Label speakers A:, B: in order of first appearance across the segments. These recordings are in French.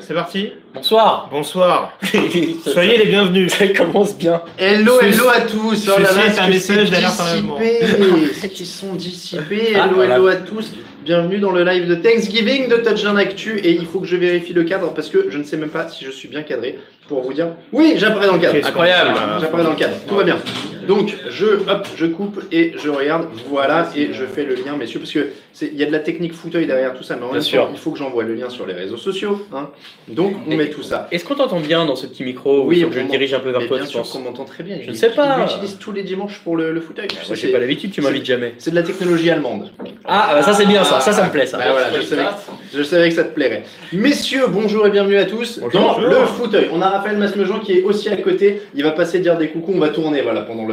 A: C'est parti.
B: Bonsoir
A: Bonsoir. Soyez les bienvenus.
B: Ça commence bien.
C: Hello,
A: Ceci-
C: hello à tous. Oh là
A: ceci
C: là,
A: est un
C: que
A: message
C: c'est
A: d'alerte en allemand.
C: dissipé. Ils sont dissipés. Hello,
B: Ah, voilà.
C: hello à tous. Bienvenue dans le live de Thanksgiving de Touchdown Actu. Et il faut que je vérifie le cadre parce que je ne sais même pas si je suis bien cadré pour vous dire. Oui, j'apparais dans le cadre.
A: Qu'est-ce qu'on-
B: Incroyable.
A: Voilà.
C: J'apparais dans le cadre. Tout va bien. Donc, je, hop, je coupe et je regarde. Voilà, et je fais le lien, messieurs, parce que c'est- il y a de la technique fauteuil derrière tout ça, mais en
B: Bien
C: même
B: sûr.
C: temps, il faut que j'envoie le lien sur les réseaux sociaux. hein. Donc, on
B: Et-
C: met tout ça.
B: Est-ce qu'on t'entend bien dans ce petit micro ou
C: Oui,
B: faut que je
C: on
B: le dirige un peu vers
C: Mais
B: toi,
C: bien
B: tu
C: sûr
B: penses
C: qu'on m'entend très bien.
B: Je ne sais pas.
C: Je l'utilise tous les dimanches pour le, le fauteuil. Tu sais,
B: Moi, j'ai
C: c'est-
B: pas l'habitude, tu m'invites jamais.
C: c'est de la technologie allemande.
B: Ah, euh, ça c'est bien ça, ça ça me plaît ça.
C: Bah voilà, je savais, je savais que ça te plairait. Messieurs, bonjour et bienvenue à tous
B: Bonjour,
C: dans
B: bonjour.
C: le fauteuil. On a Raphaël Masmejean qui est aussi à côté. Il va passer dire des coucous. On va tourner voilà pendant le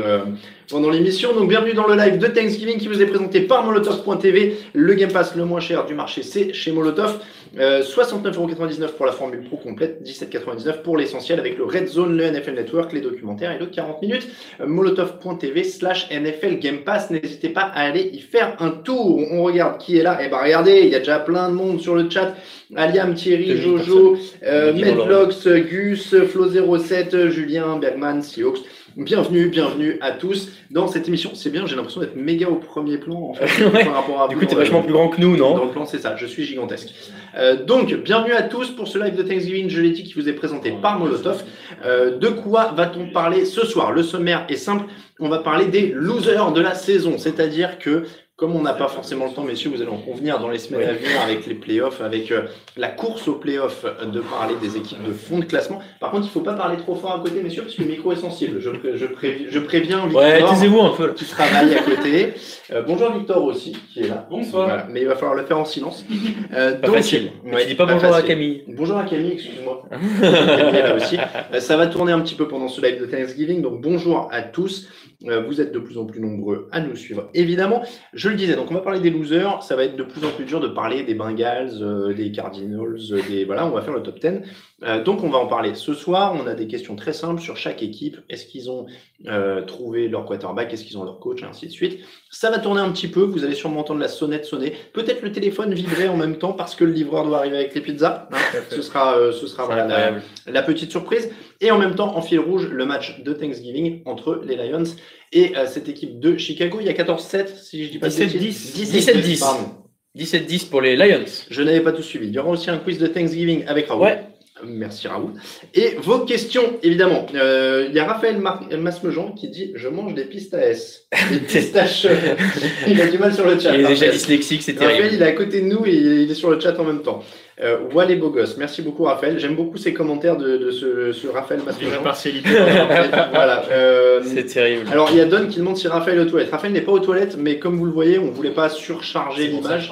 C: pendant l'émission. Donc bienvenue dans le live de Thanksgiving qui vous est présenté par Molotov.tv. Le Game Pass le moins cher du marché, c'est chez Molotov. Euh, 69,99€ pour la formule pro complète, 17,99€ pour l'essentiel avec le Red Zone, le NFL Network, les documentaires et le 40 minutes Euh, molotov.tv slash NFL Game Pass. N'hésitez pas à aller y faire un tour. On regarde qui est là. Et ben regardez, il y a déjà plein de monde sur le chat. Aliam, Thierry,
B: Deux mille
C: Jojo, euh,
B: Dis-moi leur
C: Medlox, Gus, Flo07, Julien, Bergman, Sioux. Bienvenue, bienvenue à tous dans cette émission. C'est bien, j'ai l'impression d'être méga au premier plan en fait,
B: Ouais.
C: par rapport à
B: Du
C: vous euh,
B: coup, t'es
C: dans le-
B: vachement plus grand que nous,
C: dans
B: non
C: le plan, c'est ça, je suis gigantesque. Euh, donc, bienvenue à tous pour ce live de Thanksgiving, je l'ai dit, qui vous est présenté par Molotov. Euh, de quoi va-t-on parler ce soir Le sommaire est simple, on va parler des losers de la saison, c'est-à-dire que, comme on n'a pas forcément le temps, messieurs, vous allez en convenir dans les semaines à venir avec les playoffs, avec euh, la course aux playoffs, euh, de parler des équipes de fond de classement. Par contre, il ne faut pas parler trop fort à côté, messieurs, parce que le micro est sensible. Je, pré- je, prévi- je préviens Victor
B: Ouais, taisez-vous un peu là.
C: qui travaille à côté. Euh, bonjour Victor aussi, qui est là.
D: Bonsoir.
C: Voilà, mais il va falloir le faire en silence. Euh,
B: Pas
C: donc-
B: facile.
C: Ouais,
B: tu dis pas, bonjour à
C: facile.
B: Camille.
C: Bonjour à Camille, excuse-moi. Camille est là aussi. Euh, ça va tourner un petit peu pendant ce live de Thanksgiving, donc bonjour à tous. Euh, vous êtes de plus en plus nombreux à nous suivre, évidemment. Je le disais, donc on va parler des losers. Ça va être de plus en plus dur de parler des Bengals, euh, des Cardinals, euh, des voilà. On va faire le top 10. Euh, donc on va en parler ce soir. On a des questions très simples sur chaque équipe. Est-ce qu'ils ont euh, trouvé leur quarterback Est-ce qu'ils ont leur coach Et ainsi de suite. Ça va tourner un petit peu. Vous allez sûrement entendre la sonnette sonner. Peut-être le téléphone vibrer en même temps parce que le livreur doit arriver avec les pizzas. hein. ce sera, euh, ce sera
B: C'est
C: voilà, la,
B: incroyable.
C: la petite surprise. Et en même temps, en fil rouge, le match de Thanksgiving entre les Lions et euh, cette équipe de Chicago. Il y a 14-7, si je dis pas de
B: 17-10.
C: bêtises.
B: 17-10.
C: pardon.
B: 17-10 pour les Lions.
C: Je n'avais pas tout suivi. Il y aura aussi un quiz de Thanksgiving avec Raoul.
B: Ouais.
C: Merci Raoul. Et vos questions, évidemment. Euh, Il y a Raphaël Mar- Masmejean qui dit Je mange des pistaches. Des pistaches. il a du mal sur le chat.
B: Il est déjà
C: Raphaël.
B: dyslexique, c'est
C: Raphaël,
B: terrible.
C: il est à côté de nous et il est sur le chat en même temps. Euh, Wall et beau gosse. Merci beaucoup, Raphaël. J'aime beaucoup ces commentaires de, de ce, ce Raphaël
A: Vive la
C: Masmejean.
A: partialité.
C: voilà. euh,
B: C'est terrible.
C: alors, il y a Don qui demande si Raphaël est aux toilettes. Raphaël n'est pas aux toilettes, mais comme vous le voyez, on ne voulait pas surcharger l'image.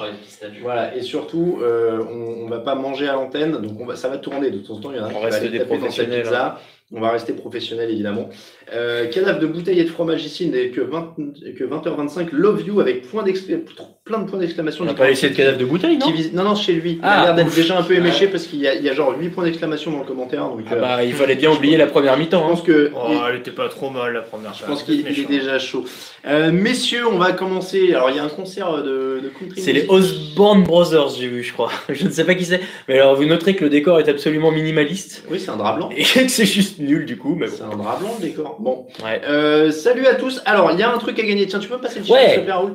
C: Voilà, et surtout, euh, on, on va pas manger à l'antenne, donc on va, ça va tourner. De temps en temps, il y en a qui
B: On
C: va
B: reste
C: aller
B: des
C: taper dans sa
B: professionnels, hein.
C: pizza. On va rester professionnel, évidemment. Euh, cadavre de bouteille et de fromage ici, il n'est que, 20, que 20h25. Love you avec point d'excla- plein de points d'exclamation.
B: On n'a
C: Qui-
B: pas laissé de cadavre de bouteille,
C: qui
B: non
C: vise- non, non, chez lui. il
B: Ah,
C: a l'air d'être déjà un peu éméché parce qu'il y, a- il y a genre 8 points d'exclamation dans le commentaire. Donc,
B: Ah
C: euh,
B: bah, il fallait bien oublier la première
C: je
B: mi-temps. hein.
C: pense que.
A: Oh, elle était pas trop mal la première.
C: Je pense qu'il
A: hein.
C: il est déjà chaud. Euh, messieurs, on va commencer. Alors, il y a un concert euh, de, de country.
B: C'est les
C: music.
B: Osborne Brothers, j'ai vu, je crois. Je ne sais pas qui c'est. Mais alors, vous noterez que le décor est absolument minimaliste.
C: Oui, c'est un drap blanc.
B: Et que c'est juste nul, du coup. Mais bon.
C: C'est un drap blanc, le décor. Bon.
B: Ouais.
C: Euh, salut à tous. Alors, il y a un truc à gagner. Tiens, tu peux me passer le chat,
B: Ouais.
C: s'il te plaît, Raoul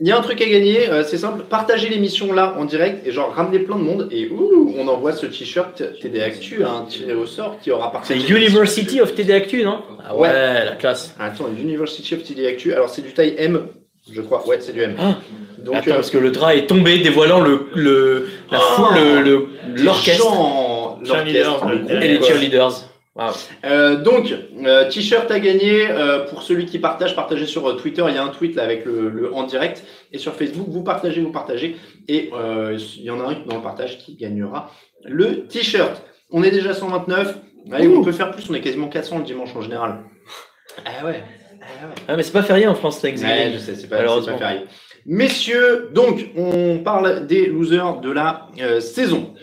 C: Il y a un truc à gagner. euh, c'est simple. Partagez l'émission là en direct et genre ramenez plein de monde. Et ouh, on envoie ce t-shirt TD Actu à un tiré au sort qui aura
B: C'est
C: partagé.
B: University of TD Actu, non Ah ouais, la classe.
C: Attends, University of TD Actu. Alors, c'est du taille M, je crois. Ouais, c'est du M.
B: Ah.
C: Donc,
B: Attends,
C: euh,
B: parce que le drap est tombé, dévoilant le, le, la
C: Oh
B: foule, le- le-
C: les
B: l'orchestre
C: gens, l'orchestre,
A: Cheerleaders,
C: le
A: le
C: groupe,
B: et les
C: quoi.
B: cheerleaders. Waouh.
C: Euh, donc, euh, t-shirt à gagner euh, pour celui qui partage, partagez sur euh, Twitter. Il y a un tweet là avec le, le en direct et sur Facebook. Vous partagez, vous partagez et euh, il y en a un dans le partage qui gagnera le t-shirt. On est déjà 129. Allez, on peut faire plus. On est quasiment 400 le dimanche en général. Ah ouais. Ah ouais.
B: Ah, mais c'est pas férié en France, Thanksgiving.
C: Ouais, je sais, c'est pas, c'est
B: Malheureusement.
C: pas férié. Messieurs, donc, on parle des losers de la euh, saison.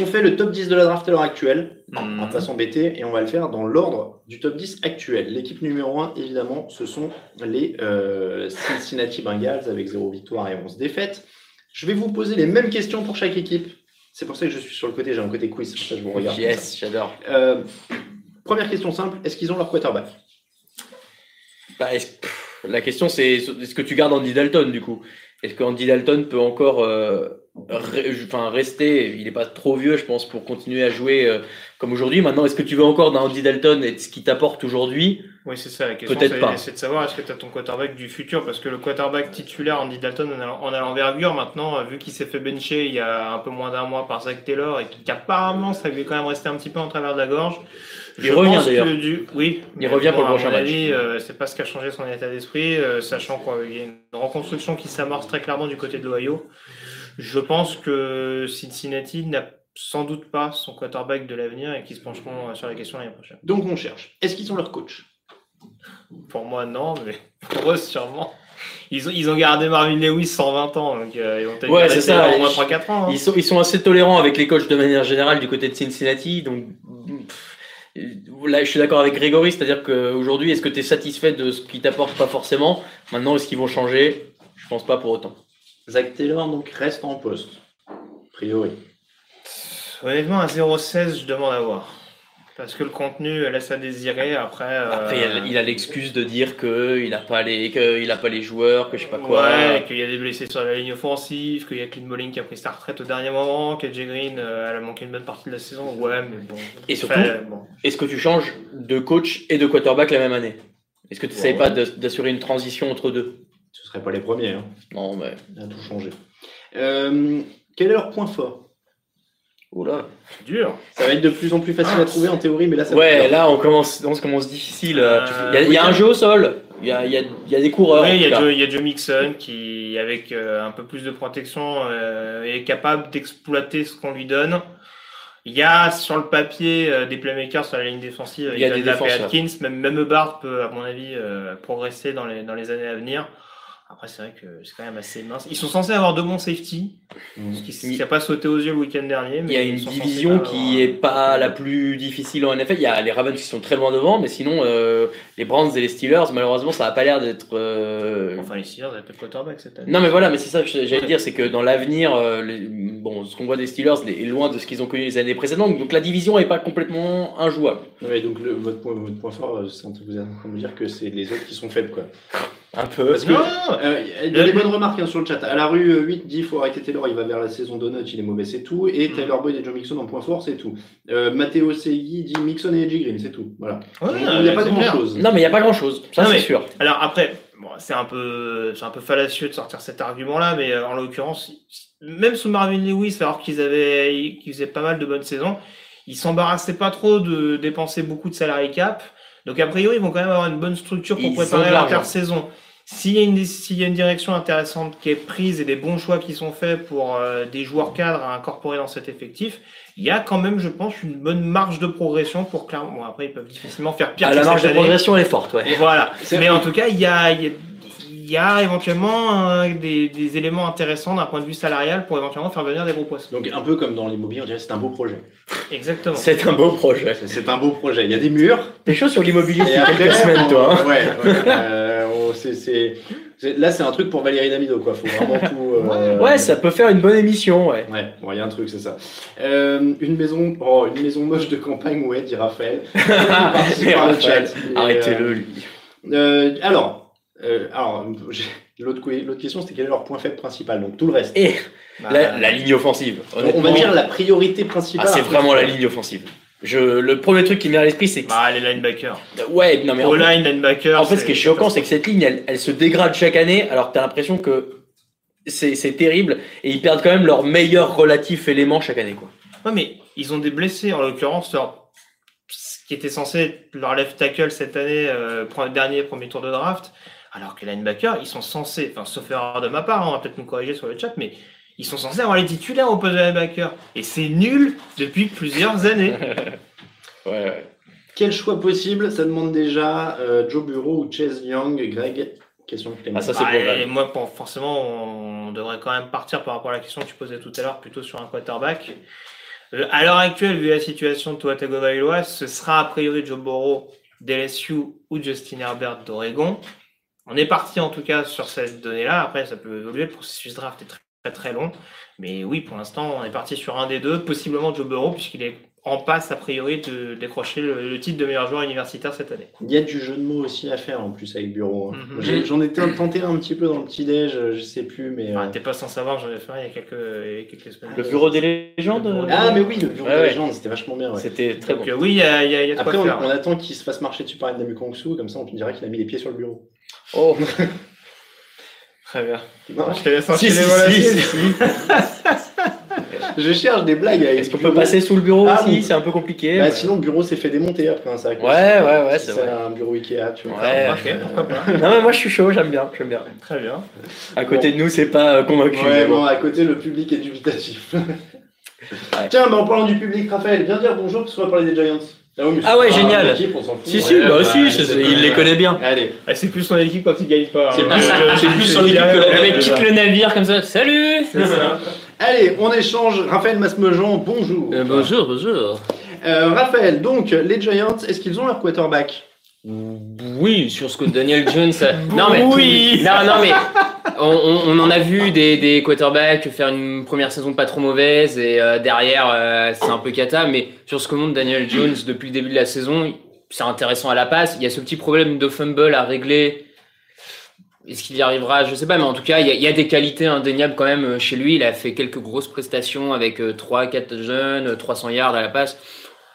C: On fait le top 10 de la draft à l'heure actuelle.
B: Mm.
C: On va pas s'embêter et on va le faire dans l'ordre du top 10 actuel. L'équipe numéro 1, évidemment, ce sont les euh, Cincinnati Bengals avec 0 victoire et 11 défaites. Je vais vous poser les mêmes questions pour chaque équipe. C'est pour ça que je suis sur le côté, j'ai un côté quiz, c'est pour ça que je vous regarde.
B: Yes, j'adore.
C: Euh, première question simple, est-ce qu'ils ont leur quarterback
B: Bah, est-ce- pff, la question, c'est est-ce que tu gardes Andy Dalton du coup Est-ce qu'Andy Dalton peut encore euh, re- enfin, rester Il n'est pas trop vieux, je pense, pour continuer à jouer euh, comme aujourd'hui. Maintenant, est-ce que tu veux encore d'un Andy Dalton et de ce qui t'apporte aujourd'hui
A: Oui, c'est ça. La question,
B: Peut-être
A: c'est-
B: pas.
A: c'est de savoir est-ce que tu as ton quarterback du futur Parce que le quarterback titulaire, Andy Dalton, en allant- en allant envergure, maintenant, euh, vu qu'il s'est fait bencher il y a un peu moins d'un mois par Zach Taylor et qu'apparemment, ça lui est quand même resté un petit peu en travers de la gorge.
B: Il revient,
A: pense que
B: d'ailleurs.
A: du- Oui,
B: Il revient pour le
A: à mon
B: prochain match.
A: avis, euh, c'est pas ce qui a changé son état d'esprit, euh, sachant qu'il y a une reconstruction qui s'amorce très clairement du côté de l'Ohio. Je pense que Cincinnati n'a sans doute pas son quarterback de l'avenir et qu'ils se pencheront euh, sur la question l'année prochaine.
C: Donc on cherche. Est-ce qu'ils ont leur coach
A: Pour moi, non, mais pour eux, sûrement. Ils ont, ils ont gardé Marvin Lewis 120 ans, donc euh, ils vont peut-être
B: Ouais,
A: garder
B: c'est ça,
A: Taylor au
B: et
A: moins
B: je-
A: 3-4 ans. hein.
B: ils sont, ils sont assez tolérants avec les coachs de manière générale du côté de Cincinnati. Donc, pff, là, je suis d'accord avec Grégory, c'est-à-dire qu'aujourd'hui, est-ce que tu es satisfait de ce qui t'apporte Pas forcément. Maintenant, est-ce qu'ils vont changer Je pense pas pour autant.
C: Zach Taylor donc reste en poste. A priori.
A: Honnêtement, à 0-16, je demande à voir. Parce que le contenu euh, laisse à désirer. Après, euh,
B: Après, il a- il a l'excuse de dire qu'il n'a pas, les- que il a pas les joueurs, que je sais pas quoi.
A: Ouais, qu'il y a des blessés sur la ligne offensive, qu'il y a Clint Bowling qui a pris sa retraite au dernier moment, que Jay Green, euh, elle a manqué une bonne partie de la saison. Ouais, mais bon.
B: Et surtout,
A: Enfin, bon.
B: Est-ce que tu changes de coach et de quarterback la même année Est-ce que tu n'essayes
C: Ouais,
B: pas d'as- d'assurer une transition entre deux
C: Ce ne serait pas les premiers. Hein.
B: Non, mais.
C: Il a tout changé. Euh, quel est leur point fort
B: Oula.
A: c'est dur.
C: Ça va être de plus en plus facile à trouver en théorie, mais là, ça va
B: Ah. Ouais,
C: être dur.
B: là, on commence, on se commence difficile.
A: Euh,
B: Il y a, il y a
A: oui,
B: un jeu au sol, il y a, il y a- il y a des coureurs.
A: Ouais,
B: en
A: il y,
B: tout
A: a
B: cas.
A: Joe- il y a Joe Mixon qui, avec euh, un peu plus de protection, euh, est capable d'exploiter ce qu'on lui donne. Il y a sur le papier euh, des playmakers sur la ligne défensive avec
B: Il y a des
A: Dunlap et
B: défenseurs.
A: Atkins. Même, même Bard peut, à mon avis, euh, progresser dans les, dans les années à venir. Après, c'est vrai que c'est quand même assez mince. Ils sont censés avoir deux bons safety,
C: Mmh.
A: ce qui ce qui n'a pas sauté aux yeux le week-end dernier.
B: Il
A: Mais
B: y a
A: ils
B: une
A: sont
B: division
A: censés euh,
B: qui est pas la plus difficile en NFL. Il y a les Ravens qui sont très loin devant, mais sinon, euh, les Browns et les Steelers, malheureusement, ça n'a pas l'air d'être. euh,
A: Enfin, les Steelers avaient peut-être quarterback cette année.
B: Non, mais voilà, mais c'est ça que j'allais dire, c'est que dans l'avenir, euh, les- bon, ce qu'on voit des Steelers est loin de ce qu'ils ont connu les années précédentes, donc la division n'est pas complètement injouable.
C: Non, mais donc, le- votre, point, votre point fort, euh, c'est en- vous êtes en train de me dire que c'est les autres qui sont faibles. Quoi.
B: Un peu.
C: Parce que-
A: Non, non, non.
C: Euh, il y a des bonnes remarques hein, sur le chat. À la rue euh, 8, 10, il faut arrêter Taylor, il va vers la saison Donut, il est mauvais, c'est tout. Et
B: Mm.
A: Mmh.
C: Taylor Boyd et Joe Mixon en point fort, c'est tout. Euh, Matteo Segui dit Mixon et Edgy Green, c'est tout. Voilà.
A: Ouais,
C: Donc, il n'y a pas
A: c'est
C: de
A: clair.
C: grand chose.
B: Non, mais il n'y a pas grand chose, ça
A: Non,
B: c'est
A: mais-
B: sûr.
A: Alors après, bon, c'est un peu, c'est un peu fallacieux de sortir cet argument-là, mais euh, en l'occurrence, même sous Marvin Lewis, alors qu'ils avaient, qu'ils faisaient pas mal de bonnes saisons, ils s'embarrassaient pas trop de dépenser beaucoup de salary cap. Donc a priori, ils vont quand même avoir une bonne structure pour
B: Ils ont
A: préparer
B: de l'argent.
A: l'intersaison. S'il y, a une, dé- s'il y a une direction intéressante qui est prise et des bons choix qui sont faits pour euh, des joueurs cadres à incorporer dans cet effectif, il y a quand même, je pense, une bonne marge de progression pour clairement. Bon, après, ils peuvent difficilement faire pire.
B: Ah,
A: que
B: la
A: cette
B: marge de
A: année.
B: progression elle est forte, ouais.
A: Et voilà.
C: C'est-
A: Mais en tout cas, il y a, il y a- il y a éventuellement euh, des, des éléments intéressants d'un point de vue salarial pour éventuellement faire venir des gros poissons.
C: Donc, un peu comme dans l'immobilier, on dirait que c'est un beau projet.
A: Exactement.
B: C'est un beau projet.
C: C'est un beau projet. Il y a des murs,
B: T'es chaud sur l'immobilier
C: Et
B: depuis
C: après,
B: quelques semaines,
C: on-
B: toi. hein.
C: Ouais, ouais, euh, on- c'est- c'est- c'est- là, c'est un truc pour Valérie Damido, quoi. Faut vraiment tout. euh,
B: Ouais, ça peut faire une bonne émission, ouais.
C: Ouais, bon, il y a un truc, c'est ça. Euh, une maison, oh, une maison moche de campagne, ouais, dit Raphaël. Merci
B: Ah, Mais
C: par le
B: Raphaël,
C: chat. Et,
B: Arrêtez-le, lui.
C: euh, euh, alors, euh, alors, j'ai- l'autre que- l'autre question, c'était quel est leur point faible principal, donc tout le reste.
B: Et euh,
A: Bah,
B: la, la ligne offensive.
C: Donc, on va
B: honnêtement,
C: dire la priorité principale.
B: ah, c'est vraiment la ligne offensive. Je, le premier truc qui me vient à l'esprit, c'est que.
A: bah, les linebackers.
B: Ouais,
A: Ah,
B: non, mais. en fait-
A: O-line, linebacker.
B: En fait, ce qui est choquant, c'est que cette ligne, elle, elle se dégrade chaque année, alors que t'as l'impression que c'est c'est terrible, et ils perdent quand même leur meilleur relatif élément chaque année, quoi.
A: Ouais, mais ils ont des blessés, en l'occurrence. leur- Ce qui était censé être leur left tackle cette année, euh, premier- dernier premier tour de draft, alors que les linebackers, ils sont censés, enfin, sauf erreur de ma part, hein, on va peut-être nous corriger sur le chat, mais ils sont censés avoir les titulaires au poste de linebacker. Et c'est nul depuis plusieurs années.
B: Ouais, ouais.
C: Quel choix possible Ça demande déjà euh, Joe Bureau ou Chase Young. Greg, question de Clément.
B: Ah, ça, c'est
A: Bah,
B: pour
A: et moi, pour- forcément, on devrait quand même partir par rapport à la question que tu posais tout à l'heure, plutôt sur un quarterback. Euh, à l'heure actuelle, vu la situation de Tua Tagovailoa, ce sera a priori Joe Burrow d'LSU ou Justin Herbert d'Oregon. On est parti en tout cas sur cette donnée-là. Après, ça peut évoluer. Le processus draft est très très, très long. Mais oui, pour l'instant, on est parti sur un des deux, possiblement Joe Burrow, puisqu'il est en passe a priori de décrocher le- le titre de meilleur joueur universitaire cette année.
C: Il y a du jeu de mots aussi à faire en plus avec Bureau. hein.
A: Mhm.
C: J'ai- J'en étais tenté un petit peu dans le petit déj, euh, je sais plus, mais. euh,
B: Ah,
A: Enfin, t'es pas sans savoir, j'en ai fait un il y a quelques, il y a quelques semaines.
B: Le bureau des légendes
A: Le bureau des-
C: Ah, mais oui, le Bureau
B: Ouais,
C: des
B: ouais.
C: légendes, c'était vachement bien. ouais.
B: C'était très
A: Donc,
B: bon.
A: euh, oui, il y a, il y a, il y a de
C: Après, on,
A: quoi faire.
C: on attend qu'il se fasse marcher dessus par Namu Kong Su, comme ça on dira qu'il a mis les pieds sur le bureau.
B: Oh,
A: Très bien.
C: Non,
A: je te laisse enchaîner.
B: si, si,
A: voilà.
B: si, si, si.
C: je cherche des blagues. avec
B: Est-ce qu'on
C: Bureau.
B: peut passer sous le bureau
C: Ah,
B: aussi
C: oui.
B: C'est un peu compliqué.
C: Bah,
B: mais-
C: Sinon, le bureau s'est fait démonter après, hein, c'est vrai. que
B: Ouais, ouais, ouais, c'est
C: ça,
B: vrai.
C: un bureau Ikea, tu vois.
B: Ouais.
A: Ok, pourquoi pas.
B: Non, mais moi je suis chaud, j'aime bien, j'aime bien.
A: Très bien.
B: À côté de nous, c'est pas euh, convaincu. mais
C: Ouais,
B: bon.
C: bon, à côté, le public est dubitatif. Tiens, bah, en parlant du public, Raphaël, viens dire bonjour parce qu'on va parler des Giants. Ah, oui, mais
B: Ah ouais,
C: c'est pas
B: génial.
C: une équipe, on s'en fout.
B: Si, si,
A: Ouais,
B: bah
A: bah,
B: si,
A: c'est-
B: c'est- il les connaît bien.
C: Allez,
A: Ah, c'est plus son équipe quand il gagne pas.
C: C'est
A: hein.
C: plus-
A: Je-
C: c'est
A: je-
C: plus
A: je- euh,
C: son
A: je-
C: équipe
A: je-
C: que la-
A: je-
D: Le mec
A: je-
D: quitte le navire comme ça. Salut
A: C'est ça.
C: allez, on échange. Raphaël Masmejean, bonjour.
D: Euh, Bonjour, bonjour.
C: Euh, Raphaël, donc, les Giants, est-ce qu'ils ont leur quarterback
D: Oui, sur ce que Daniel Jones. non mais
A: Oui.
D: non, non mais on, on- on en a vu des, des quarterbacks faire une première saison pas trop mauvaise et euh, derrière euh, c'est un peu cata. Mais sur ce que montre Daniel Jones depuis le début de la saison, c'est intéressant à la passe. Il y a ce petit problème de fumble à régler. Est-ce qu'il y arrivera Je sais pas, mais en tout cas, il y, a, il y a des qualités indéniables quand même euh, chez lui. Il a fait quelques grosses prestations avec 3-4 jeunes, euh, 300 yards à la passe.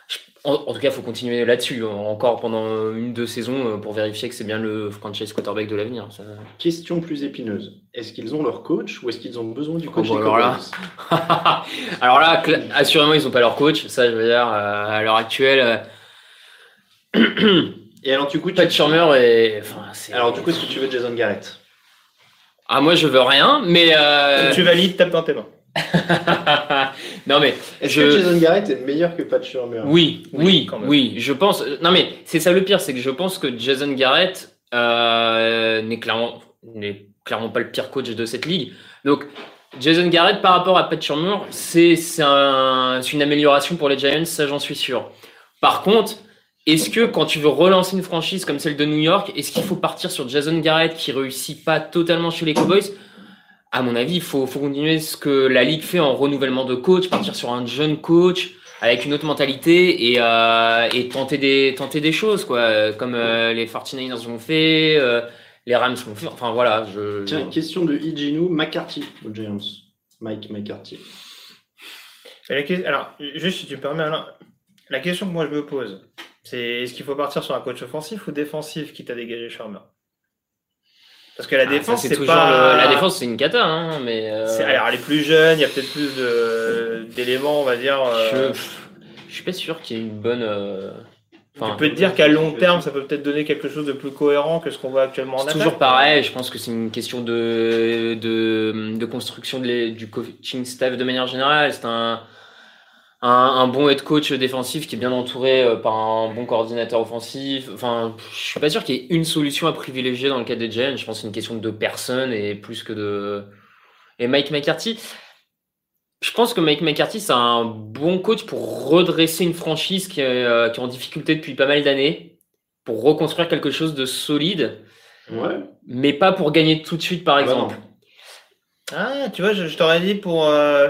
D: Je- En, en tout cas, il faut continuer là-dessus, euh, encore pendant une, deux saisons, euh, pour vérifier que c'est bien le franchise quarterback de l'avenir. ça.
C: Question plus épineuse. Est-ce qu'ils ont leur coach ou est-ce qu'ils ont besoin du coach
D: Oh, bah,
C: des
D: alors là.
C: Cowboys
D: Alors là, cla- assurément, ils n'ont pas leur coach. Ça, je veux dire, euh, à l'heure actuelle,
C: Et alors, du coup, tu...
D: Pat Shurmur et. Enfin, c'est-
C: alors, du coup, est-ce que tu veux Jason Garrett
D: Ah, moi, je veux rien, mais. euh,
A: Tu valides, tape dans tes mains.
D: non, mais.
C: Est-ce
D: Je-
C: que Jason Garrett est meilleur que Pat Shurmur
D: Oui, oui,
A: quand même.
D: oui. Je pense. euh, Non, mais c'est ça le pire, c'est que je pense que Jason Garrett euh, n'est clairement n'est clairement pas le pire coach de cette ligue. Donc Jason Garrett par rapport à Pat Shurmur, c'est c'est un- c'est une amélioration pour les Giants, ça j'en suis sûr. Par contre, est-ce que quand tu veux relancer une franchise comme celle de New York, est-ce qu'il faut partir sur Jason Garrett qui réussit pas totalement chez les Cowboys À mon avis, il faut, faut continuer ce que la ligue fait en renouvellement de coach, partir sur un jeune coach avec une autre mentalité et, euh, et tenter des tenter des choses quoi, euh, comme euh, les 49ers l'ont fait, euh, les Rams l'ont fait. Enfin voilà, je ah,
C: Tiens, question de Ijinu McCarthy aux Giants. Mike McCarthy.
A: Et la que- Alors, juste si tu me permets, Alain, la question que moi je me pose, c'est est-ce qu'il faut partir sur un coach offensif ou défensif qui t'a dégagé Charmer Parce que la
D: Ah,
A: défense,
D: ça,
A: c'est
D: toujours
A: pas.
D: le- la défense c'est une cata hein, mais euh,
A: C'est- Alors, les plus jeunes, il y a peut-être plus de- d'éléments, on va dire. euh,
D: je je suis pas sûr qu'il y ait une bonne euh, enfin,
A: tu peux te dire qu'à long terme, ça peut peut-être donner quelque chose de plus cohérent que ce qu'on voit actuellement en
D: C'est
A: attaque.
D: toujours pareil, je pense que c'est une question de, de, de construction de les- du coaching staff de manière générale. C'est un, un, un bon head coach défensif qui est bien entouré euh, par un bon coordinateur offensif. Enfin, je suis pas sûr qu'il y ait une solution à privilégier dans le cas des Giants. Je pense que c'est une question de personnes et plus que de. Et Mike McCarthy, je pense que Mike McCarthy, c'est un bon coach pour redresser une franchise qui est, euh, qui est en difficulté depuis pas mal d'années, pour reconstruire quelque chose de solide
C: Ouais.
D: mais pas pour gagner tout de suite par
C: Ah bah
D: exemple.
A: Ah, tu vois, je, je t'aurais dit pour. euh,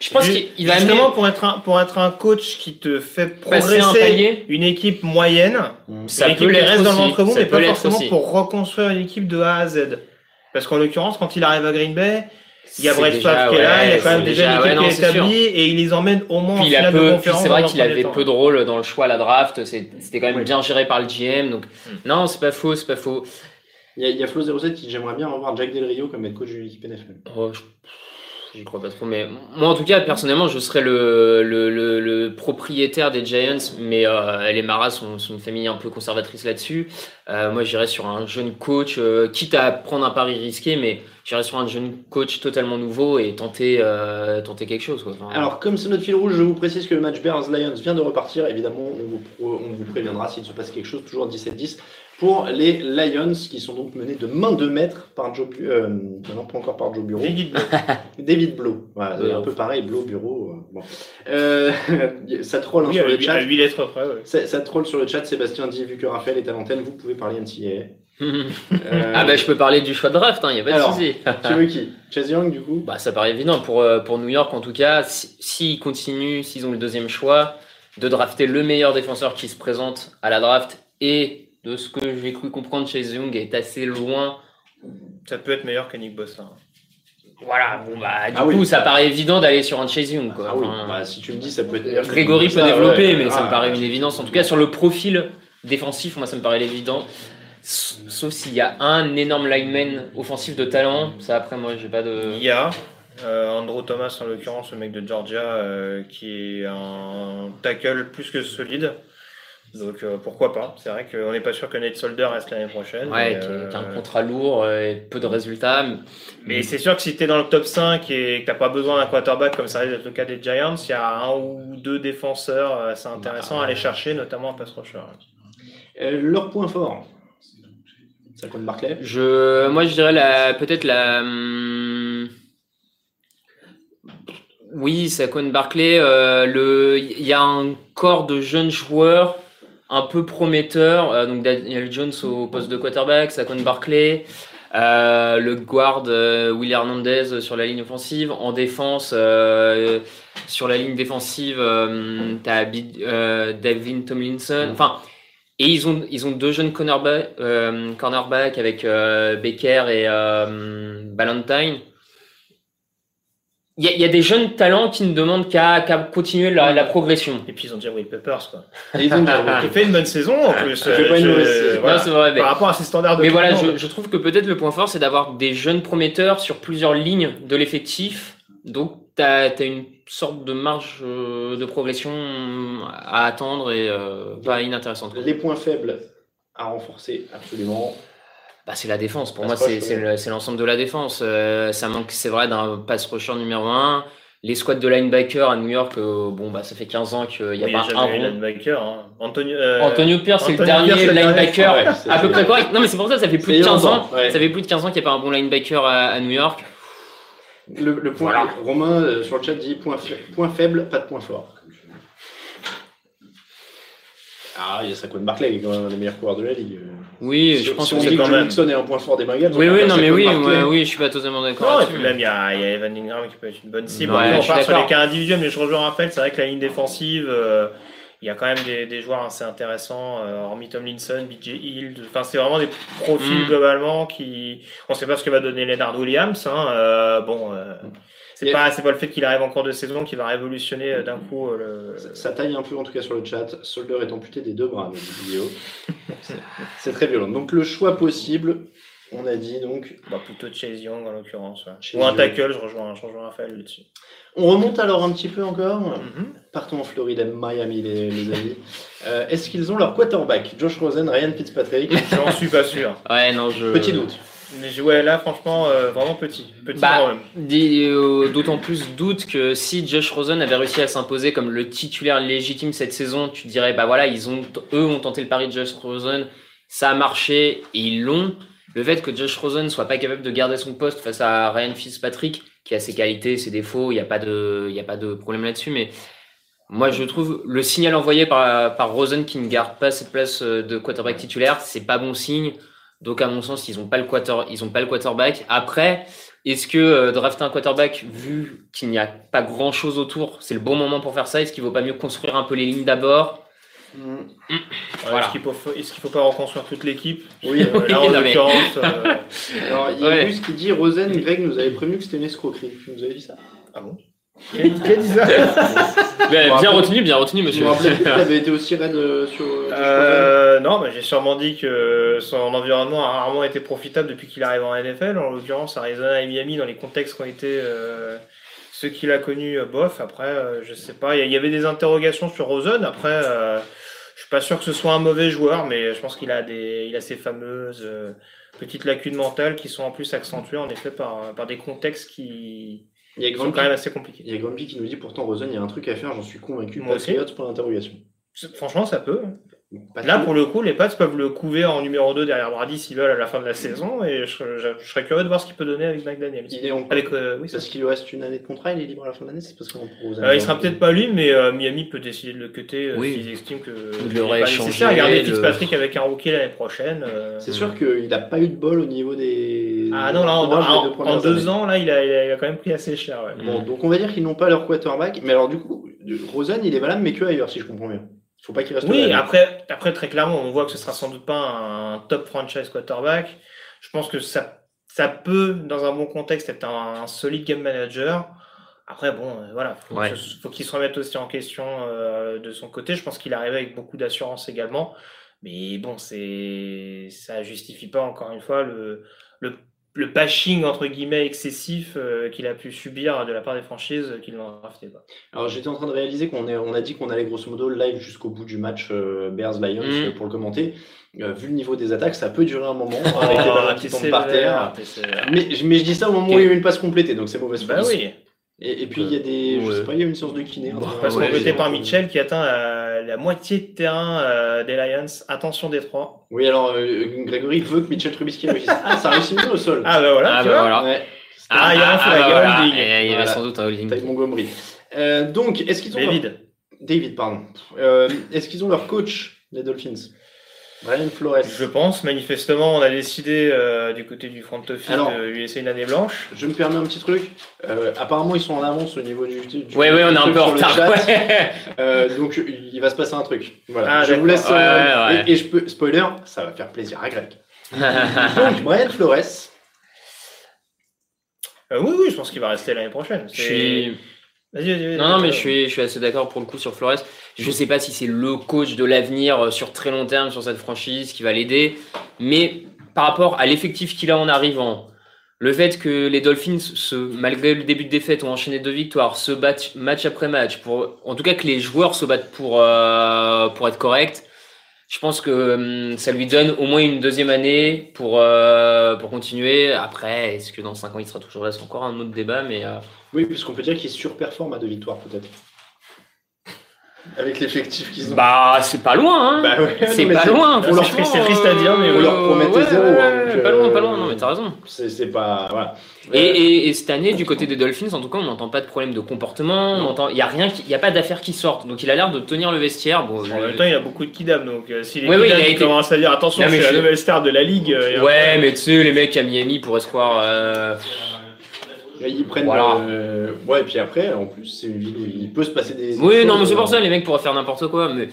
D: je pense
A: ju-
D: qu'il va amener
A: justement pour être un pour être un coach qui te fait
D: passer un
A: progresser
D: palier.
A: une équipe moyenne,
D: Ça
A: une
D: peut
A: équipe qui
D: l'être
A: reste dans le
D: aussi,
A: ventre mou,
D: ça
A: mais
D: peut
A: pas
D: l'être
A: forcément
D: aussi.
A: pour reconstruire une équipe de A à Z. Parce qu'en l'occurrence, quand il arrive à Green Bay, il y a
D: C'est
A: Brett
D: déjà-
A: Favre qui est là, il y a
D: ouais,
A: quand même
D: c'est
A: déjà
D: déjà-
A: une
D: ouais,
A: équipe
D: non,
A: qui est
D: c'est sûr.
A: établie et il les emmène au moins
D: Puis
A: en
D: il a
A: finale
D: peu-
A: de
D: puis
A: conférence.
D: c'est
A: dans
D: vrai
A: un
D: qu'il avait
A: premier temps.
D: peu de rôle dans le choix à la draft. c'est- C'était quand même
C: Oui.
D: bien géré par le GM. Donc non, c'est pas faux, c'est pas faux.
C: Il y a, il y a Flo07 qui dit, j'aimerais bien revoir Jack Del Rio comme head coach d'une équipe NFL.
D: Oh, je- J'y crois pas trop, mais moi en tout cas, personnellement, je serais le, le, le- le propriétaire des Giants, mais euh, les Maras sont, sont une famille un peu conservatrice là-dessus. Euh, moi, j'irais sur un jeune coach, euh, quitte à prendre un pari risqué, mais j'irais sur un jeune coach totalement nouveau et tenter, euh, tenter quelque chose. Quoi. Enfin,
C: Alors, comme c'est notre fil rouge, je vous précise que le match Bears-Lions vient de repartir. Évidemment, on vous, pro- on vous préviendra s'il se passe quelque chose, toujours 17-10, pour les Lions, qui sont donc menés de main de maître par Joe... Bu- euh, non, pas encore par Joe Bureau.
A: David Blow.
C: David Blow. Voilà,
D: Oui,
C: un
D: on-
C: peu pareil, Blow, Bureau. euh, bon. Euh, ça troll hein,
A: Oui,
C: sur
A: à
C: le
A: huit- à
C: chat.
A: 8 lettres près, ouais.
C: Ça, ça troll sur le chat, Sébastien dit, vu que Raphaël est à l'antenne, vous pouvez parler NCAA. Euh,
D: ah bah je peux parler du choix de draft, il n'y a pas
C: Alors.
D: de souci.
C: Tu veux qui Chase Young, du coup
D: Bah, ça paraît évident pour, euh, pour New York en tout cas. si- S'ils continuent, s'ils ont le deuxième choix, de drafter le meilleur défenseur qui se présente à la draft et de ce que j'ai cru comprendre chez Young est assez loin.
A: Ça peut être meilleur que Nick Bossa. hein.
D: Voilà, bon bah du
C: Ah
D: coup
C: oui.
D: ça paraît évident d'aller sur un Chase Young quoi.
C: Ah oui,
D: Enfin,
C: bah, si tu me dis, ça peut être meilleur que
D: Grégory peut
C: ça, ouais.
D: développer, mais ça
C: Ah,
D: me paraît une évidence. En tout cas sur le profil défensif, moi ça me paraît l'évident. S- Sauf s'il y a un énorme lineman offensif de talent, ça après moi j'ai pas de.
A: Il y a euh, Andrew Thomas, en l'occurrence, le mec de Georgia, euh, qui est un tackle plus que solide. Donc euh, pourquoi pas C'est vrai qu'on n'est pas sûr que Nate Solder reste l'année prochaine.
D: Ouais,
A: mais,
D: qui
A: euh,
D: a- qui a un contrat lourd euh, et peu de résultats. mais-
A: Mais c'est sûr que si tu es dans le top 5 et que t'as pas besoin d'un quarterback comme ça risque d'être le cas des Giants, il y a un ou deux défenseurs euh, assez intéressants
D: Bah.
A: à aller chercher, notamment un pass rusher.
C: Euh, leur point fort. Ça compte Barclay
D: Je, moi, je dirais la, peut-être la. hum, Oui, Saquon Barclay. euh, le, il y a un corps de jeunes joueurs un peu prometteurs. euh, donc Daniel Jones au poste de quarterback, Saquon Barclay, euh, le guard euh, Will Hernandez sur la ligne offensive, en défense. euh, sur la ligne défensive, euh, t'as Bid- euh, Davin Tomlinson. Enfin, et ils ont, ils ont deux jeunes cornerba- euh, cornerbacks avec euh, Baker et euh, Ballantyne. Il y, a- il y a des jeunes talents qui ne demandent qu'à qu'à continuer la, la progression.
A: Et puis ils ont Jerry Peppers, quoi.
C: Et ils ont Grégory.
A: Qui fait une bonne saison en plus.
C: fait
A: euh,
C: pas une
A: je-
C: mauvaise saison.
A: voilà.
D: Ah. Non, c'est vrai, mais,
A: Par rapport à ses standards de
D: mais voilà,
A: classement,
D: je, je trouve que peut-être le point fort, c'est d'avoir des jeunes prometteurs sur plusieurs lignes de l'effectif. Donc, tu as, une sorte de marge euh, de progression à attendre et euh, pas inintéressante. quoi.
C: Les points faibles à renforcer, absolument.
D: Bah, c'est la défense. Pour
C: Pass
D: moi, c'est
C: rush,
D: c'est
C: ouais.
D: le- c'est l'ensemble de la défense. Euh, ça manque, c'est vrai, d'un pass rusher numéro 1. Les squads de linebacker à New York, euh, bon, bah, ça fait 15 ans qu'il n'y a
A: oui, il y
D: pas
A: a
D: un
A: jamais eu
D: rond.
A: linebacker. hein. Antonio, euh,
D: Antonio Pierce, c'est le
A: Antonio
D: dernier
A: Pierce, c'est le dernier,
D: linebacker
C: Ouais, c'est-
D: à peu près correct. Non, mais c'est pour ça, ça fait plus de
C: C'est
D: 15 ans.
C: longtemps, ouais.
D: Ça fait plus de 15 ans qu'il n'y a pas un bon linebacker à, à New York.
C: Le, le point, Romain euh, sur le chat dit point, fa- point faible, pas de point fort. Ah, il y a Saquon Barclay qui est quand même un des meilleurs coureurs de la ligue.
D: Oui,
C: Si-
D: je pense
C: si
D: que
C: on
D: c'est
C: dit que
A: quand
C: Joe
A: même-
C: Mixon est un point fort des Bengals.
D: Oui,
C: on
D: oui,
C: parle
D: non,
C: de
D: mais
C: Saquon
D: oui,
C: Barclay.
D: ouais, oui, je suis pas totalement d'accord
A: Non, et puis
D: là-dessus.
A: même, il y, a il y a Evan Ingram qui peut être une bonne cible.
D: Ouais,
A: Après,
D: je
A: on
D: suis
A: part sur
D: d'accord.
A: les cas individuels, mais je rejoins Raphaël. C'est vrai que la ligne défensive, euh, il y a quand même des, des joueurs assez intéressants, euh, hormis Tomlinson, BJ Hill. Enfin, c'est vraiment des profils
D: Mm.
A: globalement qui. On ne sait pas ce que va donner Leonard Williams. Hein, euh, bon, euh, c'est
C: Yeah.
A: pas, c'est pas le fait qu'il arrive en cours de saison qui va révolutionner euh, d'un coup euh,
C: Ça-
A: le.
C: Ça taille un peu en tout cas sur le chat. Solder est amputé des deux bras, nous dit vidéo. C'est très violent. Donc le choix possible, on a dit donc.
A: Bah, plutôt Chase Young en l'occurrence. ouais.
C: Chase
A: Ou un
C: Young.
A: tackle, je rejoins, je rejoins Raphaël là-dessus.
C: On remonte alors un petit peu encore.
A: Mhm.
C: Partons en Floride, à Miami, les, les amis. Euh, Est-ce qu'ils ont leur quarterback Josh Rosen, Ryan Fitzpatrick
A: J'en suis pas sûr.
D: Ouais, non, je.
C: Petit doute.
A: Mais je- ouais, là, franchement, euh, vraiment petit. Petit
D: Bah,
A: quand même.
D: Des- euh, D'autant plus doute que si Josh Rosen avait réussi à s'imposer comme le titulaire légitime cette saison, tu dirais bah voilà ils ont eux ont tenté le pari de Josh Rosen, ça a marché et ils l'ont. Le fait que Josh Rosen soit pas capable de garder son poste face à Ryan Fitzpatrick, qui a ses qualités, ses défauts, il n'y a pas de il y a pas de problème là-dessus, mais moi je trouve le signal envoyé par par Rosen qui ne garde pas cette place euh, de quarterback titulaire, c'est pas bon signe. Donc à mon sens ils ont pas le quarter ils ont pas le quarterback. Après est-ce que euh, drafter un quarterback, vu qu'il n'y a pas grand-chose autour, c'est le bon moment pour faire ça Est-ce qu'il vaut pas mieux construire un peu les lignes d'abord
C: hmm.
A: Ouais,
D: Voilà.
A: Est-ce qu'il faut, est-ce qu'il faut pas reconstruire toute l'équipe
C: Oui,
A: Euh, Là, en
D: Oui, non, mais-
A: l'occurrence, euh,
C: alors il y a
D: Ouais.
C: Gus qui dit Rosen, Greg nous avait prévenu que c'était une escroquerie. Tu nous avais dit ça
A: Ah
D: Bien
C: bien
D: retenu, bien retenu,
C: Je me rappelais plus que t'avais été aussi raide euh, sur euh, Josh Rosen.
A: euh, non, mais j'ai sûrement dit que son environnement a rarement été profitable depuis qu'il arrive en NFL. En l'occurrence, Arizona et Miami, dans les contextes qui ont été euh, Ce qu'il a connu, euh, bof. Après, euh, je sais pas. Il y a- il y avait des interrogations sur Ozone. Après, euh, je suis pas sûr que ce soit un mauvais joueur, mais je pense qu'il a des, il a ces fameuses euh, petites lacunes mentales qui sont en plus accentuées en effet par, par des contextes qui
C: Il y a
A: qui sont
C: Grumpy,
A: quand même assez compliqués.
C: il y a Grumpy qui nous dit pourtant, Rosen, il y a un truc à faire, j'en suis convaincu.
A: Moi aussi.
C: Patriots pour l'interrogation.
A: C'est- Franchement, ça peut. hein.
C: Patriots,
A: Là, pour le coup, les Pats peuvent le couver en numéro 2 derrière Brady s'ils veulent à la fin de la saison. Et je, je- je serais curieux de voir ce qu'il peut donner avec McDaniel.
C: il est en-
A: Avec, euh, oui, ça,
C: Parce qu'il lui reste une année de contrat, il est libre à la fin de l'année, c'est parce qu'on propose.
A: Euh, il sera peut-être pas lui, mais euh, Miami peut décider de le cutter euh,
D: Oui.
A: s'ils estiment que
D: Il
A: n'est
D: aurait
A: pas
D: échangé
A: nécessaire. Regardez
D: le-
A: Fitzpatrick avec un rookie l'année prochaine. euh.
C: C'est sûr qu'il n'a pas eu de bol au niveau des.
A: Ah non, là, en,
C: des
A: en-
C: deux premières
A: en deux
C: années.
A: ans, là, il a, il a- il a quand même pris assez cher.
D: Mm.
A: ouais.
C: Bon, donc on va dire qu'ils n'ont pas leur quarterback, mais alors du coup, de- Rosen, il est valable, mais que ailleurs, si je comprends bien. Il faut pas qu'il reste
A: Oui,
C: là.
A: après, après, très clairement, on voit que ce sera sans doute pas un top franchise quarterback. Je pense que ça, ça peut, dans un bon contexte, être un, un solide game manager. Après, bon, euh, voilà, faut
D: Ouais.
A: que ce- faut qu'il se remette aussi en question euh, de son côté. Je pense qu'il arrive avec beaucoup d'assurance également. Mais bon, c'est ça justifie pas, encore une fois, le, le, le bashing, entre guillemets, excessif euh, qu'il a pu subir de la part des franchises euh, qui ne l'ont drafté. Pas.
C: Alors j'étais en train de réaliser qu'on est- on a dit qu'on allait grosso modo live jusqu'au bout du match euh, Bears-Lions
D: Mm.
C: euh, pour le commenter. Euh, vu le niveau des attaques, ça peut durer un moment avec les ballons qui
A: t'es
C: tombent par terre.
A: Ah, sévère, t'es sévère.
C: Mais, je- mais je dis ça au moment où il y a eu une passe complétée, donc c'est mauvaise foi.
A: Bah oui.
C: Et, et puis il y a des. Je sais
D: Ouais.
C: pas, il y a eu une séance de kiné. hein. un truc
A: Parce
D: Ouais,
A: qu'on était
D: j'ai
A: par Mitchell qui atteint la, la moitié de terrain euh, des Lions. Attention des trois.
C: Oui, alors euh, Grégory veut que Mitchell Trubisky réussisse. Ah, ça réussit mieux au sol.
A: Ah bah voilà,
D: Ah
A: tu
D: bah
A: vois.
D: voilà. bah
C: Ouais,
A: Ah, il y a un flag, il y a un holding.
D: Et Eh, Il y avait
C: Voilà.
D: sans doute un holding.
C: Ty Montgomery. Euh, donc, est-ce qu'ils ont.
A: Les
C: leur-
A: vides.
C: David, pardon. Euh, est-ce qu'ils ont leur coach, les Dolphins Brian Flores.
A: Je pense, manifestement, on a décidé euh, du côté du front office
C: Alors-
A: de lui laisser une année blanche.
C: Je me permets un petit truc. Euh, apparemment, ils sont en avance au niveau du. du-
D: Ouais, ouais, on est un
C: du
D: peu
C: truc
D: en
C: sur le
D: retard.
C: chat.
D: ouais.
C: Euh, donc, il va se passer un truc. Voilà.
A: Ah,
C: je vous laisse.
D: d'accord.
C: euh,
D: Ouais, ouais.
C: Et, et je peux. Spoiler, ça va faire plaisir à Greg.
D: Ah.
C: donc, Brian Flores.
A: Euh, oui, oui, je pense qu'il va rester l'année prochaine.
D: Je
A: C'est-
D: suis.
A: Vas-y, vas-y, vas-y.
D: Non, non, mais je suis, je suis assez d'accord pour le coup sur Flores. Je sais pas si c'est le coach de l'avenir euh, sur très long terme sur cette franchise qui va l'aider, mais par rapport à l'effectif qu'il a en arrivant, le fait que les Dolphins, se, malgré le début de défaite, ont enchaîné deux victoires, se battent match après match, pour, en tout cas que les joueurs se battent pour, euh, pour être corrects, je pense que hum, ça lui donne au moins une deuxième année pour, euh, pour continuer. Après, est-ce que dans cinq ans il sera toujours là C'est encore un autre débat, mais. euh,
C: Oui, puisqu'on peut dire qu'ils surperforment à deux victoires, peut-être. Avec l'effectif qu'ils ont.
D: Bah, c'est pas loin, hein
C: Bah ouais,
D: C'est
C: non, mais
D: pas loin,
A: c'est
D: franchement,
A: triste- c'est triste à dire, mais
D: euh,
C: on leur promettait
D: ouais,
C: zéro,
D: ouais,
C: hein, donc,
D: pas loin,
C: euh,
D: pas loin, non, mais t'as raison.
C: C'est c'est pas. Voilà.
D: Et, et- et cette année, du côté des Dolphins, en tout cas, on n'entend pas de problème de comportement, on entend, il y a rien, il y a pas d'affaires qui sortent, donc il a l'air de tenir le vestiaire. Bon,
A: En
D: le-
A: même temps, il a beaucoup de kidam, donc euh, si les
D: Oui, oui,
A: kidam
D: il a été-
A: commencent à dire attention,
D: Non, mais
A: c'est
D: je-
A: la nouvelle star de la ligue. euh, et
D: ouais,
A: après-
D: mais tu sais, les mecs à Miami pourraient se croire. euh,
C: Et Ils prennent.
D: Voilà.
C: euh, Ouais, et puis après, en plus, c'est une ville où il peut se passer des. euh,
D: Oui, non, mais c'est
C: pour
D: pour ça, les mecs pourraient faire n'importe quoi, mais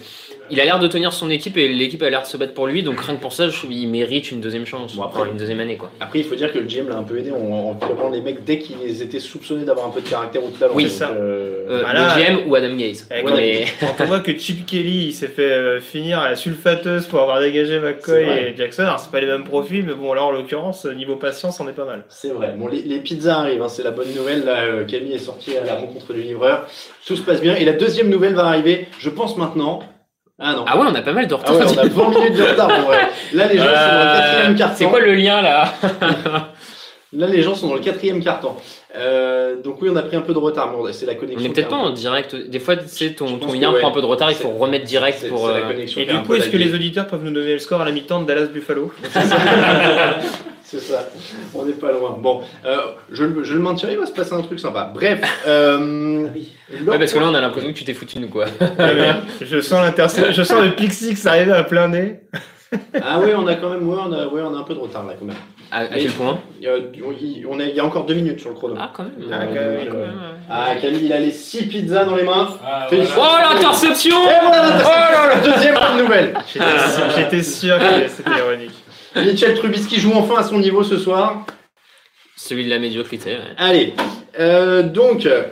D: il a l'air de tenir son équipe et l'équipe a l'air de se battre pour lui, donc rien que pour ça, je trouve, il mérite une deuxième chance,
C: Bon, après-
D: une deuxième année, quoi.
C: Après, il faut dire que le GM l'a un peu aidé en, en virant les mecs dès qu'ils étaient soupçonnés d'avoir un peu de caractère ou de talent.
D: Oui,
C: Donc,
A: ça.
C: euh,
D: Euh,
A: Bah là-
D: le GM ou Adam Gaze.
A: Eh,
D: Ouais,
A: quand-
D: mais-
A: Quand on voit que Chip Kelly il s'est fait euh, finir à la sulfateuse pour avoir dégagé
C: C'est
A: McCoy
C: vrai.
A: et Jackson, alors c'est pas les mêmes profils, mais bon, là en l'occurrence, euh, niveau patience, on est pas mal.
C: C'est vrai. Bon, les, les pizzas arrivent, hein, c'est la bonne nouvelle. là, euh, Camille est sortie à la rencontre du livreur. Tout se passe bien. Et la deuxième nouvelle va arriver, je pense maintenant. Ah non.
D: Ah ouais, on a pas mal de
C: Ah
D: retard.
C: ouais, on a 20 minutes de retard. pour vrai. Là, les gens sont dans le quatrième
D: Euh,
C: carton.
D: C'est quoi le lien là
C: Là, les gens sont dans le quatrième carton. Euh, donc oui, on a pris un peu de retard. mais on- c'est la
D: On
C: connexion.
D: est peut-être
C: qui
D: pas
C: a-
D: en direct. Des fois, tu sais,
C: Je
D: ton,
C: pense
D: ton
C: que
D: lien
C: ouais.
D: prend un peu de retard, il faut
C: C'est-
D: remettre direct
C: c'est-
D: pour.
C: c'est la
D: euh,
C: connexion
A: Et
C: qui a
A: du
C: un
A: coup,
C: peu
A: est-ce que
C: lagué.
A: les auditeurs peuvent nous donner le score à la mi-temps de Dallas Buffalo
C: C'est ça, on n'est pas loin. Bon, euh, je, le- je le maintiens, il va se passer un truc sympa. Bref, euh, leur-
D: Ouais, parce que là, on a l'impression que tu t'es foutu de nous quoi.
A: Je sens l'interception, je sens le Plexix arriver à plein nez.
C: ah oui, on a quand même, ouais, on a, ouais, on a un peu de retard là quand même.
D: À, à quel point
C: Euh, on- il- on est- il y a encore deux minutes sur le chrono.
D: Ah, quand même.
C: Ah,
D: Ouais,
C: quand même,
D: ouais,
C: quand
D: ouais,
C: même.
D: ouais.
C: Ah, Camille, il a les six pizzas dans les mains. Félicitations.
D: Oh l'interception Oh
C: Et voilà la deuxième bonne nouvelle.
A: J'étais
D: Ah.
A: sûr- J'étais sûr que c'était ironique.
C: Mitchell Trubisky joue enfin à son niveau ce soir.
D: Celui de la médiocrité. ouais.
C: Allez, euh, donc, euh,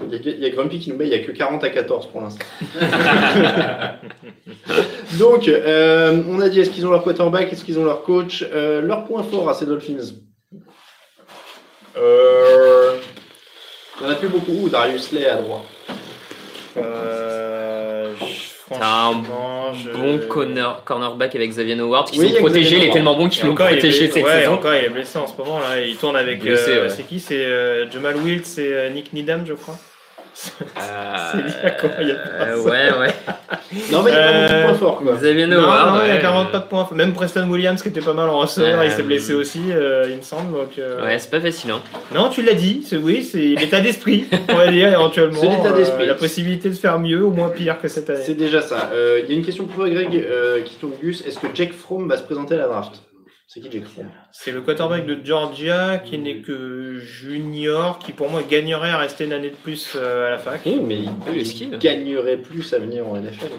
C: il y, a- il y a Grumpy qui nous met, il n'y a que 40 à 14 pour l'instant. donc, euh, on a dit, est-ce qu'ils ont leur quarterback, est-ce qu'ils ont leur coach, Euh, leur point fort à ces Dolphins Euh, Il n'y en a plus beaucoup ou Darius Lay à droite
A: Euh, je-
D: T'as un
A: franchement, je-
D: Bon corner, cornerback avec Xavier Howard qui
C: Oui,
D: sont protégés. Il est
C: exactement.
D: tellement bon qu'ils
A: Et
D: l'ont
A: encore, il est
D: protégé
A: blessé-
D: cette
A: ouais,
D: saison.
A: encore, il est blessé en ce moment. Là. Il tourne avec.
D: Blessé,
A: euh,
D: ouais.
A: C'est qui C'est euh, Jamal Wiltz et euh, Nick Needham, je crois. C'est bien comment il y a pas
D: Euh, ouais, ouais.
C: Non, mais il y a pas beaucoup
A: Euh,
C: de points forts. quoi.
D: Xavier
A: Non,
D: Howard.
A: non, il a
D: ouais.
A: 40 pas de points. Même Preston Williams, qui était pas mal en receveur, il s'est
D: Euh,
A: blessé aussi, euh, il me semble. Donc, euh,
D: Ouais, c'est pas facile. Hein.
A: Non, tu l'as dit, c'est oui, c'est l'état d'esprit, on va dire éventuellement. euh,
C: C'est l'état d'esprit.
A: la possibilité de faire mieux, au moins pire que cette
C: C'est
A: année.
C: déjà ça. Euh, Il y a une question pour toi, Greg, euh, qui tourne Gus. Est-ce que Jack Fromm va se présenter à la draft C'est qui Jack Fromm
A: C'est le quarterback de Georgia, qui n'est que junior, qui pour moi gagnerait à rester une année de plus euh, à la fac.
C: mais il,
D: les
C: Ah il
D: skills.
C: gagnerait plus à venir en NFL.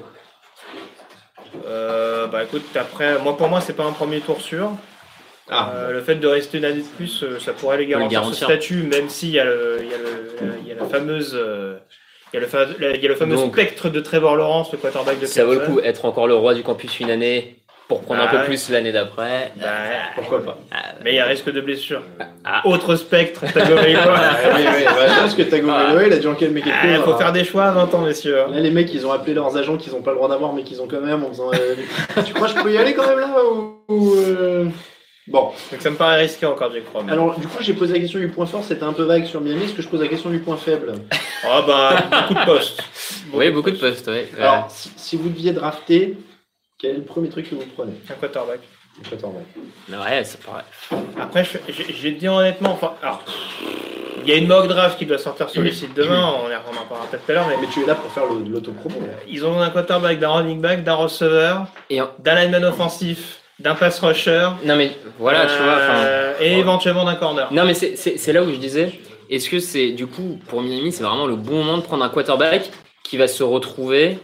A: Euh, bah écoute, après, moi pour moi, c'est pas un premier tour sûr.
C: Ah,
A: Euh, le fait de rester une année de plus, euh, ça pourrait les garantir,
D: garantir.
A: ce statut, même s'il y, a le- il y, a le- il y a la fameuse. euh, il y a le, fa- la- il y a le fameux
D: Donc,
A: spectre de Trevor Lawrence, le quarterback de
D: Ça vaut le
A: Clemson.
D: coup, être encore le roi du campus une année pour prendre un
A: Ah
D: peu
A: ouais.
D: plus l'année d'après.
A: Bah,
C: pourquoi pas
D: Ah,
A: mais il y a risque de blessure.
D: Ah.
A: Autre spectre, t'as compris
C: Ah,
A: quoi
C: oui, oui, bah, attends, parce que Tagovailoa, il a dû en calmer quelque
A: Il
C: chose,
A: Ah. Eh, faut
D: Ah.
C: hein.
A: faire des choix à 20 ans, messieurs. hein.
C: Là, les mecs, ils ont appelé leurs agents qu'ils n'ont pas le droit d'avoir, mais qu'ils ont quand même en faisant. euh, tu crois que je peux y aller quand même là ou, ou, euh, Bon,
A: Donc ça me paraît risqué encore, Jack Fromm.
C: alors du coup, j'ai posé la question du point fort, c'était un peu vague sur Miami. Est-ce que je pose la question du point faible
A: Ah bah, beaucoup de postes.
D: oui, beaucoup de postes. Ouais.
C: Alors, si, si vous deviez drafter, quel est le premier truc que vous prenez
A: Un quarterback.
C: J'attends, ouais.
D: Euh, ouais, c'est pareil.
A: Après, je- j'ai j'ai dit honnêtement, enfin, alors, il y a une mock draft qui doit sortir sur le site demain, on en parlera peut-être tout à l'heure, mais
C: Eh, Mais tu es là pour faire le- de l'autopromo. là.
A: ils ont un quarterback, d'un running back, d'un receveur,
D: Et un-
A: d'un lineman offensif, d'un pass rusher,
D: Non, mais voilà, tu vois. enfin,
A: euh, et
D: ouais.
A: éventuellement d'un corner.
D: Non, mais c'est- c'est c'est là où je disais, est-ce que c'est du coup pour Miami, c'est vraiment le bon moment de prendre un quarterback qui va se retrouver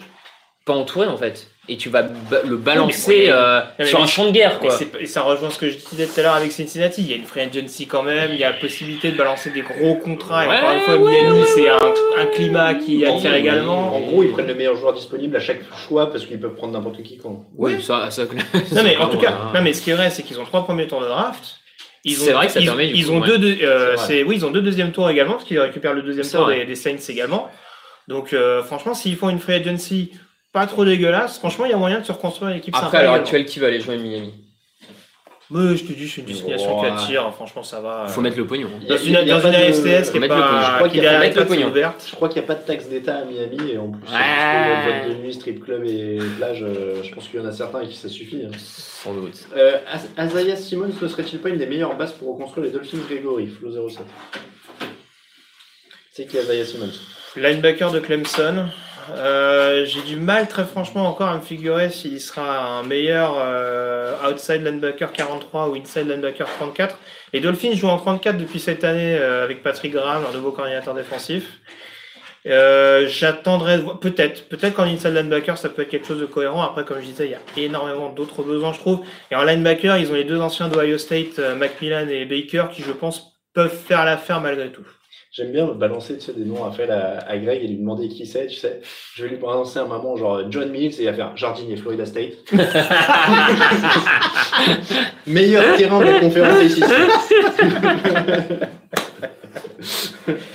D: pas entouré en fait et tu vas ba- le balancer
A: mais-
D: euh,
A: mais-
D: sur un champ de guerre
A: Et,
D: quoi.
A: c'est- et ça rejoint ce que je disais tout à l'heure avec Cincinnati. Il y a une free agency quand même, il y a la possibilité de balancer des gros contrats. Et
D: Ouais,
A: encore une fois,
D: ouais,
A: Miami,
D: ouais,
A: c'est un, un climat qui
C: En
A: attire
C: gros,
A: également.
C: En gros, ils prennent le meilleur joueur disponible à chaque choix parce qu'ils peuvent prendre n'importe qui quand.
D: Oui, ça, ça-
A: Non, mais en tout cas,
D: voilà.
A: non, mais ce qui est vrai, c'est qu'ils ont trois premiers tours de draft. Ils ont,
D: C'est vrai que ça
A: ils,
D: permet, du
A: ils
D: coup,
A: ont
D: ouais.
A: deux, deux- euh,
C: C'est vrai.
A: c'est- oui, ils ont deux deuxièmes tours également, parce qu'ils récupèrent le deuxième
D: C'est
A: tour
D: vrai.
A: des, des Saints également. Donc, euh, franchement, s'ils font une free agency pas trop dégueulasse, franchement, il y a moyen de se reconstruire une équipe
D: après
A: sympa
D: à l'heure
A: également.
D: actuelle, qui va aller jouer à Miami
A: Mais je te dis, je suis une destination qui
C: Ouais.
A: attire. Franchement, ça va. euh.
D: Faut mettre le pognon. hein.
A: Dans
C: Il y
A: une,
C: a- il y a
A: dans
C: pas
A: une
C: de-
A: ASTS qui
D: faut
A: est
D: mettre le pognon. Je
A: pas,
C: crois
A: qui
C: qu'il y a-
A: est
C: faut
D: mettre le pognon.
A: ouverte.
C: Je crois qu'il n'y a pas de taxe d'État à Miami et en plus,
D: Ouais.
C: euh, parce que vote de nuit, strip club et plage, euh, je pense qu'il y en a certains à qui ça suffit. hein.
D: Sans doute.
C: Euh, As- Isaiah Simmons ne serait-il pas une des meilleures bases pour reconstruire les Dolphins Grégory Flo 07. C'est qui Isaiah Simmons
A: Linebacker de Clemson. Euh, J'ai du mal, très franchement, encore à me figurer s'il sera un meilleur euh, outside linebacker 43 ou inside linebacker 34. Les Dolphins jouent en 34 depuis cette année euh, avec Patrick Graham, leur nouveau coordinateur défensif. Euh, J'attendrai de voir- peut-être, peut-être qu'en inside linebacker ça peut être quelque chose de cohérent. Après, comme je disais, il y a énormément d'autres besoins, je trouve. Et en linebacker, ils ont les deux anciens d'Ohio State, euh, Macmillan et Baker, qui je pense peuvent faire l'affaire malgré tout.
C: J'aime bien balancer tu sais, des noms Raphaël, à, à Greg et lui demander qui c'est, tu sais. Je vais lui balancer un maman genre John Mills et il va faire Jardinier Florida State. Meilleur terrain de conférence ici.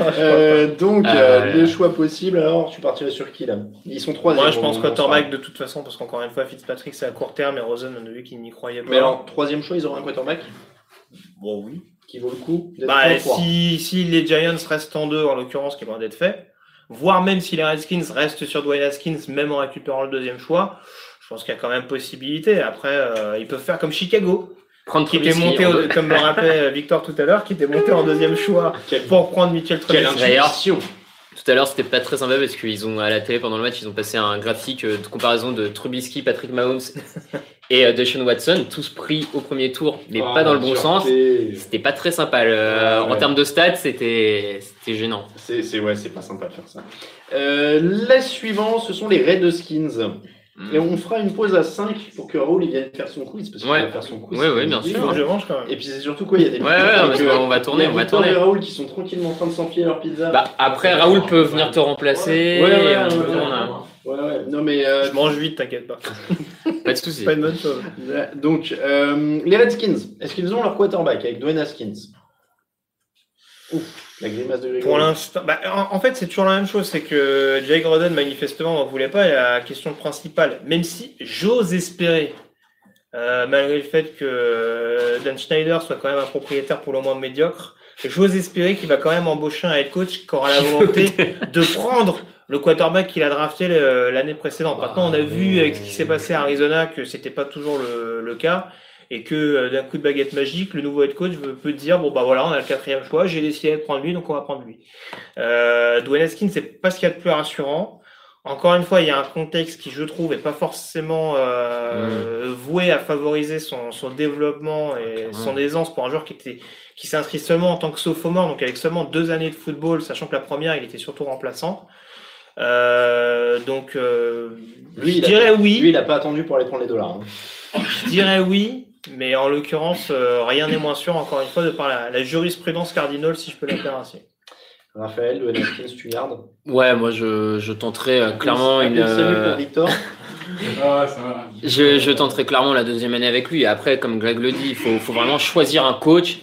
C: Euh, donc,
D: Ah,
C: euh,
D: ouais.
C: les choix possibles, alors tu partirais sur qui là Ils sont trois.
A: Moi, je pense
C: on-
A: quarterback de toute façon, parce qu'encore une fois, Fitzpatrick, c'est à court terme, et Rosen, on a vu qu'il n'y croyait pas.
C: Mais alors, troisième choix, ils auront un quarterback
A: bon, oui.
C: qui vaut le coup d'être
A: Bah,
C: en trois.
A: si, si les Giants restent en deux, en l'occurrence, qui est loin d'être fait, voire même si les Redskins restent sur Dwayne Haskins, même en récupérant le deuxième choix, je pense qu'il y a quand même possibilité. Après, euh, ils peuvent faire comme Chicago,
D: Prendre
A: qui était
D: Trubisky,
A: monté,
D: on
A: au-
D: veut-
A: comme le rappelait euh, Victor tout à l'heure, qui était monté en deuxième choix
C: Quel-
A: pour prendre Mitchell
C: Quelle
A: Trubisky.
C: intuition
D: Tout à l'heure, c'était pas très sympa parce qu'ils ont à la télé pendant le match, ils ont passé un graphique euh, de comparaison de Trubisky, Patrick Mahomes et euh, Deshaun Watson, tous pris au premier tour, mais
C: Ah,
D: pas dans le bon
C: sûreté.
D: sens. C'était pas très sympa. le- En
C: ouais.
D: termes de stats, c'était c'était gênant.
C: C'est c'est- ouais, c'est pas sympa de faire ça. Euh, la suivante, ce sont les Redskins. Et on fera une pause à 5 pour que Raoul il vienne faire son quiz. Parce qu'il
D: Ouais.
C: va faire son quiz.
D: Ouais, ouais,
C: c'est
D: bien
A: Il
C: ridicule.
A: faut que je mange quand même.
C: Et puis c'est surtout quoi, il y a des
D: Ouais,
C: petits
D: ouais,
C: trucs
D: parce
C: que-
D: qu'on va tourner,
C: il y a
D: on va
C: Victor
D: tourner.
C: et Raoul qui sont tranquillement en train de s'empiler leur pizza.
D: Bah, après, Raoul peut venir te remplacer.
C: Ouais, ouais,
D: et
C: ouais,
D: on-
C: ouais,
D: on a-
C: Ouais, ouais. Non mais euh,
A: Je mange vite, t'inquiète pas.
D: Pas de soucis.
A: C'est pas une bonne chose.
C: donc euh, les Redskins, est-ce qu'ils ont leur quarterback avec Dwayne Haskins Ouf, La grimace de
A: Pour
C: Grégory.
A: l'instant, bah, en, en fait, c'est toujours la même chose, c'est que Jake Roden, manifestement, n'en voulait pas, et la question principale, même si j'ose espérer, euh, malgré le fait que euh, Dan Schneider soit quand même un propriétaire pour le moins médiocre, j'ose espérer qu'il va quand même embaucher un head coach qui aura la volonté de prendre le quarterback qu'il a drafté le- l'année précédente. Maintenant, on a vu avec ce qui s'est passé à Arizona que c'était pas toujours le, le cas et que euh, d'un coup de baguette magique, le nouveau head coach veut- peut dire bon bah voilà, on a le quatrième choix, j'ai décidé de prendre lui, donc on va prendre lui. Euh, Dwayne Haskins, c'est pas ce qu'il y a de plus rassurant. Encore une fois, il y a un contexte qui, je trouve, est pas forcément euh, voué à favoriser son, son développement et
D: clairement.
A: son aisance pour un joueur qui était qui s'inscrit seulement en tant que sophomore, donc avec seulement deux années de football, sachant que la première, il était surtout remplaçant. Euh, donc, euh,
C: Lui,
A: je
C: il a-
A: dirais oui.
C: Lui, il n'a pas attendu pour aller prendre les dollars. hein.
A: Je dirais oui, mais en l'occurrence, euh, rien n'est moins sûr, encore une fois, de par la, la jurisprudence cardinale, si je peux l'appeler ainsi.
C: Raphaël, Dwayne Haskins, tu gardes.
D: Ouais, moi je, je tenterai euh, clairement une.
C: Appelle Samuel
D: euh,
C: pour Victor.
E: Ah, ça va.
D: Je, je tenterai clairement la deuxième année avec lui. Et après, comme Greg le dit, il faut, faut vraiment choisir un coach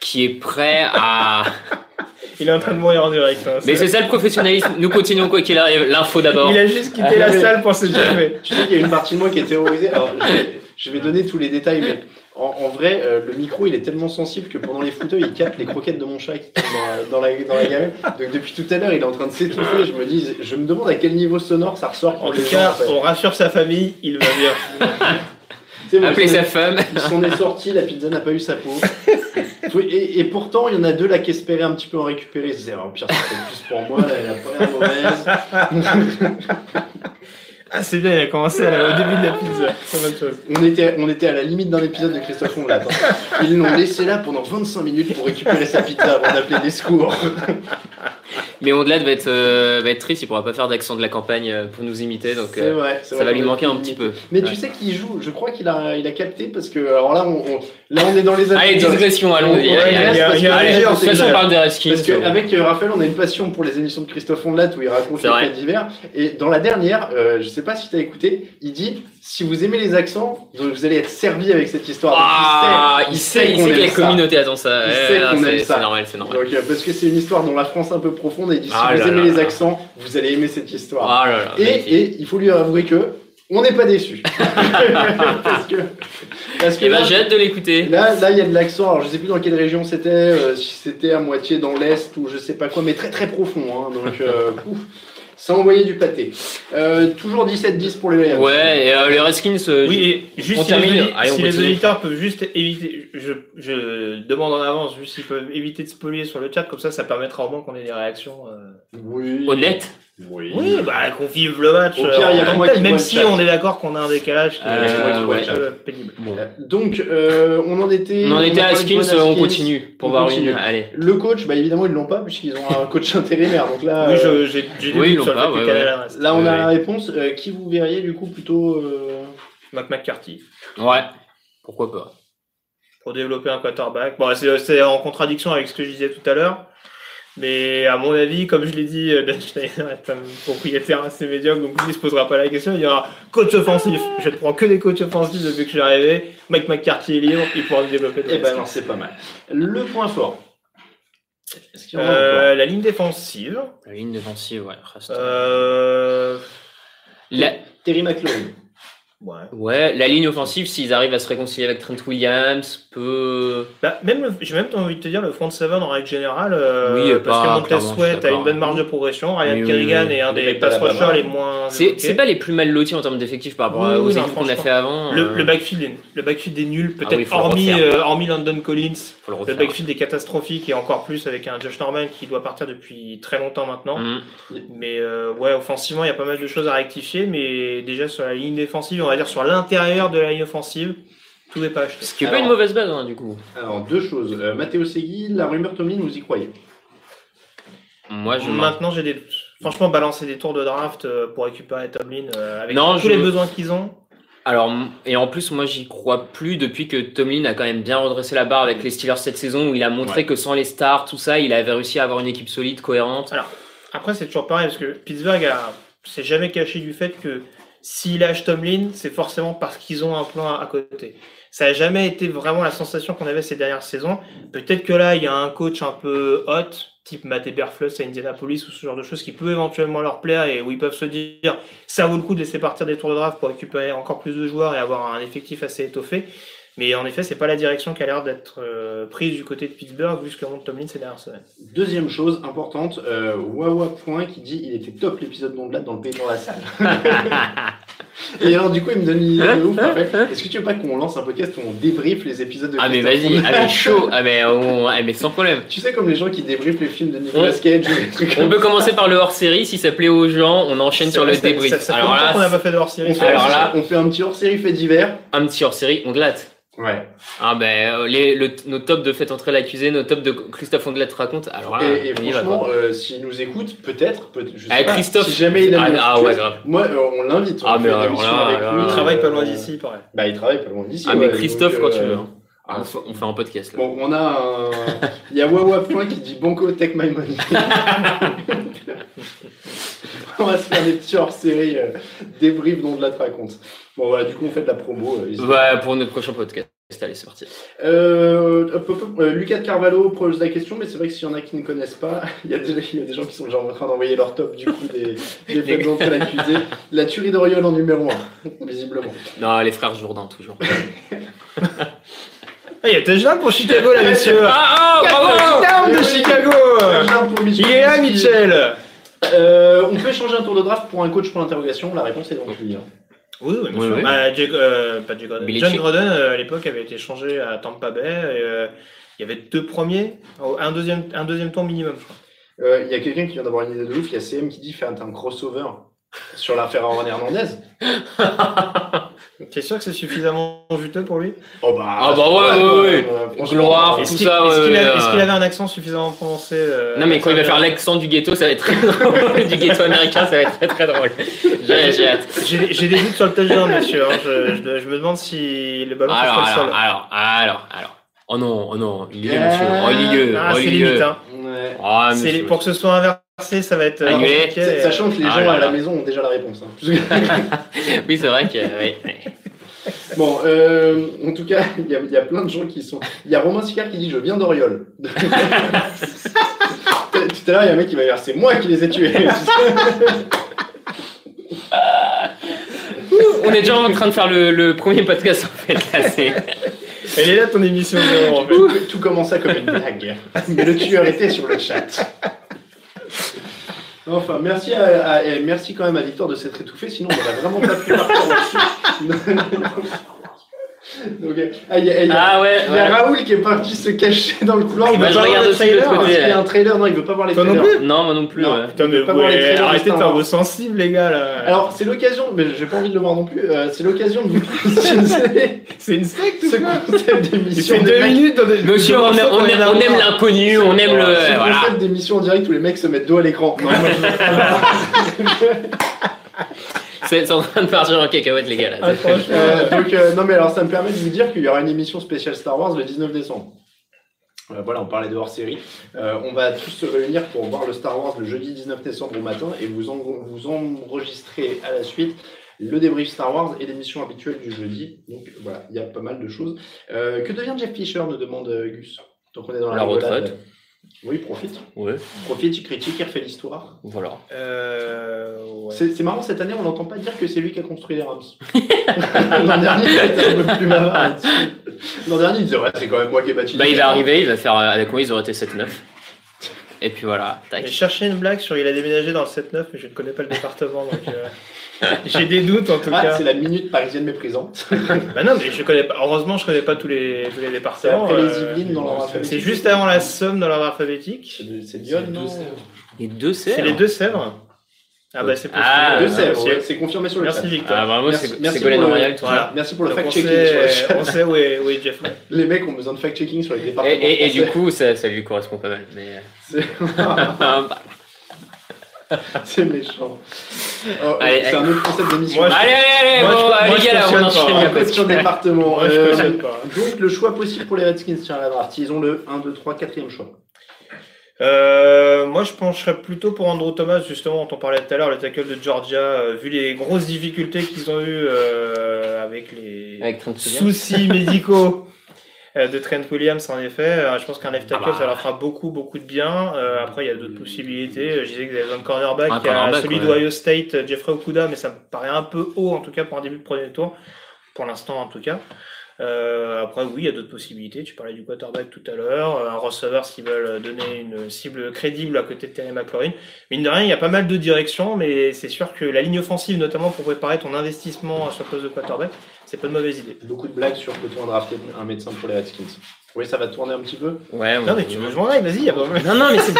D: qui est prêt à.
A: Il est en train de mourir en direct. hein,
D: Mais
A: c'est-
D: c'est ça le professionnalisme. Nous continuons quoi qu'il arrive. L'info d'abord.
A: Il a juste quitté la salle pour se calmer.
C: Je sais qu'il y a une partie de moi qui est terrorisée. Alors, je, vais- je vais donner tous les détails, mais en, en vrai, euh, le micro, il est tellement sensible que pendant les fauteuils, il capte les croquettes de mon chat qui tombent dans, la- dans la, dans la gamelle. Donc, depuis tout à l'heure, il est en train de s'étouffer. Je me dis, je me demande à quel niveau sonore ça ressort.
A: En
C: pour
A: tout
C: les gens,
A: cas,
C: en fait.
A: on rassure sa famille, il va bien.
C: C'est bon,
D: Appelez
C: ils sont-
D: sa femme.
C: Ils s'en est sortis, la pizza n'a pas eu sa peau. Oui, Et, et pourtant, il y en a deux là qui espéraient un petit peu en récupérer. Ils se disaient, Ah, au pire, c'est peut-être plus pour moi, là, la première mauvaise.
A: Ah, c'est bien, il a commencé à la- au début de la pizza. C'est une bonne chose.
C: On était, on était à la limite d'un épisode de Christophe Ondelat. hein. Ils l'ont laissé là pendant 25 minutes pour récupérer sa pizza avant d'appeler les secours.
D: Mais Ondelat va être, euh, va être triste. Il pourra pas faire d'accent de la campagne euh, pour nous imiter. Donc
C: C'est
D: euh,
C: vrai, c'est
D: ça
C: vrai.
D: va lui manquer un petit peu.
C: Mais
D: Ouais.
C: tu sais qu'il joue, je crois qu'il a, il a capté parce que, alors là, on, on- là, on est dans les
D: Allez,
C: anecdotes.
D: digression,
C: On- on
D: allons-y.
C: digresse
D: allez, allez.
A: y a-
C: parce
A: il y a un
C: que-
D: Allez,
A: léger
D: de euh. toute façon, on parle des Redskins.
C: Parce qu'avec Raphaël, on a une passion pour les émissions de Christophe Ondelat où il raconte
D: C'est
C: les
D: vrai.
C: faits divers. Et dans la dernière, euh, je sais pas si tu as écouté, il dit si vous aimez les accents, donc vous allez être servi avec cette histoire.
D: Ah,
C: Donc,
D: il sait, il
C: qu'on
D: sait que
C: aime
D: la
C: ça.
D: communauté attend ça.
C: Il
D: Eh,
C: sait
D: là,
C: qu'on aime
D: C'est
C: ça.
D: c'est normal, c'est normal.
C: Donc, euh, parce que c'est une histoire dont la France un peu profonde et il dit si
D: Ah
C: vous
D: là
C: aimez
D: là
C: les
D: là.
C: accents, vous allez aimer cette histoire.
D: Ah là là.
C: et,
D: magnifique.
C: et il faut lui avouer que on n'est pas déçu. parce que, parce que
D: Eh ben,
C: là-
D: j'ai hâte de l'écouter.
C: Là, là, il y a de l'accent. Alors, je sais plus dans quelle région c'était, euh, si c'était à moitié dans l'est ou je sais pas quoi, mais très très profond. hein. donc, euh, ouf, ça envoyait du pâté. Euh, toujours 17-10 pour les Lions.
D: Ouais, et euh, les Redskins. euh,
A: Oui, et juste
D: On
A: si, les
D: termine.
A: audi-
D: Allez, on
A: si les
D: continue.
A: auditeurs peuvent juste éviter, je, je demande en avance, juste s'ils peuvent éviter de spoiler sur le chat, comme ça, ça permettra au moins qu'on ait des réactions. euh,
C: Oui.
D: Honnête.
C: Oui.
A: Oui, bah qu'on vive le match.
C: Au
A: euh,
C: pire, il y a
A: en
C: que
A: tant
C: moi
A: que
C: qui
A: tel,
C: vois
A: même
C: le
A: si
C: chat.
A: on est d'accord qu'on a un décalage qui
D: Euh,
A: est un
D: ouais.
A: peu pénible.
C: Euh, Donc, euh, on en était.
D: On en était
C: a
D: à
C: parlé de
D: Skins, euh,
C: Jonas
D: on
C: Skins.
D: continue pour
C: On
D: voir
C: continue.
D: une. Allez.
C: Le coach, bah évidemment, ils l'ont pas puisqu'ils ont un coach intérimaire. Donc là,
A: Oui,
C: euh,
A: je- j'ai j'ai des doutes
D: oui, ils l'ont
A: sur le
D: pas,
A: fait que
D: ouais,
A: Canal
D: ouais.
A: reste.
C: là, on a
D: Oui,
C: la réponse. Euh, qui vous verriez du coup plutôt euh,
A: Mac McCarthy
D: Ouais. Pourquoi pas.
A: pour développer un quarterback. Bon, c'est c'est en contradiction avec ce que je disais tout à l'heure. Mais à mon avis, comme je l'ai dit, euh, Dan Schneider est un propriétaire assez médiocre, donc lui, il se posera pas la question. Il y aura coach offensif. Je ne prends que des coachs offensifs depuis que je suis arrivé. Mike McCarthy est libre, il pourra le développer.
C: Eh ben non, c'est pas mal. Le point fort. Est-ce qu'il y en a encore
A: Euh, la ligne défensive.
D: La ligne défensive, ouais. reste-
A: Euh...
D: La...
C: Terry McLaurin.
A: Ouais.
D: Ouais, la ligne offensive, s'ils arrivent à se réconcilier avec Trent Williams, peut.
A: Bah, même le- j'ai même envie de te dire le front seven en règle générale, euh,
D: Oui, euh,
A: parce
D: pas-
A: que Montez
D: clairement, je suis
A: Sweat a
D: d'accord.
A: une bonne marge de progression. Ryan
D: Oui, oui,
A: Kerrigan
D: oui.
A: est un
C: Le
A: des
C: mec
A: pass
C: d'Alabama.
A: rushers les moins.
D: C'est
A: évoqués.
D: c'est pas les plus mal lotis en termes d'effectifs par rapport
A: Oui,
D: à- aux
A: oui, non,
D: équipes qu'on a
A: franchement.
D: fait avant.
A: le,
D: euh, Ah
A: le backfield, est, le backfield est nul, peut-être
D: oui, faut le
A: hormis,
D: refaire.
A: euh, hormis London Collins.
D: faut le
A: Le
D: refaire.
A: backfield est catastrophique et encore plus avec un Josh Norman qui doit partir depuis très longtemps maintenant.
D: Mhm.
A: Mais euh, ouais, offensivement, il y a pas mal de choses à rectifier, mais déjà sur la ligne défensive, on va dire sur l'intérieur de la ligne offensive, tout n'est pas acheté.
D: Ce qui est pas
C: Alors-
D: une mauvaise base, hein, du coup.
C: Alors, deux choses. Euh, Matteo Segui, la rumeur Tomlin, vous y croyez
D: Moi, je. m'en-
A: Maintenant, j'ai des doutes. Franchement, balancer des tours de draft euh, pour récupérer Tomlin euh, avec
D: Non,
A: tous
D: je-
A: les besoins qu'ils ont.
D: Alors, m- et en plus, moi, j'y crois plus depuis que Tomlin a quand même bien redressé la barre avec les Steelers cette saison, où il a montré que sans les stars, tout ça, il avait réussi à avoir une équipe solide, cohérente.
A: Après, c'est toujours pareil parce que Pittsburgh a- s'est jamais caché du fait que s'il lâche Tomlin, c'est forcément parce qu'ils ont un plan à à côté. Ça n'a jamais été vraiment la sensation qu'on avait ces dernières saisons. Peut-être que là, il y a un coach un peu hot type Matt Eberfluss à Indianapolis ou ce genre de choses qui peut éventuellement leur plaire et où ils peuvent se dire ça vaut le coup de laisser partir des tours de draft pour récupérer encore plus de joueurs et avoir un effectif assez étoffé. Mais en effet, c'est pas la direction qui a l'air d'être euh, prise du côté de Pittsburgh vu ce que montre Tomlin ces dernières semaines.
C: Deuxième chose importante, euh, Wawa Point qui dit il était top l'épisode d'Ondelat dans le pays dans la salle. Et alors du coup il me donne une idée de ouf. en fait. Est-ce que tu veux pas qu'on lance un podcast où on débriefe les épisodes de
D: Ah, mais
C: Christophe
D: vas-y,
C: Ondelat
D: ah, mais chaud, ah, mais, on- ah, mais sans problème.
C: Tu sais comme les gens qui débriefent les films de Nicolas Cage ou des trucs
D: On
C: comme
D: peut commencer par le hors série, si ça plaît aux gens, on enchaîne sur le
A: Ça- ça-
D: débrief.
A: Ça, ça fait
D: Alors
A: longtemps qu'on
D: là,
A: n'a pas fait de hors série.
C: ça.
D: alors là-
C: on fait un petit hors-série fait divers.
D: un petit hors série, on glatte.
C: Ouais.
D: Ah ben, euh, les, le- nos tops de Faites entrer l'accusé, nos tops de Christophe Ondelat raconte. Alors là,
C: et et
D: Ah, on y va,
C: franchement,
D: quoi.
C: euh, s'il nous écoute, peut-être, peut je sais
D: Eh,
C: pas,
D: Christophe,
C: si jamais il a
D: ah,
C: le
D: ah,
C: podcast,
D: ouais, grave.
C: Moi, euh, on l'invite. on
D: Ah, mais
C: fait une
D: alors
C: émission
D: là,
C: avec
D: là,
C: lui.
D: là.
A: Il travaille pas loin
C: Euh,
A: d'ici, pareil.
C: Bah, il travaille pas loin d'ici.
D: Ah, mais
C: ouais,
D: Christophe,
C: donc,
D: quand tu
C: euh,
D: veux. hein.
C: ah,
D: On, fait, on fait un podcast là.
C: Bon, on a un. Il y a Wawa Point qui dit Banco, take my money. on va se faire des petits hors-série euh, débriefs dont de la te raconte. Bon, voilà, du coup, on fait de la promo. euh, ici.
D: Ouais, pour notre prochain podcast. Allez, c'est parti.
C: Euh, hop, hop, hop, euh, Lucas de Carvalho pose la question, mais c'est vrai que s'il y en a qui ne connaissent pas, il y, a des- il y a des gens qui sont déjà en train d'envoyer leur top du coup des, des faits d'entrée l'accusé. La tuerie d'Oriol en numéro 1, visiblement.
D: Non, les frères Jourdain, toujours.
A: Ah, il y a Tejlan pour Chicago là, messieurs.
D: Ah, ah, bravo
A: Touchdown de Chicago Il est là, Mitchell
C: Euh, on peut changer un tour de draft pour un coach pour l'interrogation La réponse est donc oui. hein.
A: Oui, oui, bien
D: Oui,
A: sûr.
D: oui.
A: Bah, Jake- euh, pas Jake Groden.
D: Belichick.
A: John Groden, euh, à l'époque, avait été changé à Tampa Bay. et, euh, il y avait deux premiers, oh, un deuxième, un deuxième tour minimum, je crois.
C: Euh, Il y a quelqu'un qui vient d'avoir une idée de ouf. Il y a CM qui dit faire un crossover sur l'affaire Aaron Hernandez.
A: T'es sûr que c'est suffisamment juteux pour lui
C: Oh bah,
D: Ah bah ouais, ouais, ouais.
C: Euh, franchement,
D: Gloire,
C: euh,
D: Ah, tout
A: Est-ce qu'il
D: ça,
A: est-ce
D: ouais,
A: qu'il a-
D: ouais,
A: est-ce
D: ouais.
A: qu'il avait un accent suffisamment prononcé euh,
D: Non, mais quand il va
A: ça-
D: faire l'accent du ghetto, ça va être très drôle. du ghetto américain, ça va être très très drôle. J'ai j'ai hâte.
A: J'ai j'ai des doutes sur le touchdown, monsieur. hein. Je, je- je me demande si le ballon touche
D: Alors,
A: pas le sol.
D: alors, alors, alors, alors. Oh non, oh non, il est monsieur.
C: Eh,
D: Oh, il est
A: Ah,
D: oh,
A: c'est
D: il
A: limite.
D: est
A: Hein.
C: ouais.
D: Ah,
A: C'est-
D: monsieur.
A: pour que ce soit inversé, ça va être. euh,
D: Annulé.
A: compliqué,
C: C'est-
A: euh,
C: Sachant que les
D: Ah
C: gens
D: là
C: à la
D: là.
C: maison ont déjà la réponse. hein.
D: Oui, c'est vrai que. oui, oui.
C: bon, euh, en tout cas, il y, a- il y a plein de gens qui sont. Il y a Romain Sicard qui dit Je viens d'Oriol. tout à l'heure, il y a un mec qui va dire C'est moi qui les ai tués.
D: On est déjà en train de faire le, le premier podcast en fait. Là, c'est-
A: Elle est là ton émission zéro, en fait.
C: tout, tout commença comme une blague. Mais le tueur était sur le chat. Enfin, merci, à, à- et merci quand même à Victor de s'être étouffé, sinon on n'aurait vraiment pas pu partir là-dessus. Donc, euh, ah, il y a- il y a-
D: Ah ouais,
C: il y a
D: ouais. Eh ben,
C: Raoul qui est parti se cacher dans le couloir.
A: Il
C: Il
A: va
C: veut
A: jouer
C: pas voir
D: regarde
C: le
D: aussi de
C: trailer. hein.
D: l'autre
C: parce
D: côté,
C: qu'il y a
D: ouais.
C: un trailer, non, il veut pas voir les
A: Toi non
C: trailers.
D: Non, moi non plus.
C: Non.
D: ouais.
A: Putain, mais
C: peut pas voir les
A: ouais,
C: trailers,
A: arrêtez de
C: c'est
A: faire
C: un-
A: vos sensibles, les gars, là.
C: Alors, c'est l'occasion, mais j'ai pas envie de le voir non plus, euh, c'est l'occasion de vous présenter
A: c'est une secte ou
C: ce
A: quoi
C: concept
A: Il fait
C: d'émission. des
A: deux
C: mecs-
A: minutes dans des.
D: Monsieur, on, a- on aime, on aime l'inconnu, on aime le.
A: euh,
C: Ce
D: Voilà.
C: concept d'émission en direct où les mecs se mettent dos à l'écran. Non, moi,
D: C'est c'est en train de partir en cacahuète, les gars. Là.
A: Ah, franchement,
C: Euh, donc, euh, non, mais alors ça me permet de vous dire qu'il y aura une émission spéciale Star Wars le 19 décembre. Euh, voilà, on parlait de hors série. Euh, on va tous se réunir pour voir le Star Wars le jeudi 19 décembre au matin et vous, en- vous enregistrer à la suite le débrief Star Wars et l'émission habituelle du jeudi. Donc voilà, il y a pas mal de choses. Euh, que devient Jeff Fisher nous demande euh, Gus. Donc on est dans la,
D: La
C: rigolade.
D: retraite.
C: Oui, profite.
D: Ouais,
C: Profite, il critique, il refait l'histoire.
D: voilà.
A: Euh. ouais.
C: C'est c'est marrant, cette année, on n'entend pas dire que c'est lui qui a construit les Rams. L'an dernier, il était un peu plus bavard. là-dessus. L'an dernier, il disait, ouais, c'est quand même moi qui ai bâti.
D: Bah,
C: les
D: il va
C: Rams.
D: arriver, il va faire. euh, Avec moi, ils auraient été 7-9. Et puis voilà,
A: J'ai
D: tac.
A: cherché une blague sur il a déménagé dans le 7-9, mais je ne connais pas le département, donc euh, j'ai des doutes en tout
C: Ah,
A: cas.
C: c'est la minute parisienne méprisante.
A: Bah non, mais je connais pas. Heureusement, je connais pas tous les, tous les
C: C'est
A: départements.
C: après les
A: euh,
C: Yvelines dans l'ordre alphabétique.
A: C'est juste avant la Somme dans l'ordre alphabétique.
C: C'est c'est Lyon, non
D: Les deux
A: C'est les hein.
D: Sèvres.
A: Deux-Sèvres. Ah bah c'est possible.
D: Ah,
C: Deux
D: ouais,
C: Sèvres,
A: Merci.
C: ouais, c'est confirmé sur le
A: Merci
C: chat.
A: Victor.
D: Ah, vraiment,
C: Merci-
D: c'est
C: merci
D: c'est Golden
C: pour le-
D: Royal, tout
A: voilà.
D: ça.
C: Merci pour le
A: Donc, on
C: fact-checking sur
A: sait,
C: le chat.
A: on sait où est, où est Jeff.
C: Les mecs ont besoin de fact-checking sur les départements.
D: Et, et- et du
C: français.
D: coup, ça, ça lui correspond pas mal. Mais... euh, Ah, bah, allez,
C: C'est méchant. Oh,
D: Allez, Ah,
C: C'est un autre concept d'émission.
A: Moi, je-
D: allez, allez,
A: Moi, je-
D: bon,
A: moi,
D: allez,
A: je
D: les gars, là, on
A: cautionne
D: enchaîne
A: pas.
D: la
C: Un peu sur le département.
A: Moi, je
C: Euh,
A: cautionne pas.
C: Donc, le choix possible pour les Redskins, tiens, la draft. Ils ont le 1, 2, 3, 4e choix.
A: Euh, moi, je pencherais plutôt pour Andrew Thomas, justement, dont on parlait tout à l'heure, le tackle de Georgia, euh, vu les grosses difficultés qu'ils ont eues euh, avec les
D: Avec 30 secondes.
A: soucis médicaux euh, de Trent Williams, en effet. Euh, je pense qu'un left tackle,
D: Ah bah.
A: ça leur fera beaucoup, beaucoup de bien. Euh, après, il y a d'autres possibilités. Euh, Je disais que vous avez besoin de cornerback.
D: Un
A: Il y a
D: cornerback,
A: celui
D: ouais.
A: d'Ohio State, euh, Jeffrey Okuda, mais ça me paraît un peu haut, en tout cas, pour un début de premier tour. Pour l'instant, en tout cas. Euh, après, oui, il y a d'autres possibilités. Tu parlais du quarterback tout à l'heure. Euh, Un receveur, s'ils veulent donner une cible crédible à côté de Terry McLaurin. Mine de rien, il y a pas mal de directions, mais c'est sûr que la ligne offensive, notamment pour préparer ton investissement sur le poste de quarterback, c'est pas une mauvaise idée.
C: Beaucoup de blagues sur que toi on drafté un médecin pour les Redskins. Oui, ça va tourner un petit peu.
D: Ouais,
A: Non,
D: ouais.
A: mais tu veux que je m'en aille, vas-y, y a pas de problème.
D: Non, non, mais c'est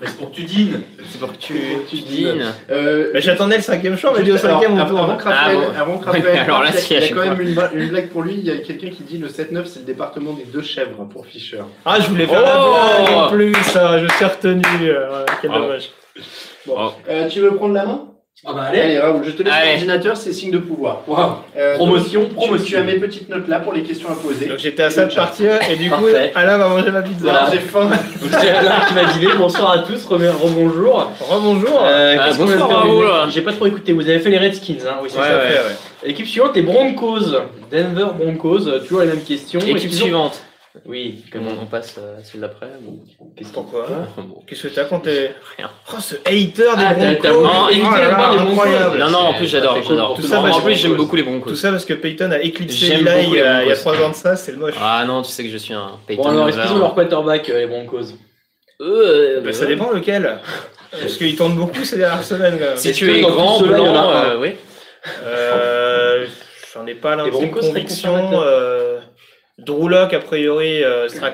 E: Mais c'est pour que tu dînes.
C: C'est pour que
D: tu dînes.
C: Euh,
A: Mais J'attendais le cinquième choix, mais
C: Juste,
A: dit au
C: alors,
A: cinquième, on
C: avant, avant
A: tourne.
C: que Raphaël-
D: Ah bon.
C: avant que Raphaël
D: Alors là,
C: parte,
D: si,
C: il y
D: à
C: a
D: chaque
C: quand même une, ba- une blague pour lui. Il y a quelqu'un qui dit le 7-9, c'est le département des deux chèvres pour Fischer.
A: Ah, je voulais faire la
D: Oh
A: blague en plus, ça, je suis retenu. euh, quel
D: Bravo.
A: dommage.
C: Euh, tu veux prendre la main
E: Ah bah allez.
C: Allez, Raoul, je te laisse
D: Allez.
C: l'ordinateur, c'est signe de pouvoir.
E: Waouh.
C: Euh,
B: Promotion,
C: donc, tu-
B: promotion.
C: Tu, as mes petites notes là pour les questions à poser.
A: Donc j'étais à ça de partir, et du coup,
B: Parfait.
A: Alain va manger ma pizza.
C: Voilà, j'ai faim.
B: Donc, C'est Alain qui m'a dit bonsoir à tous, re- rebonjour.
A: Rebonjour.
B: Euh,
D: Ah,
B: qu'est-ce qu'on a
D: bonsoir,
B: fait
D: Raoul.
B: Vous avez- J'ai pas trop écouté, vous avez fait les Redskins, hein, oui, c'est
A: Ouais,
B: ça.
A: ouais, ouais.
B: L'équipe suivante est Broncos. Denver Broncos, euh, toujours les mêmes questions.
D: Équipe
B: Est-ce qu'ils ont-
D: suivante.
B: Oui,
D: Comment on passe euh, à celle d'après ou-
B: qu'est-ce qu'on
A: Pourquoi
D: Bon.
A: Qu'est-ce que t'as quand t'es.
D: Rien.
A: Oh, ce hater
B: Ah,
A: des
B: t'as- t'as-
A: Broncos.
D: non,
A: Oh
D: évitez
A: là
B: le
A: là,
B: pas des Broncos.
A: incroyable.
D: Non, non, en
B: C'est-
D: plus,
B: ça
D: j'adore,
B: fait cool
D: j'adore.
B: pour
A: tout le monde.
D: En plus, j'aime
B: Broncos.
D: beaucoup les
A: Tout
D: Broncos.
A: ça parce que Peyton a éclipsé
D: J'aime
A: Eli
D: beaucoup
A: il y a
D: les
A: il y a
D: Broncos.
A: trois ans de ça, c'est le moche.
D: Ah non, tu sais que je suis un Peyton
B: Bon, alors, est-ce
D: lover.
B: qu'ils ont leur quarterback, euh, les Broncos
D: Euh,
A: Bah, ça dépend lequel. Parce qu'ils tournent beaucoup ces dernières semaines quand même.
D: Si
B: Est-ce
D: tu
B: que
D: es
B: dans tout
D: grand,
B: cela, il y en a
D: blanc,
B: un
D: euh, oui.
A: Euh, J'en ai pas
B: Les
A: l'intime
B: Broncos seraient
A: conviction.
B: conservateurs.
A: Euh, Drew Lock, a priori, euh, sera-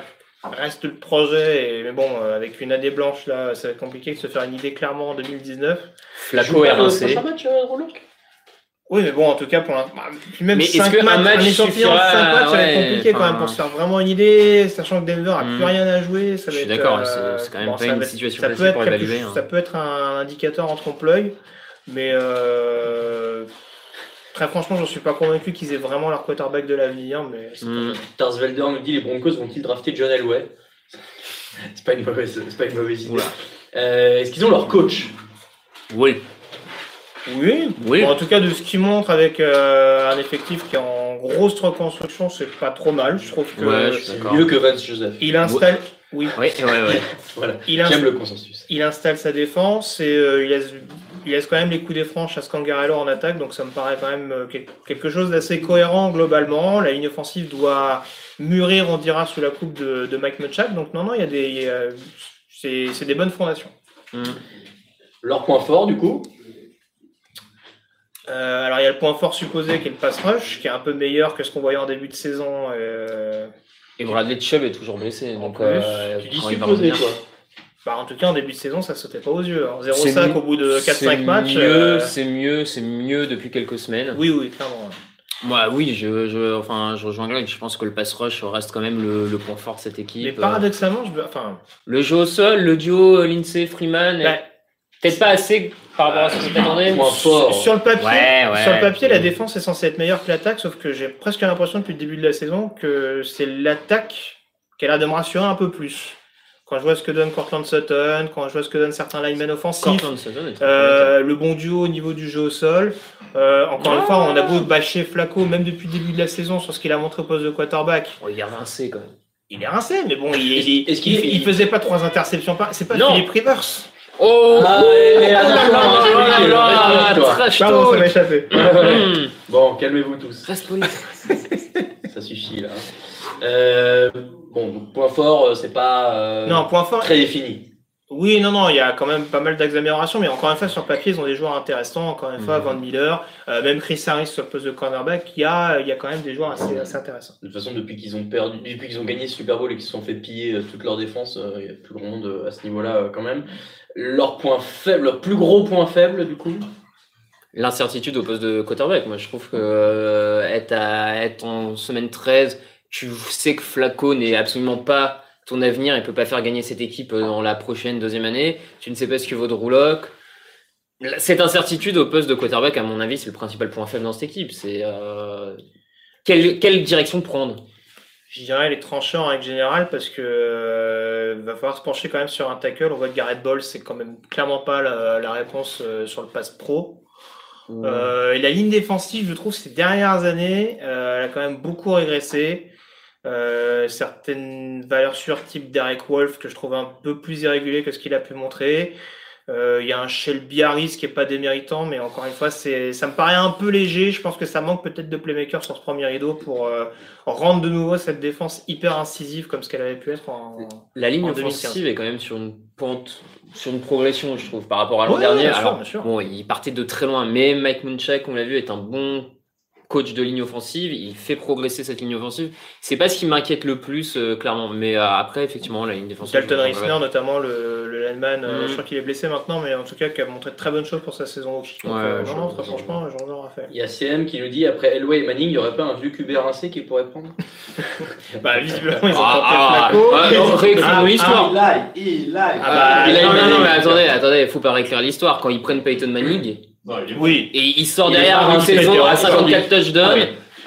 A: reste le projet. et- mais bon, euh, avec une année blanche, là, ça va être compliqué de se faire une idée clairement en 2019.
D: Flaco est rincé.
B: match, euh, Roulok
A: Oui, mais bon, en tout cas, pour l'instant. bah, puis même
D: Mais est-ce
A: cinq
D: que un
A: matchs,
D: match
A: un échantillon de
D: suffira,
A: 5 matchs, ça va être
D: ouais,
A: compliqué quand
D: enfin,
A: même pour se faire vraiment une idée, sachant que Denver a
D: Hmm.
A: plus rien à jouer. Ça
D: Je
A: va
D: suis
A: être,
D: d'accord,
A: euh,
D: c'est- c'est quand même
A: bon,
D: pas
A: ça
D: une
A: va être-
D: situation
A: ça peut,
D: facile
A: être
D: pour
A: quelque-
D: évaluer. hein.
A: ça peut être un indicateur en trompe-l'œil, mais euh, très franchement, j'en suis pas convaincu qu'ils aient vraiment leur quarterback de l'avenir. Mais c'est pas
D: Hmm.
A: grave.
B: Tarsvelder nous dit les Broncos vont-ils drafter John Elway
C: C'est pas une mauvaise, c'est pas une mauvaise idée.
D: Oula.
B: Euh, Est-ce qu'ils ont leur coach
A: oui.
D: Oui, Hmm. oui.
A: Bon, en tout cas, de ce qu'ils montrent avec euh, un effectif qui est en grosse reconstruction, c'est pas trop mal. Je trouve que
D: Ouais, je suis
B: C'est
D: d'accord.
B: mieux que Vance Joseph.
A: il installe. Oui,
D: Oui, ouais, ouais.
B: Voilà,
A: il installe.
B: j'aime le consensus.
A: il installe sa défense et euh, il, laisse, il laisse quand même les coups des franches à Scangarello en attaque, donc ça me paraît quand même euh, quel- quelque chose d'assez cohérent globalement. La ligne offensive doit mûrir, on dira, sous la coupe de, de Mike Munchak, donc non, non, il y a des. il y a- c'est c'est des bonnes fondations.
D: Mm.
B: Leur point fort, du coup
A: Euh, alors il y a le point fort supposé qui est le pass rush, qui est un peu meilleur que ce qu'on voyait en début de saison. euh,
D: Et Bradley Chubb est toujours blessé. Donc,
A: plus,
D: euh,
B: Tu dis
D: quand il va
B: supposé,
D: revenir.
B: toi.
A: bah, en tout cas, en début de saison, ça sautait pas aux yeux. hein.
D: C'est
A: 0-5
D: mieux-
A: au bout de
D: c'est
A: 4-5 matchs.
D: mieux,
A: euh,
D: C'est mieux, c'est mieux depuis quelques semaines.
A: Oui, oui, clairement.
D: Moi, oui, je, je, enfin, je rejoins Greg. Je pense que le pass rush reste quand même le, le point fort de cette
A: Mais
D: équipe. Euh,
A: paradoxalement, je... enfin,
D: Le jeu au sol, le duo euh, Lindsay Freeman, est
A: Bah,
D: peut-être pas assez par rapport à ce que t'attendais.
B: Point
A: Sur-
B: fort.
A: Sur le papier,
D: Ouais, ouais.
A: sur le papier, la défense est censée être meilleure que l'attaque, sauf que j'ai presque l'impression depuis le début de la saison que c'est l'attaque qui a l'air de me rassurer un peu plus. Quand je vois ce que donne Cortland Sutton, quand je vois ce que donnent certains linemen offensifs,
D: Cortland Sutton est très bon.
A: euh, le bon duo au niveau du jeu au sol. Euh, encore une fois, on a beau bâcher Flaco, même depuis le début de la saison, sur ce qu'il a montré au poste de quarterback.
D: Regarde un C quand même.
A: Il est rincé, mais bon, il, il,
B: Est-ce qu'il
A: il- il faisait pas trois interceptions par. C'est pas
D: Non.
A: Philippe Rivers.
D: Oh
B: Ah, ouais,
D: là là
A: Oh
D: là là là,
B: Toi.
D: Trash
A: Pardon, ça m'a
D: talk.
A: échappé.
D: Hum,
B: Bon, calmez-vous tous.
D: Reste poli.
B: Ça suffit, là. Euh, bon, donc, point fort, euh, c'est pas euh,
A: Non, point fort,
B: très défini.
A: Oui, non, non, il y a quand même pas mal d'améliorations, mais encore une fois, sur le papier, ils ont des joueurs intéressants. Encore une fois,
D: Mhm.
A: Van Miller, euh, même Chris Harris sur le poste de cornerback, il y a, il y a quand même des joueurs assez, assez intéressants.
B: De toute façon, depuis qu'ils ont perdu, depuis qu'ils ont gagné ce Super Bowl et qu'ils se sont fait piller euh, toute leur défense, euh, il y a plus grand monde euh, à ce niveau-là euh, quand même. Leur point faible, leur plus gros point faible, du coup,
D: L'incertitude au poste de quarterback, moi je trouve que euh, être, à- être en semaine 13, tu sais que Flacco n'est absolument pas ton avenir et peut pas faire gagner cette équipe euh, dans la prochaine deuxième année. Tu ne sais pas ce que vaut de Rouloc. La- Cette incertitude au poste de quarterback, à mon avis, c'est le principal point faible dans cette équipe. C'est euh, quelle, quelle direction prendre
A: Je dirais les tranchants en règle générale, parce que euh, va falloir se pencher quand même sur un tackle. On voit que Garrett Ball, c'est quand même clairement pas la, la réponse euh, sur le pass pro. Euh, et la ligne défensive, je trouve, ces dernières années, euh, elle a quand même beaucoup régressé. euh, certaines valeurs sûres type Derek Wolf que je trouve un peu plus irrégulier que ce qu'il a pu montrer. Euh, Il y a un Shelby Harris qui est pas déméritant, mais encore une fois, c'est, ça me paraît un peu léger. Je pense que ça manque peut-être de playmaker sur ce premier rideau pour euh, rendre de nouveau cette défense hyper incisive comme ce qu'elle avait pu être en.
D: La ligne
A: En 2015.
D: offensive est quand même sur une pente, sur une progression, je trouve, par rapport à l'an
A: Ouais,
D: dernier.
A: bien sûr,
D: Alors,
A: bien sûr.
D: bon, il partait de très loin, mais Mike Munchak, on l'a vu, est un bon coach de ligne offensive. Il fait progresser cette ligne offensive. C'est pas ce qui m'inquiète le plus, euh, clairement. Mais euh, après, effectivement, la ligne défensive.
A: Dalton
D: je-
A: Reisner, notamment le, le lineman, euh,
D: Mhm.
A: je crois qu'il est blessé maintenant, mais en tout cas qui a montré de très bonnes choses pour sa saison rookie. Donc,
D: Ouais,
A: euh,
D: je-
A: non, non, très
D: je-
A: franchement, j'en ai rien fait.
B: Il y a CM qui nous dit après Elway et Manning, il n'y aurait pas un vieux QB rincé qui pourrait prendre
A: Bah, visiblement, ils ont
D: Ah, ah,
A: tenté Flacco.
D: ah, non, réécrivons l'histoire.
E: Eli, Eli.
A: Ah,
D: bah,
C: Euh,
D: Il a-
A: non,
D: non,
A: mais-
D: non, mais attendez, attendez, faut pas réécrire l'histoire. Quand ils prennent Peyton Manning
E: Non, il est
A: Oui.
D: et il sort
A: Il est
D: derrière
A: pas
D: une
A: rentré, il est
D: saison à
A: rentré.
D: 54 touchdowns.
B: oui.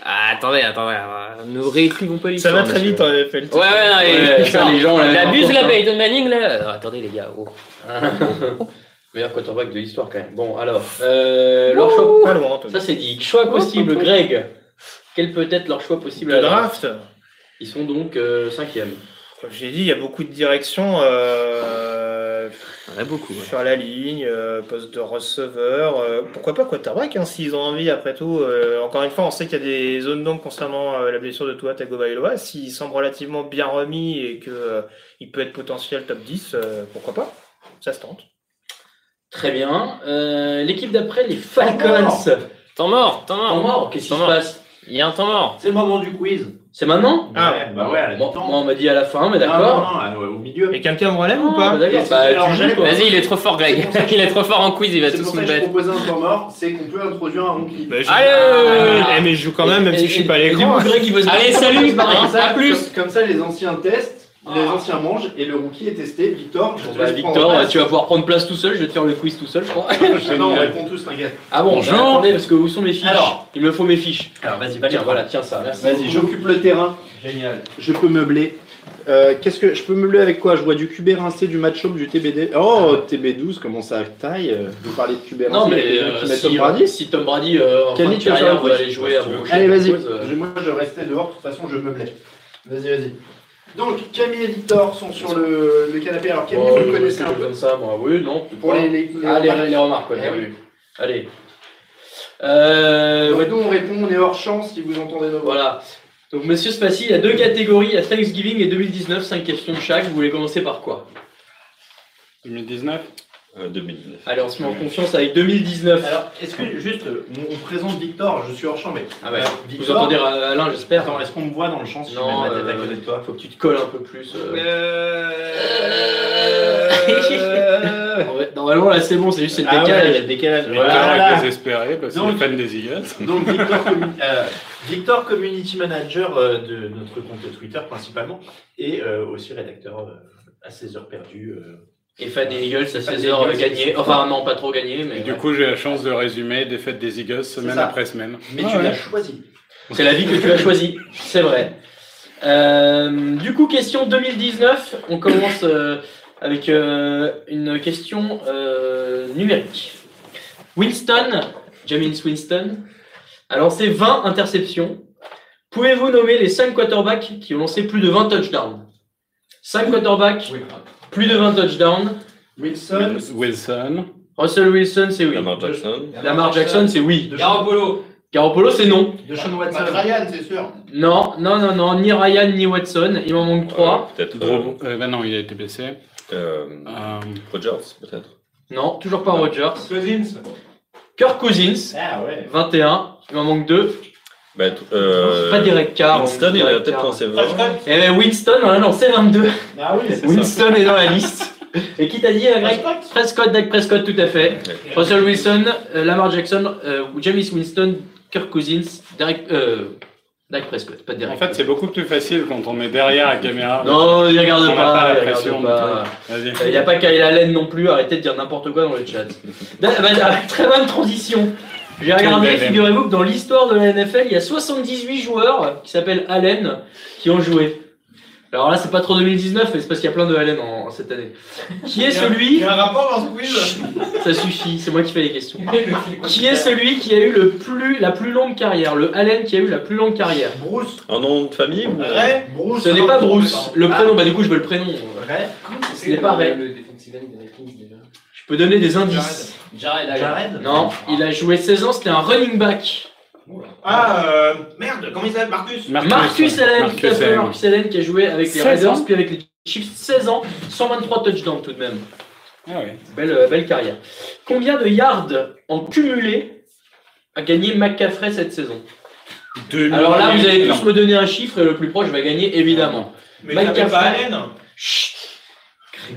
D: Ah, attendez, attendez, euh, ne réécrivons pas
A: Ça
D: l'histoire.
A: va très
D: monsieur.
A: vite hein, en NFL.
D: Ouais, ouais, non, et-
B: Ouais, ça, les gens, on l'avait
D: Il abuse
B: pas
D: la
B: encore,
D: Peyton Manning là. Non, attendez les gars. oh.
B: Meilleur quarterback de l'histoire quand même. Bon, alors, euh, leur choix.
A: Pas loin, Anthony.
B: Ça, c'est dit. Choix possible, Greg. Quel peut être leur choix possible
A: Le
B: à la draft
A: draft,
B: Ils sont donc euh, cinquième.
A: comme j'ai dit, il y a beaucoup de directions euh,
D: Il y en a beaucoup. ouais.
A: sur la ligne, euh, poste de receveur. euh, pourquoi pas quarterback, hein, s'ils ont envie, après tout. euh, encore une fois, on sait qu'il y a des zones d'ombre concernant euh, la blessure de Tua Tagovailoa. S'il semble relativement bien remis et que euh, il peut être potentiel top 10, euh, pourquoi pas Ça se tente.
B: Très bien. Euh, L'équipe d'après, les Falcons.
E: mort.
D: Temps mort, temps
B: Temps
D: mort.
B: mort, qu'est-ce qui
D: Temps
B: se
D: mort.
B: passe
D: Il y a un temps mort.
E: C'est le moment du quiz.
B: C'est maintenant
A: Ah,
E: Ouais, bah ouais, à la
B: Moi,
E: mi-temps.
B: moi, on m'a dit à la fin, mais
E: Non, non,
B: d'accord.
E: non, ah, ouais, au milieu.
A: Et quelqu'un me relève ou
B: Ah,
A: pas
B: bah, d'accord.
E: Et
B: Bah,
E: c'est- alors,
B: tu joues,
E: j'allais-
B: quoi.
D: Vas-y, il est trop fort, Greg. Il est trop fort en quiz, il va
E: C'est
D: tous
E: pour
D: nous
E: ça que je
D: battre.
E: proposais un temps mort, c'est qu'on peut introduire un rookie.
A: Bah, j'ai-
D: Allez
A: Eh, mais je joue quand même, même
B: Et-
A: si je suis
B: et-
A: pas à
B: et du
A: l'écran.
B: coup, Greg, il veut Bah, se
D: Allez, salut.
E: Comme
D: hein,
E: ça,
D: À plus.
E: Comme, comme ça, les anciens testent, les anciens mangent et le rookie est testé. Victor, je
B: Bon,
E: te
B: bah,
E: laisse
B: Victor,
E: prendre la
B: euh, tu vas pouvoir prendre place tout seul, je vais te faire le quiz tout seul, je crois.
E: place. Ah non, on répond tous, t'inquiète.
B: Ah bon,
D: Bonjour.
B: bah, attendez, parce que où sont mes fiches
E: Alors.
B: Il me faut mes fiches.
E: Alors, vas-y,
B: Tiens, voilà, tiens ça, merci.
E: Vas-y,
C: Vas-y,
E: je-
C: j'occupe le terrain,
E: Génial.
C: je peux meubler. Euh, Qu'est-ce que je peux meubler avec quoi Je vois du QB rincé, du match-up, du TBD. Oh, TB12, comment ça taille euh, Vous parlez de QB rincé,
B: Non,
C: il y a
B: mais
C: des gens
B: euh,
C: qui mettent
B: si,
C: Tom Brady.
B: si Tom Brady euh, en
C: Camille,
B: fin de
C: tu veux faire
B: carrière
C: un
B: veut
C: quiz
B: aller jouer à Montrouge,
C: Allez, vas-y.
B: euh,
E: Je- Moi, je restais dehors, de toute façon, je meublais. Vas-y, vas-y. Donc, Camille et Victor sont sur le, le canapé. Alors, Camille,
B: bon,
E: vous le
B: euh,
E: connaissez un
B: quelque chose
E: peu.
B: comme ça, moi. Oui, non.
E: Pour les. les, les-
B: Ah, les, les remarques, quoi,
E: Eh
B: bien
E: oui.
B: vu. Allez. Euh,
E: Donc,
B: ouais,
E: nous, on répond, on est hors champ si vous entendez nos voix.
B: voilà. Donc, monsieur Spassi, il y a deux catégories, il y a Thanksgiving et 2019, 5 questions chaque. Vous voulez commencer par quoi
F: 2019 euh, 2019.
B: Allez, on se met en confiance avec 2019.
E: Alors, est-ce que juste, euh, on, on présente Victor, je suis hors champ, mais.
B: Ah ouais.
E: Euh,
B: vous entendez euh, Alain, j'espère.
E: Attends, est-ce qu'on me voit dans le champ si
B: Non,
E: je mets ma tête
B: euh,
E: à côté de toi
B: Faut que tu te colles un peu plus. euh.
E: Euh,
B: En vrai, Normalement, là, c'est bon, c'est juste c'est le
E: Ah ouais,
B: décalage.
E: il y a le décalage.
F: Victor
E: Voilà.
F: est désespéré parce qu'il
E: Donc-
F: est fan des Eagles.
E: Donc Victor, commu- euh, Victor, Community Manager euh, de notre compte Twitter principalement et euh, aussi rédacteur euh, à 16 heures perdues. euh.
B: Et fan des Eagles, à
E: Fan des
B: 16 heures
E: Eagles,
B: gagné.
E: c'est-
B: Enfin, non, pas trop gagné, mais.
F: Et du
B: ouais.
F: coup, j'ai la chance de résumer des fêtes des Eagles semaine
E: ça.
F: après semaine.
E: Mais
A: Ah
E: tu
A: ouais.
E: l'as choisi.
B: C'est la vie que tu as choisie, c'est vrai. Euh, du coup, question 2019. On commence euh, avec euh, une question euh, numérique. Winston, Jamin Winston, a lancé 20 interceptions. Pouvez-vous nommer les 5 quarterbacks qui ont lancé plus de 20 touchdowns 5 quarterbacks, plus de 20 touchdowns.
E: Wilson,
F: Wilson, Wilson
B: Russell Wilson, c'est oui.
F: Lamar Jackson,
B: Lamar Jackson, c'est oui.
E: de
D: Garoppolo.
B: Garoppolo, c'est non.
E: de Sean Watson, Ryan, c'est sûr.
B: Non, non, non, non. Ni Ryan, ni Watson. Il m'en manque 3.
F: euh, Drew- euh, bah non, il a été blessé. Euh,
G: Rogers, peut-être.
B: Non, toujours pas Rogers.
E: Cousins.
B: Kirk Cousins,
E: Ah ouais.
B: 21. Il m'en manque 2.
G: Bah, t- euh,
B: pas direct car.
G: Winston, il a
B: Derek
G: peut-être
B: Carr.
G: lancé
F: Ah,
G: 20.
B: Eh ben, Winston, on a lancé 22.
E: Ah oui. c'est-
B: Winston est dans la liste. Et qui t'a dit, euh, Greg Prescott, Dak Prescott, tout à fait. Russell Wilson, euh, Lamar Jackson, euh, James Winston, Kirk Cousins, Derek, euh, Dak Prescott, pas
F: En
B: Derek.
F: fait, c'est beaucoup plus facile quand on est derrière la caméra.
B: Non, il regarde
F: On n'a
B: pas,
F: pas la
B: il regarde
F: pression,
B: pas.
F: Vas-y.
B: Il n'y Euh, a pas Kyle Allen non plus, arrêtez de dire n'importe quoi dans le chat. Da- bah, da- très bonne transition. J'ai regardé,
F: bel
B: figurez-vous que dans l'histoire de la NFL, il y a 78 joueurs qui s'appellent Allen qui ont joué. Alors là, c'est pas trop 2019, mais c'est parce qu'il y a plein de Allen en, en cette année.
A: Il
B: Qui est
A: y a- Il
B: celui
A: y a un rapport dans ce quiz
B: Ça suffit, c'est moi qui fais les questions. Qui est celui qui a eu le plus, la plus longue carrière Le Allen qui a eu la plus longue carrière
E: Bruce.
G: Un nom de famille ou...
A: Ray
E: Bruce.
B: Ce n'est pas Bruce. Le prénom, bah du coup, je veux le prénom.
E: Ray.
B: Ce n'est pas Ray.
D: Le defensive end des Vikings, déjà.
B: Je peux donner des indices.
D: Jared Allen.
E: Jared.
B: Non, il a joué 16 ans, c'était un running back.
A: Ah, euh, merde, comment il s'appelle Marcus
B: Marcus Allen, tout à
F: Marcus
B: fait,
F: Allen.
B: Marcus Allen qui a joué avec les
F: 16 ans.
B: Raiders, puis avec les Chiefs, 16 ans, 123 touchdowns tout de même.
F: Ah ouais.
B: Belle, euh, belle carrière. Combien de yards en cumulé a gagné McCaffrey cette saison Alors là, vous allez tous me donner un chiffre et le plus proche va gagner, évidemment.
A: Mais
B: Mike
A: t'avais pas
B: Kafka.
A: Allen
B: Chut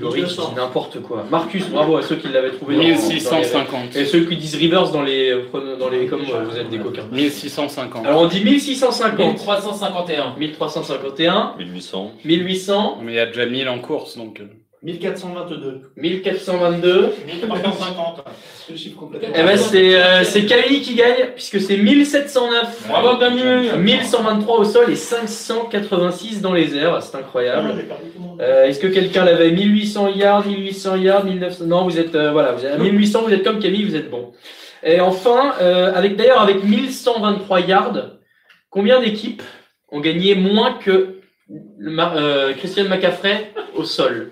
B: Grégory, tu dis n'importe quoi. Marcus, bravo à ceux qui l'avaient trouvé. dans- dans les-
F: 1650.
B: Et ceux qui disent Rivers dans les, euh, dans les comme moi, vous êtes des coquins.
F: 1650.
B: Alors on dit 1650,
D: 1351.
B: 1351,
G: euh, 1800.
B: 1800,
F: Mais il y a déjà 1000 en course, donc. euh,
E: 1422.
B: 1422.
A: 1350. C'est le chiffre complètement.
B: Eh ben c'est euh, c'est Camille qui gagne puisque c'est 1709.
A: Bravo, Camille.
B: 1123 au sol et 586 dans les airs, c'est incroyable.
A: Ah, j'ai perdu tout le monde.
B: Euh, Est-ce que quelqu'un l'avait 1800 yards, 1800 yards, 1900 Non, vous êtes euh, voilà, vous êtes- à 1800, vous êtes comme Camille, vous êtes bon. Et enfin, euh, avec d'ailleurs avec 1123 yards, combien d'équipes ont gagné moins que le Mar- euh, Christian McCaffrey au sol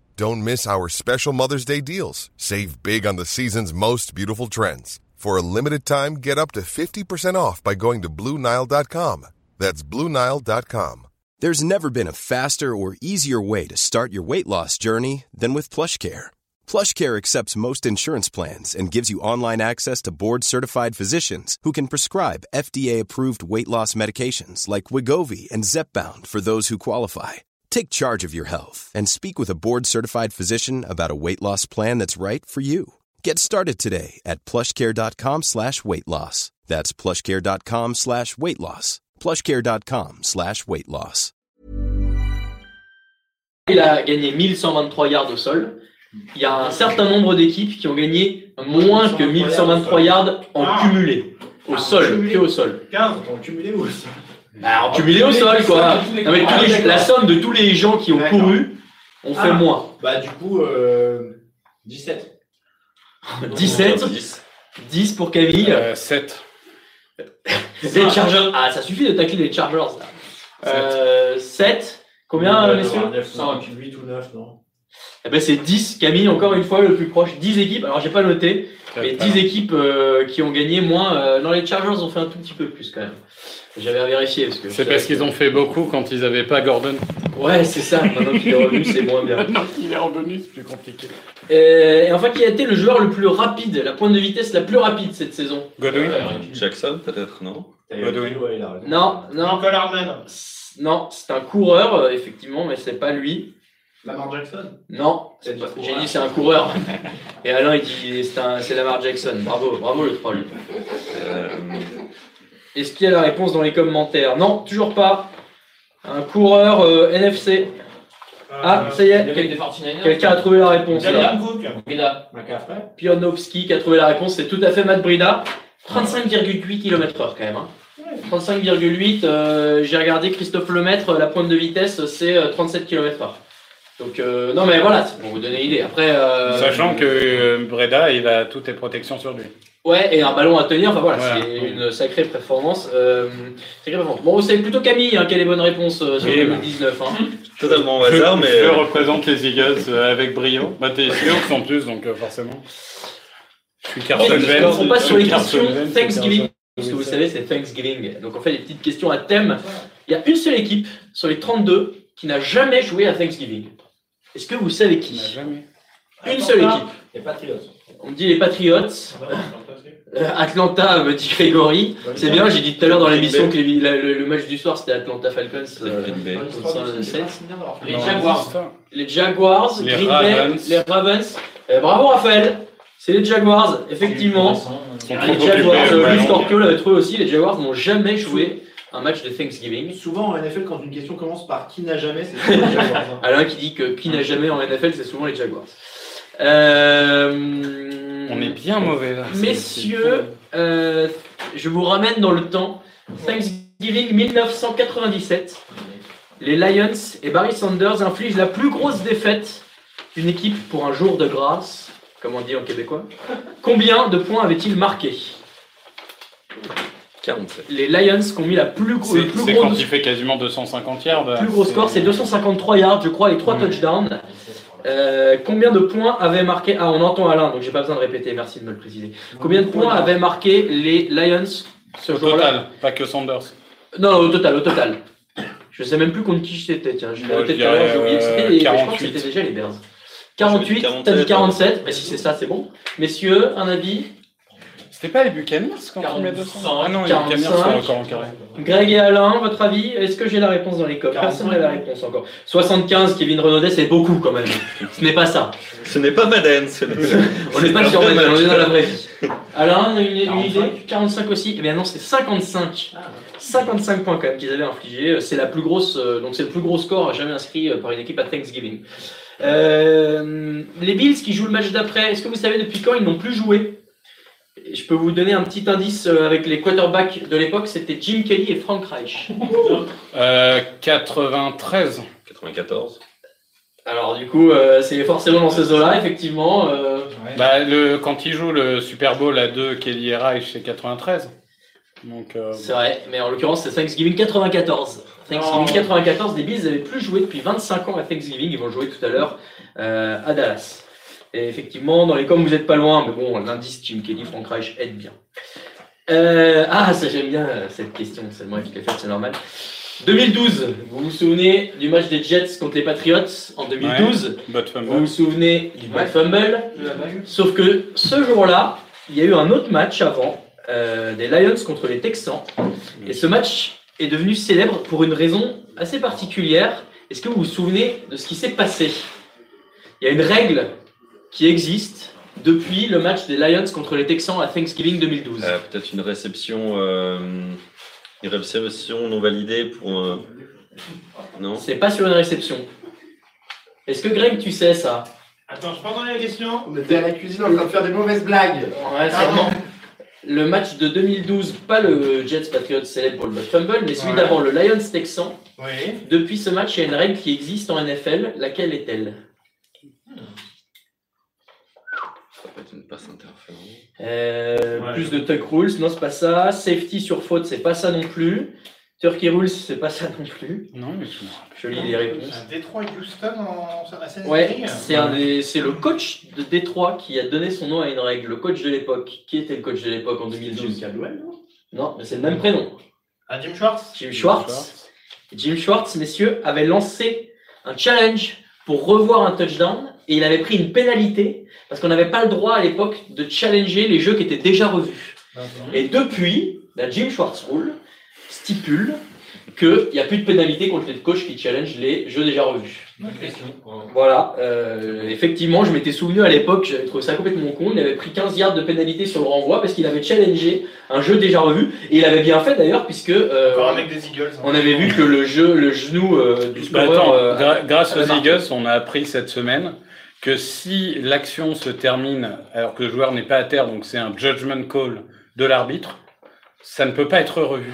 H: Don't miss our special Mother's Day deals. Save big on the season's most beautiful trends. For a limited time, get up to 50% off by going to Blue Nile.com. That's Blue Nile.com.
I: There's never been a faster or easier way to start your weight loss journey than with PlushCare. PlushCare accepts most insurance plans and gives you online access to board-certified physicians who can prescribe FDA-approved weight loss medications like Wigovi and Zepbound for those who qualify. Take charge of your health and speak with a board-certified physician about a weight loss plan that's right for you. Get started today at plushcare.com slash weight loss. That's plushcare.com slash weight loss. plushcare.com slash weight loss.
B: il a gagné 1123 yards au sol. Il y a un certain nombre d'équipes qui ont gagné moins que 1123 yards en
A: Ah.
B: cumulé au
A: Ah, en
B: sol,
A: cumulé.
B: que au sol.
A: 15, on cumulé ou ça
B: Bah, en cumulé au sol quoi. Non, mais tous les- la somme de tous les gens qui ont
E: D'accord.
B: couru ont fait
E: Ah.
B: moins.
E: Bah du coup, euh, 17.
B: 17,
G: 10.
B: 10 pour Camille.
F: Euh, 7.
B: Les Chargers. Ah, ça suffit de tacler les Chargers. Là. Euh, 7. Combien, euh, messieurs
E: 8 ou 9, non
B: Eh ben, c'est 10. Camille, encore une fois, le plus proche. 10 équipes. Alors, j'ai pas noté, mais 10 équipes euh, qui ont gagné moins. euh, non, les Chargers ont fait un tout petit peu plus quand même. J'avais à vérifier. Parce que
F: C'est parce qu'ils ont fait beaucoup quand ils n'avaient pas Gordon.
B: Ouais, c'est ça. Maintenant qu'il est revenu, c'est moins bien.
F: Non, il est revenu, c'est plus compliqué.
B: Euh, et enfin, qui a été le joueur le plus rapide, la pointe de vitesse la plus rapide cette saison
F: Godwin
G: Euh, Jackson, peut-être, non
F: Godwin.
E: Ouais, il a raison.
B: Non,
A: Non,
B: non.
A: Cole Hardman.
B: c- Non, c'est un coureur, euh, effectivement, mais c'est pas lui.
E: Lamar Jackson.
B: Non,
E: T'as
B: c'est
E: dit
B: pas-
E: coureur.
B: j'ai dit c'est un coureur. Et Alain, il dit c'est un- c'est Lamar Jackson. Bravo, bravo le troll.
G: Euh,
B: Est-ce qu'il y a la réponse dans les commentaires Non, toujours pas. Un coureur euh, NFC.
E: Euh,
B: Ah, ça y est, quel- quelqu'un a trouvé la réponse. là.
A: Damian Cook.
E: McCaffrey.
B: Pionovski qui a trouvé la réponse, c'est tout à fait Matt Brida. 35,8 km/h quand même. hein. 35,8, euh, j'ai regardé Christophe Lemaître, la pointe de vitesse c'est euh, 37 km/h. Donc euh, non mais voilà, c'est pour vous donner une idée. Après, euh,
F: Sachant que euh, Breda, il a toutes les protections sur lui.
B: Ouais, et un ballon à tenir, enfin voilà,
F: Voilà.
B: c'est une sacrée performance. euh, sacrée performance. Bon, c'est plutôt Camille hein, qui a les bonnes réponses euh, sur
F: Oui, bah.
B: 2019. Hein.
G: Totalement au
F: Je,
G: hasard, mais.
F: je représente les Eagles euh, avec brio. Bah, t'es sûr, en plus, donc euh, forcément. Je suis Carson
B: Ensuite,
F: Wentz.
B: on passe sur les
F: Carson
B: questions
F: Wentz,
B: Thanksgiving.
F: Carson
B: Parce que vous
F: Wentz.
B: savez, c'est Thanksgiving. Donc on fait des petites questions à thème. Il y a une seule équipe sur les 32 qui n'a jamais joué à Thanksgiving. Est-ce que vous savez
F: On n'a
B: qui
F: jamais.
B: Une seule équipe.
E: Et Patriots.
B: On me dit les Patriots. Euh, Atlanta, me dit Grégory. C'est bien, j'ai dit tout à l'heure dans l'émission que les- la- le, le match du soir c'était Atlanta Falcons. euh,
G: Green Bay.
B: contre San- Saints. Les
F: Non,
B: Jaguars.
F: c'est ça.
B: Les Jaguars,
F: Les
B: Green Bay,
F: Ravens.
B: les Ravens. Euh, bravo Raphaël, c'est les Jaguars,
F: hein
B: effectivement.
F: Ils sont
B: Les
F: trop occupés,
B: Jaguars, euh,
F: ouais,
B: Louis
F: non.
B: Scorpio l'avait trouvé aussi, les Jaguars n'ont jamais joué un match de Thanksgiving.
E: Souvent en NFL, quand une question commence par qui n'a jamais, c'est souvent les Jaguars, hein.
B: Alain qui dit que qui n'a jamais en NFL, c'est souvent les Jaguars. Euh,
F: On est bien mauvais là.
B: Messieurs, euh, je vous ramène dans le temps. Thanksgiving 1997. Les Lions et Barry Sanders infligent la plus grosse défaite d'une équipe pour un jour de grâce, comme on dit en québécois. Combien de points avait-il marqué
G: 47.
B: Les Lions qui ont mis la plus gros,
F: c'est
B: le plus
F: c'est
B: gros,
F: quand il fait quasiment 250 yards. euh,
B: plus gros score, c'est 253 yards, je crois, et 3
F: Ouais.
B: touchdowns. Euh, combien de points avait marqué Ah, on entend Alain, donc j'ai pas besoin de répéter, merci de me le préciser. Combien de points avaient marqué les Lions ce
F: Au
B: jour-là
F: total, pas que Sanders.
B: Non, au total, au total. Je sais même plus contre qui c'était, tiens. Je l'ai
F: Moi,
B: noté
F: je
B: tout à l'heure,
F: dirais,
B: j'ai oublié que c'était
F: euh,
B: les- mais Je pense que
F: 48.
B: c'était déjà les Bears. 48, t'as dit
G: 47,
B: 47, mais si c'est ça, c'est bon. Messieurs, un avis
F: C'était pas les Buccaneers quand ils met 200 Ah non, les
B: 45.
F: Buccaneers sont encore en carré.
B: Greg et Alain, votre avis Est-ce que j'ai la réponse dans les codes Personne n'a la réponse encore. 75, Kevin Renaudet, c'est beaucoup quand même. Ce n'est pas ça.
G: Ce n'est pas Madden. ce n'est-
B: On n'est pas
G: C'est
B: sur
G: un vrai
B: Madden, on
G: match.
B: est dans la vraie vie. Alain, une, une
E: 45.
B: idée 45 aussi Eh bien non, c'est 55.
E: Ah.
B: 55 points quand même qu'ils avaient infligés. C'est la plus grosse, euh, donc c'est le plus gros score jamais inscrit euh, par une équipe à Thanksgiving. Euh, les Bills qui jouent le match d'après, est-ce que vous savez depuis quand ils n'ont plus joué je peux vous donner un petit indice euh, avec les quarterbacks de l'époque, c'était Jim Kelly et Frank Reich.
F: Euh, 93.
G: 94.
B: Alors du coup, euh, c'est forcément dans ces eaux-là, effectivement. euh,
F: Bah, le, quand il joue le Super Bowl à 2, Kelly et Reich, c'est 93. Donc, euh,
B: C'est vrai, mais en l'occurrence, c'est Thanksgiving 94. Thanksgiving 94, les Bills n'avaient plus joué depuis 25 ans à Thanksgiving. Ils vont jouer tout à l'heure euh, à Dallas. Et effectivement, dans les coms, vous n'êtes pas loin, mais bon, l'indice Jim Kelly, Frank Reich aide bien. Euh, ah, ça j'aime bien euh, cette question, c'est moi qui l'ai faite, c'est normal. 2012, vous vous souvenez du match des Jets contre les Patriots en 2012
F: Bud Fumble.
B: vous vous souvenez du Black Fumble Sauf que ce jour-là, il y a eu un autre match avant, euh, des Lions contre les Texans. Et ce match est devenu célèbre pour une raison assez particulière. Est-ce que vous vous souvenez de ce qui s'est passé Il y a une règle qui existe depuis le match des Lions contre les Texans à Thanksgiving 2012.
G: Euh, Peut-être une réception, euh, une réception non validée pour. euh, Non
B: C'est pas sur une réception. Est-ce que Greg, tu sais ça
A: Attends, je peux entendre la question
C: On était à la cuisine en train de faire des mauvaises blagues.
B: Ouais, sûrement. Le match de 2012, pas le Jets Patriots célèbre pour le Bud Fumble, mais celui
A: Ouais.
B: d'avant, le Lions Texan.
A: Oui.
B: Depuis ce match, il y a une règle qui existe en NFL. Laquelle est-elle
G: Ça peut être une passe interférence.
B: Euh,
A: Ouais.
B: Plus de tuck rules, non, c'est pas ça. Safety sur faute, c'est pas ça non plus. Turkey rules, c'est pas ça non plus.
F: Non, mais je-
B: Je lis les réponses.
E: Détroit Houston en Thanksgiving
B: Ouais, c'est un des- c'est le coach de Détroit qui a donné son nom à une règle. Le coach de l'époque. Qui était le coach de l'époque en 2012 Non, mais c'est le même prénom.
E: Ah, Jim Schwartz
B: Jim Schwartz. Jim Schwartz, messieurs, avait lancé un challenge pour revoir un touchdown et il avait pris une pénalité parce qu'on n'avait pas le droit à l'époque de challenger les jeux qui étaient déjà revus. Et depuis, la Jim Schwartz rule stipule qu'il n'y a plus de pénalité contre les coachs qui challenge les jeux déjà revus. Voilà, euh, effectivement, je m'étais souvenu à l'époque, j'avais trouvé ça complètement con, il avait pris 15 yards de pénalité sur le renvoi parce qu'il avait challengé un jeu déjà revu et il avait bien fait d'ailleurs puisque... euh,
E: Encore un mec des Eagles. hein.
B: on avait vu que le jeu, le genou euh, du
F: Bah,
B: scoreur.
F: attends,
B: euh,
F: gra- grâce aux
B: avait marqué.
F: Eagles, on a appris cette semaine que si l'action se termine alors que le joueur n'est pas à terre, donc c'est un judgment call de l'arbitre, ça ne peut pas être revu.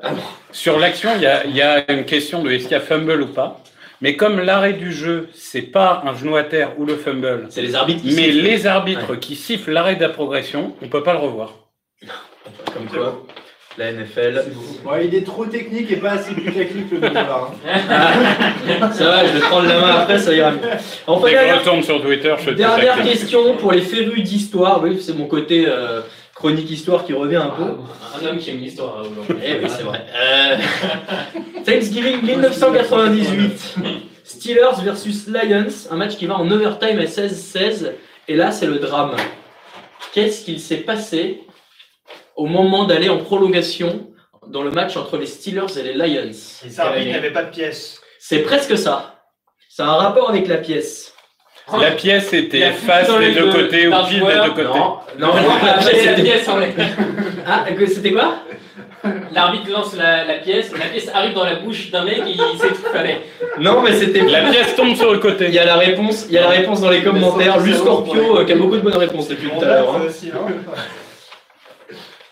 B: Ah bon
F: Sur l'action, il y a, il y a une question de est-ce qu'il y a fumble ou pas. Mais comme l'arrêt du jeu, c'est pas un genou à terre ou le fumble,
B: c'est les arbitres qui
F: mais
B: sifflent.
F: les arbitres qui sifflent l'arrêt de la progression, on peut pas le revoir.
B: Comme quoi, la NFL.
E: Ouais, il est trop technique et pas assez putaclic le mec là. hein.
B: Ça va, je vais prendre la main après, ça ira mieux. Enfin,
F: Dès que je
B: dernière,
F: retourne sur Twitter, je te
B: dernière
F: contacte.
B: question pour les férus d'histoire. Oui, c'est mon côté euh, chronique histoire qui revient un peu.
F: Ah,
D: Un homme qui aime l'histoire aujourd'hui.
B: Eh oui, c'est vrai. Euh, Thanksgiving 1998. Steelers versus Lions, un match qui va en overtime à 16-16. Et là, c'est le drame. qu'est-ce qu'il s'est passé au moment d'aller en prolongation dans le match entre les Steelers et les Lions
E: Les arbitres n'avaient pas de pièces.
B: C'est presque ça. C'est un rapport avec la pièce.
F: La pièce
B: La
F: était
B: pièce
F: face
B: dans
F: des
B: les
F: deux
B: deux-
F: côtés ou
D: par
F: pile des
D: joueur,
F: deux côtés.
E: Non,
B: Euh, Non, non, la pièce,
D: la
B: c'était-
D: pièce hein, en l'air.
B: Ah, que- c'était quoi
D: L'arbitre lance la, la pièce, la pièce arrive dans la bouche d'un mec et il sait tout qu'il fallait.
B: Non, mais c'était
F: La pièce tombe sur le côté.
B: Il y a la réponse, il y a la réponse dans les commentaires. Lu Scorpio euh, qui a beaucoup de bonnes réponses depuis tout à l'heure. hein.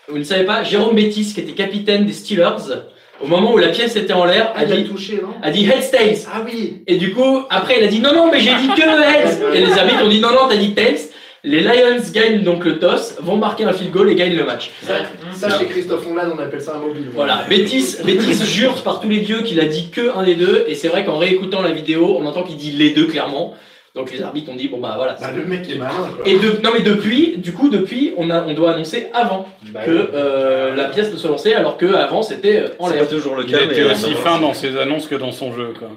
B: Vous ne savez pas, Jérôme Bettis, qui était capitaine des Steelers, au moment où la pièce était en l'air, a
C: Ah, il a
B: dit,
C: touché, non
B: a dit heads tails.
C: Ah oui
B: Et du coup, après, il a dit non, non, mais j'ai dit que heads. Et les arbitres ont dit non, non, t'as dit tails. Les Lions gagnent donc le toss, vont marquer un field goal et gagnent le match.
C: Ça, chez Christophe Onlade, on appelle ça un mobile.
B: Voilà, Bétis, Bétis jure par tous les dieux qu'il a dit que un des deux, et c'est vrai qu'en réécoutant la vidéo, on entend qu'il dit les deux clairement. Donc les arbitres ont dit bon bah voilà.
C: Bah, le mec est malin, quoi.
B: Et de, non mais depuis, du coup depuis, on a, on doit annoncer avant
C: Bah,
B: que euh, la pièce ne soit lancée, alors que avant c'était euh, en
G: C'est pas
B: l'air.
G: toujours le
F: Il
G: cas.
F: était
G: mais-
F: aussi fin dans ses annonces que dans son jeu. Quoi.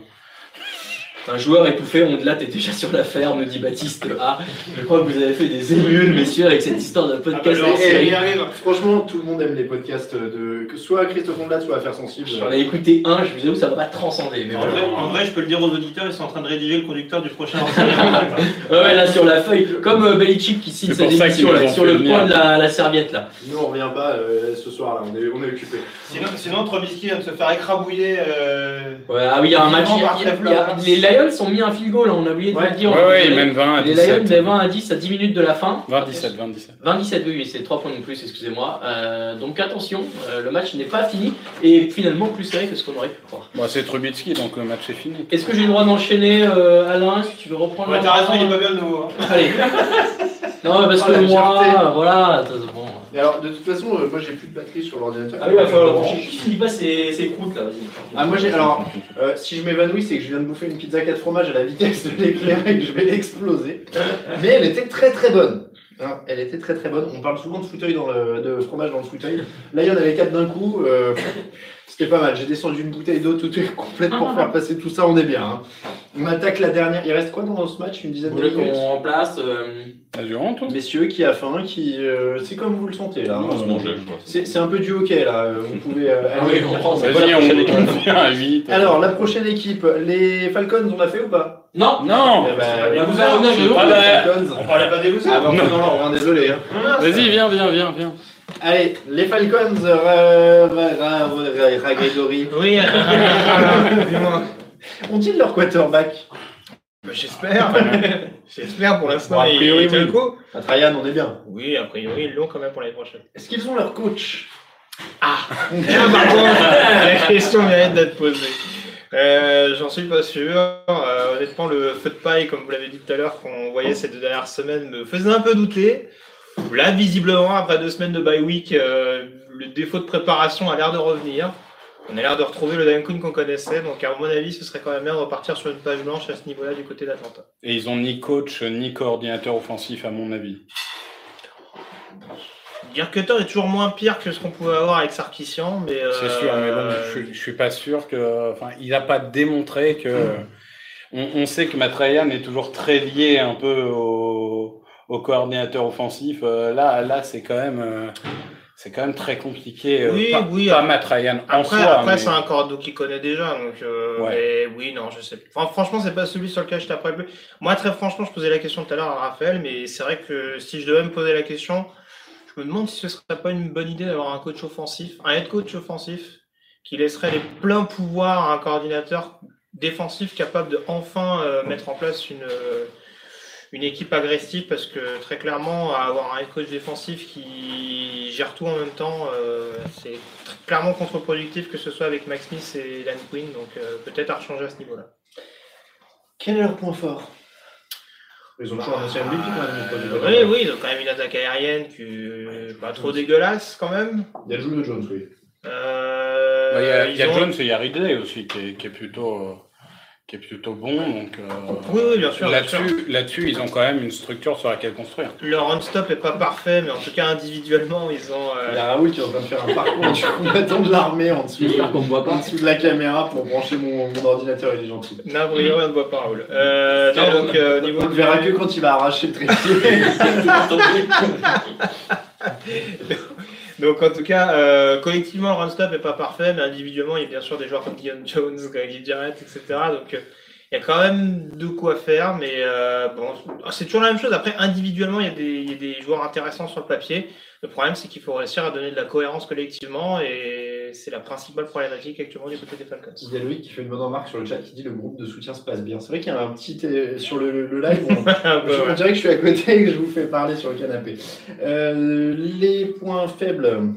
B: Un joueur étouffé, on de là t'es déjà sur la ferme, dit Baptiste A. Je crois que vous avez fait des émules, messieurs, avec cette histoire d'un
A: Ah, bah,
B: podcast.
C: Eh,
B: en
C: eh,
B: série.
C: il arrive. Franchement, tout le monde aime les podcasts de que soit Christophe Onlade, soit Affaires Sensibles.
B: J'en ai écouté un, je vous avoue ça va pas transcender. Mais
A: En
B: voilà.
A: vrai, en vrai, je peux le dire aux auditeurs, ils sont en train de rédiger le conducteur du prochain.
B: Ouais, ouais, là sur la feuille, comme euh, Belichick qui
F: C'est
B: cite sa
F: pour ça
B: démission
F: qu'ils nous
B: là,
F: ont
B: sur
F: fait
B: le
F: venir.
B: point de la, la serviette là.
C: Nous, on revient pas euh, ce soir-là, on est, on est occupé.
A: sinon, sinon, Trubisky vient de se faire écrabouiller. euh,
B: Ouais, ah oui, il y a un match.
A: Vivement
B: il y a-
A: par
B: il y a-
A: Kevlar.
B: les Lions ont mis un field goal, hein, on a oublié de
C: Ouais.
B: le dire.
F: Ouais,
B: on
F: ouais, il
B: les-
F: mène 20 à
B: les Lions
F: 17.
B: avaient 20 à 10 à 10 minutes de la fin.
F: 20 17, 20 17.
B: 27 oui, oui, c'est 3 points de plus, excusez-moi. Euh, donc attention, euh, le match n'est pas fini et finalement plus serré que ce qu'on aurait pu croire.
F: Bon, c'est Trubitsky, donc le match est fini.
B: Est-ce que j'ai le droit d'enchaîner, euh, Alain, si tu veux reprendre
A: Ouais,
B: la
A: t'as raison, il est pas bien de nouveau. hein.
B: Allez. non, parce
C: Oh,
B: que
C: la
B: moi,
C: fierté.
B: voilà. ça, c'est Bon.
C: Et alors, de toute façon, euh, moi, j'ai plus de batterie sur l'ordinateur.
A: Ah
B: Ah finis pas ces, ces croûtes là.
C: Ah, moi, j'ai. Alors, euh, si je m'évanouis, c'est que je viens de bouffer une pizza 4 fromages à la vitesse de l'éclair et que je vais l'exploser. Mais elle était très très bonne. Hein, elle était très très bonne. On parle souvent de fauteuil dans le, de fromage dans le fauteuil. Là, il y en avait quatre d'un coup. euh, C'était pas mal. J'ai descendu une bouteille d'eau tout est complète pour faire passer tout ça. On est bien. hein. On attaque la dernière. Il reste quoi dans ce match Une dizaine
B: Vous
C: de
B: voulez
C: minutes.
B: qu'on remplace euh,
F: T'as du honte, toi
C: Messieurs, qui a faim, qui. euh, c'est comme vous le sentez là.
G: Nous, on se
C: hein.
G: mangeait, je pense.
C: C'est c'est un peu du hockey là. euh, Vous pouvez. euh, aller-
F: Vas-y, on on fait un 8.
C: Alors, la prochaine équipe, les Falcons, on l'a fait ou pas
B: Non
F: Non
C: Eh ben,
B: Vous avez un jeu.
F: Ah
C: les
F: bah,
C: Falcons.
A: On parlait pas des losers.
C: Ah bah, non, non, non, désolé. hein.
F: Vas-y, viens, viens, viens, viens.
C: Allez, les Falcons, euh, ra- ra- ra- ra- Ragedori.
A: Oui, voilà, dis-moi.
C: ont-ils leur quarterback
A: Bah, J'espère. J'espère pour l'instant.
C: Bon, a
A: il-
C: priori,
A: il tient
C: oui.
A: le coup.
C: À Traian, Bah, on est bien.
A: Oui, a priori, ils l'ont quand même pour l'année prochaine.
C: Est-ce qu'ils ont leur coach
A: Ah, pardon, la question mérite d'être posée. Euh, J'en suis pas sûr. Euh, honnêtement, le feu de paille, comme vous l'avez dit tout à l'heure, qu'on voyait ces deux dernières semaines, me faisait un peu douter. Là, visiblement, après deux semaines de bye week, euh, le défaut de préparation a l'air de revenir. On a l'air de retrouver le Dan Kuhn qu'on connaissait. Donc, à mon avis, ce serait quand même bien de repartir sur une page blanche à ce niveau-là du côté d'Atlanta.
F: Et ils ont ni coach, ni coordinateur offensif, à mon avis.
A: Cutter est toujours moins pire que ce qu'on pouvait avoir avec Sarkissian, mais. euh,
F: C'est sûr, mais bon, je, suis- je suis pas sûr que. Enfin, il n'a pas démontré que.
A: Hmm.
F: On, on sait que Matt Ryan est toujours très lié un peu au, au coordinateur offensif. Euh, là, là, c'est quand même. euh, c'est quand même très compliqué. Euh,
A: Oui,
F: pas,
A: oui,
F: Pas
A: après-
F: Matt Ryan en
A: Après,
F: soi.
A: après
F: mais-
A: c'est un cordeau qu'il connaît déjà, donc euh,
F: Ouais.
A: mais oui, non, je sais. Enfin, franchement, c'est pas celui sur lequel je t'apprends le plus. Moi, très franchement, je posais la question tout à l'heure à Raphaël, mais c'est vrai que si je devais me poser la question, je me demande si ce serait pas une bonne idée d'avoir un coach offensif, un head coach offensif, qui laisserait les pleins pouvoirs à un coordinateur défensif capable de enfin euh, mettre en place une, euh, une équipe agressive, parce que très clairement, avoir un head coach défensif qui gère tout en même temps, euh, c'est clairement contre-productif que ce soit avec Max Smith et Dan Quinn, donc euh, peut-être à rechanger à ce niveau-là.
C: Quel est leur point fort Ils ont toujours Bah, un ancien MVP quand même. les
A: Euh, oui,
C: Falcons.
A: oui, ils ont quand même une attaque aérienne qui est pas trop dégueulasse quand même.
C: Il y a le jeu de Jones, oui.
A: Euh,
F: Bah, Il y a, il y a
A: ils ont-
F: Jones et il y a Ridley aussi qui est, qui est plutôt. euh, qui est plutôt bon. Donc, euh,
A: Oui, oui, bien sûr, bien
F: Là-dessus, là-dessus, ils ont quand même une structure sur laquelle construire.
A: Leur run-stop est pas parfait, mais en tout cas, individuellement, ils ont. euh,
C: Il y a Raoul qui est en train de faire un parcours du combattant de l'armée en dessous,
B: J'espère
C: en
B: qu'on me voit pas.
C: dessous de la caméra pour brancher mon, mon ordinateur, il est gentil.
A: Non, a priori, on ne voit pas Raoul. Euh, non, donc, euh, au niveau
C: On le verra que quand il va arracher le trépied.
A: Donc, en tout cas, euh, collectivement, le run-stop n'est pas parfait, mais individuellement, il y a bien sûr des joueurs comme Dion Jones, Greg Jarrett, etc. Donc, euh, il y a quand même de quoi faire, mais euh, bon, c'est toujours la même chose. Après, individuellement, il y, a des- il y a des joueurs intéressants sur le papier. Le problème, c'est qu'il faut réussir à donner de la cohérence collectivement, et c'est la principale problématique actuellement du côté des Falcons.
C: Il y a Loïc qui fait une bonne remarque sur le chat qui dit le groupe de soutien se passe bien. C'est vrai qu'il y a un petit. euh, sur le, le live, on,
A: Ah, bah,
C: je
A: ouais.
C: dirais que je suis à côté et que je vous fais parler sur le canapé. Euh, les points faibles.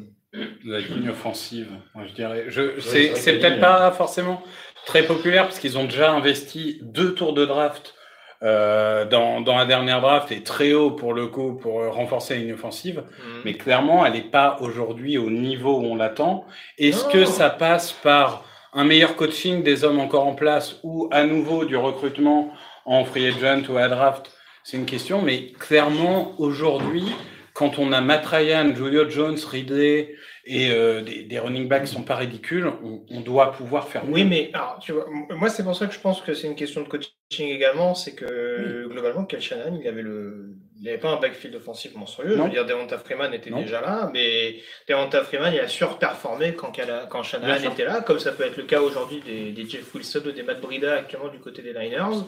F: La ligne offensive, moi je dirais. Je,
C: c'est
F: c'est
C: vrai
F: c'est
C: que la
F: peut-être
C: ligne, hein.
F: pas forcément très populaire parce qu'ils ont déjà investi deux tours de draft euh, dans, dans la dernière draft et très haut pour le coup pour euh, renforcer la ligne offensive.
A: Mhm.
F: Mais clairement, elle n'est pas aujourd'hui au niveau où on l'attend. Est-ce
A: Non.
F: que ça passe par un meilleur coaching des hommes encore en place ou à nouveau du recrutement en free agent ou à draft C'est une question. Mais clairement, aujourd'hui, quand on a Matt Ryan, Julio Jones, Ridley et euh, des, des running backs qui sont pas ridicules, on, on doit pouvoir faire
A: Oui, mais alors, tu vois, m- moi, c'est pour ça que je pense que c'est une question de coaching également. C'est que globalement, Kel Shannon, il avait le, il n'avait pas un backfield offensif monstrueux.
F: Non.
A: Je veux dire, Devonta Freeman était
F: Non.
A: déjà là, mais Devonta Freeman, il a surperformé quand, Kala- quand Shanahan
F: Bien sûr.
A: était là, comme ça peut être le cas aujourd'hui des, des Jeff Wilson ou des Matt Brida actuellement du côté des Niners.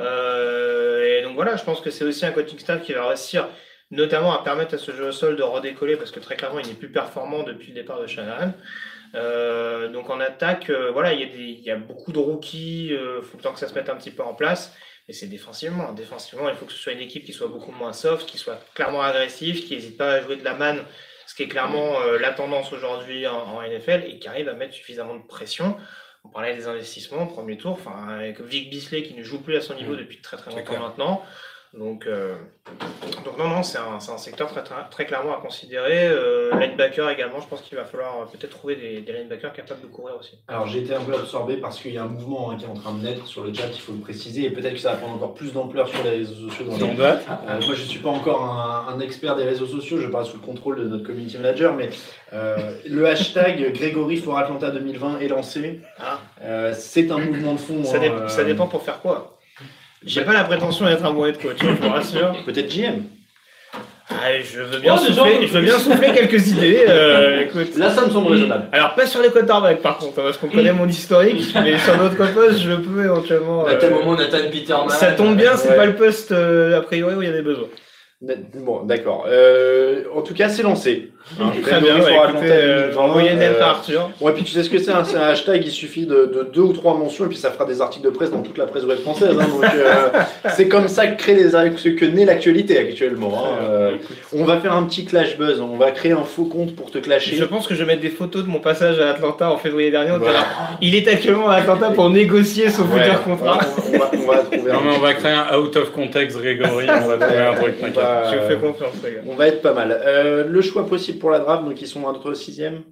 A: Euh, et donc voilà, je pense que c'est aussi un coaching staff qui va réussir notamment à permettre à ce jeu au sol de redécoller parce que très clairement il n'est plus performant depuis le départ de Shanahan. Euh, donc en attaque, euh, voilà, il y, a des- il y a beaucoup de rookies, il faut le temps que ça se mette un petit peu en place. Et c'est défensivement. Défensivement, il faut que ce soit une équipe qui soit beaucoup moins soft, qui soit clairement agressive, qui n'hésite pas à jouer de la manne, ce qui est clairement euh, la tendance aujourd'hui en, en NFL, et qui arrive à mettre suffisamment de pression. On parlait des investissements au premier tour, enfin, avec Vic Bisley qui ne joue plus à son niveau
F: Mm.
A: depuis très très
F: C'est
A: longtemps
F: clair.
A: maintenant. Donc, euh, donc non, non, c'est un, c'est un secteur très, très, très clairement à considérer. Euh, linebacker également, je pense qu'il va falloir euh, peut-être trouver des, des linebackers capables de courir aussi.
C: Alors j'ai été un peu absorbé parce qu'il y a un mouvement hein, qui est en train de naître sur le chat, il faut le préciser, et peut-être que ça va prendre encore plus d'ampleur sur les réseaux sociaux dans les
F: Ils ont hâte.
C: Euh, moi, je ne suis pas encore un, un expert des réseaux sociaux, je parle sous le contrôle de notre community manager, mais euh, le hashtag Grégory for Atlanta 2020 est lancé.
A: Ah.
C: Euh, c'est un mouvement de fond.
A: Ça,
C: hein,
A: dé-
C: euh,
A: ça dépend pour faire quoi. J'ai pas la prétention d'être un mauvais coach, hein, je vous rassure.
C: Peut-être GM.
A: Ah, je veux bien
E: Oh, des gens-
A: souffler, je veux bien souffler quelques idées. euh, écoute.
C: Là, ça me semble raisonnable.
A: Alors pas sur les quarterbacks par contre, hein, parce qu'on connaît mon historique, mais sur notre poste, je peux éventuellement.
B: À
A: euh,
B: quel moment Nathan Peterman euh,
A: ça tombe bien, c'est
C: Ouais.
A: pas le poste euh, a priori où il y a des besoins.
C: Bon, d'accord. Euh, en tout cas, c'est lancé. Hein,
A: Très
C: Grégory
A: bien,
C: for
A: ouais,
C: Atlanta
A: écoutez, euh,
C: 2020,
A: envoyez une lettre
C: euh,
A: à Arthur.
C: Bon, et puis tu sais ce que c'est, hein, c'est un hashtag, il suffit de, de deux ou trois mentions, et puis ça fera des articles de presse dans toute la presse web française. hein, donc, euh, c'est comme ça que, crée les, ce que naît l'actualité actuellement. hein, euh, on va faire un petit clash buzz, hein, on va créer un faux compte pour te clasher.
A: Je pense que je vais mettre des photos de mon passage à Atlanta en février dernier. on
C: Voilà.
A: dira, Il est actuellement à Atlanta pour négocier son
C: Ouais,
A: futur contrat.
C: on, on va, on va trouver
F: Non,
C: un
F: mais on
C: petit-
F: va créer un out of context, Grégory. on va trouver un truc,
C: on
F: t'inquiète.
C: va-
A: Je vous fais confiance, les gars.
C: on va être pas mal. Euh, le choix possible pour la draft, donc ils sont entre sixième.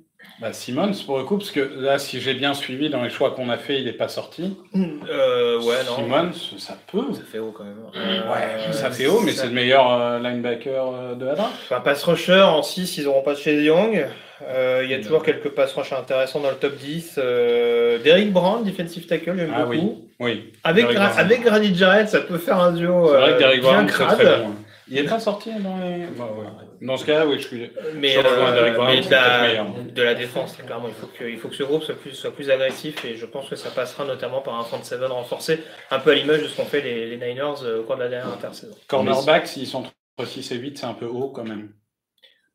F: Bah, Simons, pour le coup, parce que là, si j'ai bien suivi dans les choix qu'on a fait, il n'est pas sorti.
A: Euh, ouais, non. Euh,
F: Simmons, ça peut.
A: Ça fait haut quand même.
F: Ouais,
A: Euh,
F: ça fait haut, mais c'est le meilleur euh, linebacker euh, de la draft.
A: Enfin, pass rusher en 6, ils auront pas de chez Young. Euh, Il y a toujours quelques pass rushers intéressants dans le top 10. Euh, Derrick Brand, defensive tackle, j'aime
F: Ah
A: beaucoup.
F: Oui.
A: Avec,
F: Derrick
A: Gra-
F: Brown.
A: avec Granit Jarrett, ça peut faire un duo.
F: C'est vrai
A: euh,
F: que Derrick
A: bien
F: Brown, c'est
A: crade.
F: très bon. hein. Il n'est pas sorti dans les. Bah, ouais. Dans ce cas-là, oui, je suis.
A: Mais,
F: Je rejoins
A: euh,
F: Derrick Brown,
A: mais
F: c'est
A: de,
F: peut-être
A: la,
F: meilleur.
A: de la défense, très clairement. Il faut que, il faut que ce groupe soit plus, soit plus agressif et je pense que ça passera notamment par un front seven renforcé, un peu à l'image de ce qu'ont fait les, les Niners euh, au cours de la dernière intersaison.
F: Cornerback, s'ils sont entre 6 et 8, c'est un peu haut quand même.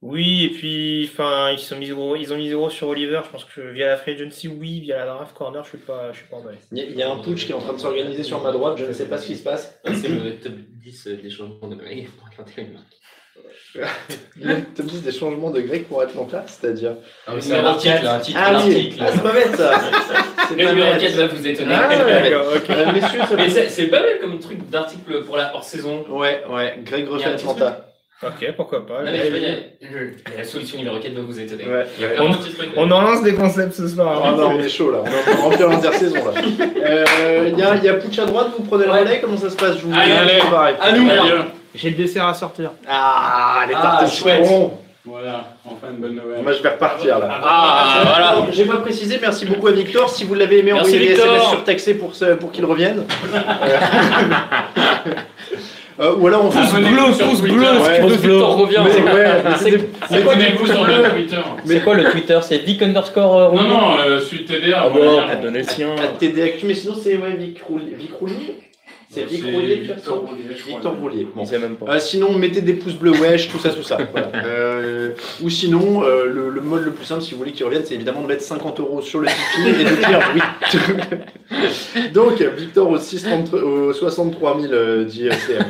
A: Oui, et puis enfin, ils, sont mis zéro, ils ont mis zéro sur Oliver. Je pense que via la free agency, oui, via la draft corner, je suis pas, je suis pas emballé.
C: Il y, a- il y a un putsch qui est en train de s'organiser sur ma droite, je ne sais pas ce qui se passe.
B: Ah, C'est le top 10 des changements de Greg pour Atlanta United.
C: Le top 10 des changements de grec pour Atlanta, c'est-à-dire.
B: Ah oui, C'est un article, un article,
C: Ah
B: un
C: oui,
B: article.
C: Ah, c'est pas bête ça. C'est
D: Le
C: pas
D: numéro
C: bête.
D: 4 va vous étonner.
A: Ah, d'accord, ok.
C: Euh, messieurs, ça
D: Mais c'est- c'est pas mal comme truc d'article pour la hors-saison.
C: Ouais, ouais, Greg
D: Il y
C: refait
D: a un petit
C: Atlanta.
A: Ok, pourquoi pas.
D: Non, mais je veux dire, le- la solution numéro 4 va vous étonner.
C: Ouais,
D: Il y a
C: ouais.
D: vraiment un petit truc.
A: On en lance des concepts ce soir. hein.
C: Ah non, on est chaud là, on est en train de remplir l'intersaison là. Euh, Il y a, il y a Pouch à droite, vous prenez le
D: Ouais.
C: relais, comment ça se passe Je vous
D: Allez, allez.
C: on va arrêter.
D: À nous
A: J'ai le dessert à sortir.
C: Ah, les tartes
D: Ah,
C: au
D: chouette.
C: citron.
F: Voilà, enfin une bonne nouvelle.
C: Moi je vais repartir là.
D: Ah, voilà.
C: J'ai pas précisé, merci beaucoup à Victor. Si vous l'avez aimé,
D: Merci,
C: envoyez des
D: Victor.
C: SMS surtaxés pour, ce- pour qu'il revienne. Euh, euh, ou alors
D: Ah,
C: on fait
F: Pouce bleu, pouce bleu,
C: Ouais,
D: Pouce bleu. Victor revient.
C: Mais ouais, mais c'est des- mais
F: quoi
C: des
F: vous
C: pouces
F: sur
C: bleus.
F: le Twitter
B: C'est quoi le Twitter C'est Vic underscore euh,
F: Non,
B: Rouleau
F: non, euh, je suis TDR.
B: Ah
F: on va
B: bon,
F: dire.
B: t'as donné le sien.
C: Ah, TD Actu, mais sinon c'est ouais, Vic Roul- Vic Roulier. C'est Vic Roulier, de toute façon.
F: Roulier, je crois.
C: Victor Roulier. Bon.
B: Il sait même pas.
C: Euh, sinon, mettez des pouces bleus, wesh, tout ça, tout ça. Voilà. Euh, ou sinon, euh, le, le mode le plus simple, si vous voulez qu'il revienne, c'est évidemment de mettre 50 euros sur le Tipeee et de dire oui. Donc, Victor au, 6, 30 au 63 000 euh, dit euh, CM.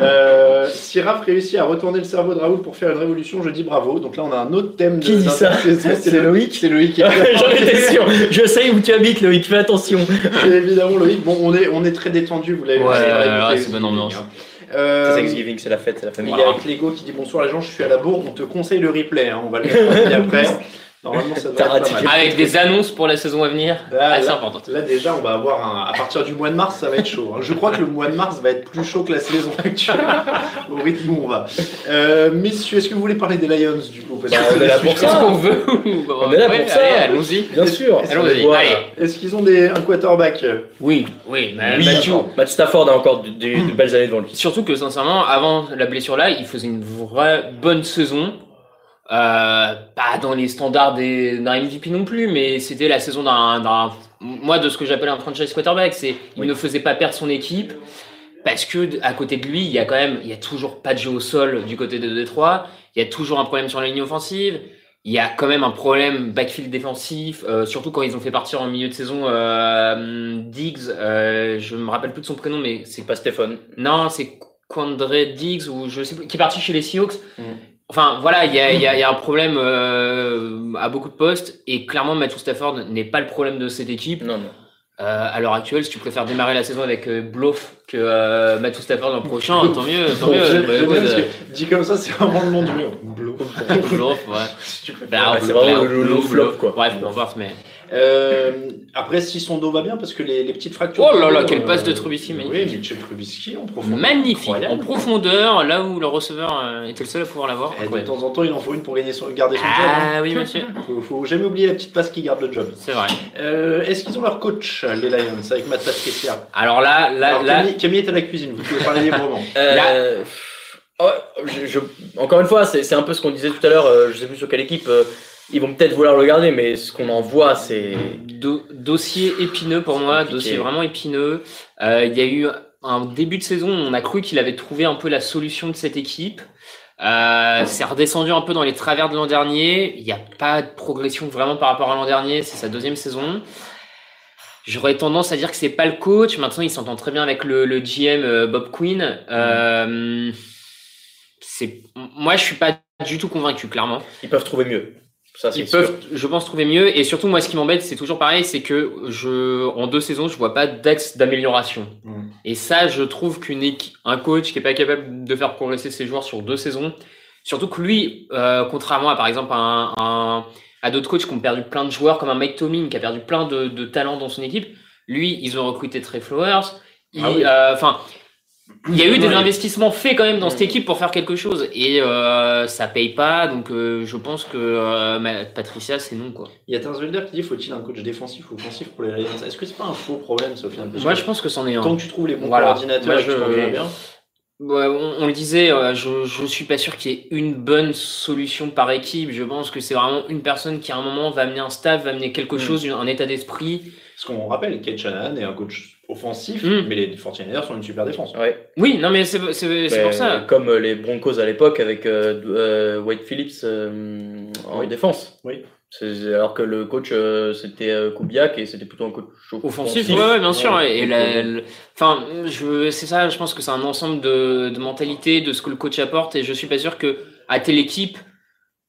C: Euh, si Raph réussit à retourner le cerveau de Raoul pour faire une révolution, je dis bravo. Donc là, on a un autre thème. de-
B: Qui dit ça
C: C'est- c'est- C'est Loïc. C'est Loïc.
B: J'en étais
C: Euh,
B: sûr. Je sais où tu habites, Loïc. Fais attention.
C: C'est évidemment Loïc. Bon, on est, on est très détendu, vous l'avez
D: Ouais,
C: vu. c'est vrai,
D: ouais,
C: vous
D: ouais,
C: l'avez
D: c'est
C: vu.
D: bonne ambiance.
C: Euh,
B: C'est Thanksgiving, c'est la fête, c'est la
C: Il
B: famille.
C: y a avec Lego qui dit bonsoir les gens, je suis à la bourre, on te conseille le replay, hein, on va le regarder après. Normalement ça
B: T'as
C: devrait être
B: raté.
C: pas mal.
D: Avec des annonces pour la saison à venir.
C: Là, Ah,
D: assez
C: là,
D: importante.
C: là, déjà on va avoir un... à partir du mois de mars ça va être chaud. hein. Je crois que le mois de mars va être plus chaud que la saison actuelle au rythme où on va. Euh, messieurs, est-ce que vous voulez parler des Lions du coup Parce que
B: Bah,
C: c'est
B: on
C: le
B: est là
C: sujet.
B: pour
D: Qu'est-ce
B: ça.
D: qu'on veut
B: On est là pour ça.
D: Allez, allons-y.
B: Bien sûr.
C: Est-ce-
D: Allons-y,
B: Voilà.
D: allez.
C: Est-ce qu'ils ont des... un quarterback
D: Oui, oui, mais
B: Oui,
D: Mathieu.
B: Matt Stafford a encore du- du-
C: Mm.
B: de belles années devant lui.
D: Surtout que sincèrement, avant la blessure là, il faisait une vraie bonne saison. Euh, pas dans les standards des- d'un MVP non plus, mais c'était la saison d'un, d'un- moi de ce que j'appelle un franchise quarterback. C'est il ne faisait pas perdre son équipe parce que d- à côté de lui, il y a quand même, il y a toujours pas de jeu au sol du côté de Détroit. Il y a toujours un problème sur la ligne offensive. Il y a quand même un problème backfield défensif, euh, surtout quand ils ont fait partir en milieu de saison euh, hum, Diggs. euh, je me rappelle plus de son prénom, mais c'est
B: C'est pas Stéphane.
D: non, c'est Quandre Diggs ou je sais plus, qui est parti chez les Seahawks.
B: Mm.
D: Enfin, voilà, il y a, il y a- il y a un problème euh, à beaucoup de postes et clairement, Matthew Stafford n'est pas le problème de cette équipe.
B: Non, non.
D: Euh, à l'heure actuelle, si tu préfères démarrer la saison avec euh, Bloff que euh, Matthew Stafford l'an prochain, tant mieux. Tant
C: Bon,
D: mieux
C: j'aime-
D: Bah,
C: j'aime
D: écoute,
C: bien parce que Dit comme ça, c'est vraiment le nom du Bleu.
D: euh, Bloff, ouais. Bah,
B: Ouais, c'est
D: Bloff,
B: vraiment
D: Bloff,
B: le- le
D: Bloff,
B: flop,
D: Bloff.
B: quoi.
D: Bref, on va voir, mais.
C: Euh, après, si son dos va bien, parce que les, les petites fractures.
D: Oh là là, quel
C: Euh,
D: passe de Trubisky,
C: Oui,
D: magnifique.
C: Mitchell Trubisky en profondeur.
D: Magnifique, en
C: Incroyable.
D: profondeur, là où le receveur euh, était le seul à pouvoir l'avoir.
C: Eh, de
D: Incroyable.
C: temps en temps, il en faut une pour gagner son, garder son job.
D: Ah oui, monsieur,
C: hein. Faut, faut jamais oublier la petite passe qui garde le job.
D: c'est vrai.
C: Euh, Est-ce qu'ils ont leur coach, euh, les Lions, avec Matt Patricia
D: Alors là, là,
C: Alors,
D: là,
C: Camille, Camille est à la cuisine, vous pouvez parler librement.
B: Euh, oh, je- je- encore une fois, c'est c'est un peu ce qu'on disait tout à l'heure. euh, je sais plus sur quelle équipe. euh, ils vont peut-être vouloir le garder, mais ce qu'on en voit, c'est.
D: Do- dossier épineux pour moi,
B: compliqué.
D: dossier vraiment épineux. Euh, Il y a eu un début de saison où on a cru qu'il avait trouvé un peu la solution de cette équipe. Euh, c'est redescendu un peu dans les travers de l'an dernier. Il n'y a pas de progression vraiment par rapport à l'an dernier. C'est sa deuxième saison. J'aurais tendance à dire que c'est pas le coach. Maintenant, il s'entend très bien avec le, le GM euh, Bob Quinn. Euh, c'est moi, je suis pas du tout convaincu, clairement.
B: Ils peuvent trouver mieux. Ça, c'est
D: Ils
B: sûr.
D: peuvent, je pense, trouver mieux. Et surtout, moi, ce qui m'embête, c'est toujours pareil, c'est que je, en deux saisons, je vois pas d'axe d'amélioration.
C: Mm.
D: Et ça, je trouve qu'une équ- un coach qui est pas capable de faire progresser ses joueurs sur deux saisons, surtout que lui, euh, contrairement à par exemple à, un- un- à d'autres coachs qui ont perdu plein de joueurs, comme un Mike Tomlin qui a perdu plein de, de talents dans son équipe, lui, ils ont recruté Trey Flowers. Il-
B: Ah
D: euh, Enfin, il y a eu des investissements faits quand même dans cette équipe pour faire quelque chose et euh, ça paye pas donc euh, je pense que euh, ma- Patricia c'est non quoi.
C: Il y a Tarzvelder qui dit faut-il un coach défensif ou offensif pour les Lions Est-ce que c'est pas un faux problème, Sophie Parce
D: Moi
C: que
D: je pense que c'en est un.
C: Tant que tu trouves les bons
D: Voilà.
C: coordinateurs
D: Moi,
C: et que tu
D: je-
C: t'enverras bien.
D: Ouais, on, on le disait, euh, je, je suis pas sûr qu'il y ait une bonne solution par équipe. Je pense que c'est vraiment une personne qui à un moment va amener un staff, va amener quelque chose, une- un état d'esprit.
C: Parce qu'on rappelle, Kate Shanahan est un coach offensif,
D: Mm.
C: mais les 49ers sont une super défense.
B: Ouais.
D: Oui, non mais c'est c'est- c'est
B: Ben,
D: pour ça.
B: Comme euh, les Broncos à l'époque avec euh, d- euh, Wade Phillips euh, en
C: Oui.
B: défense.
C: Oui.
B: C'est- Alors que le coach euh, c'était euh, Kubiak et c'était plutôt un coach
D: Offensif, ouais, ouais, bien sûr.
B: Ouais.
D: Et la- le- enfin, je, c'est ça. Je pense que c'est un ensemble de, de mentalités, de ce que le coach apporte. Et je suis pas sûr que à telle équipe,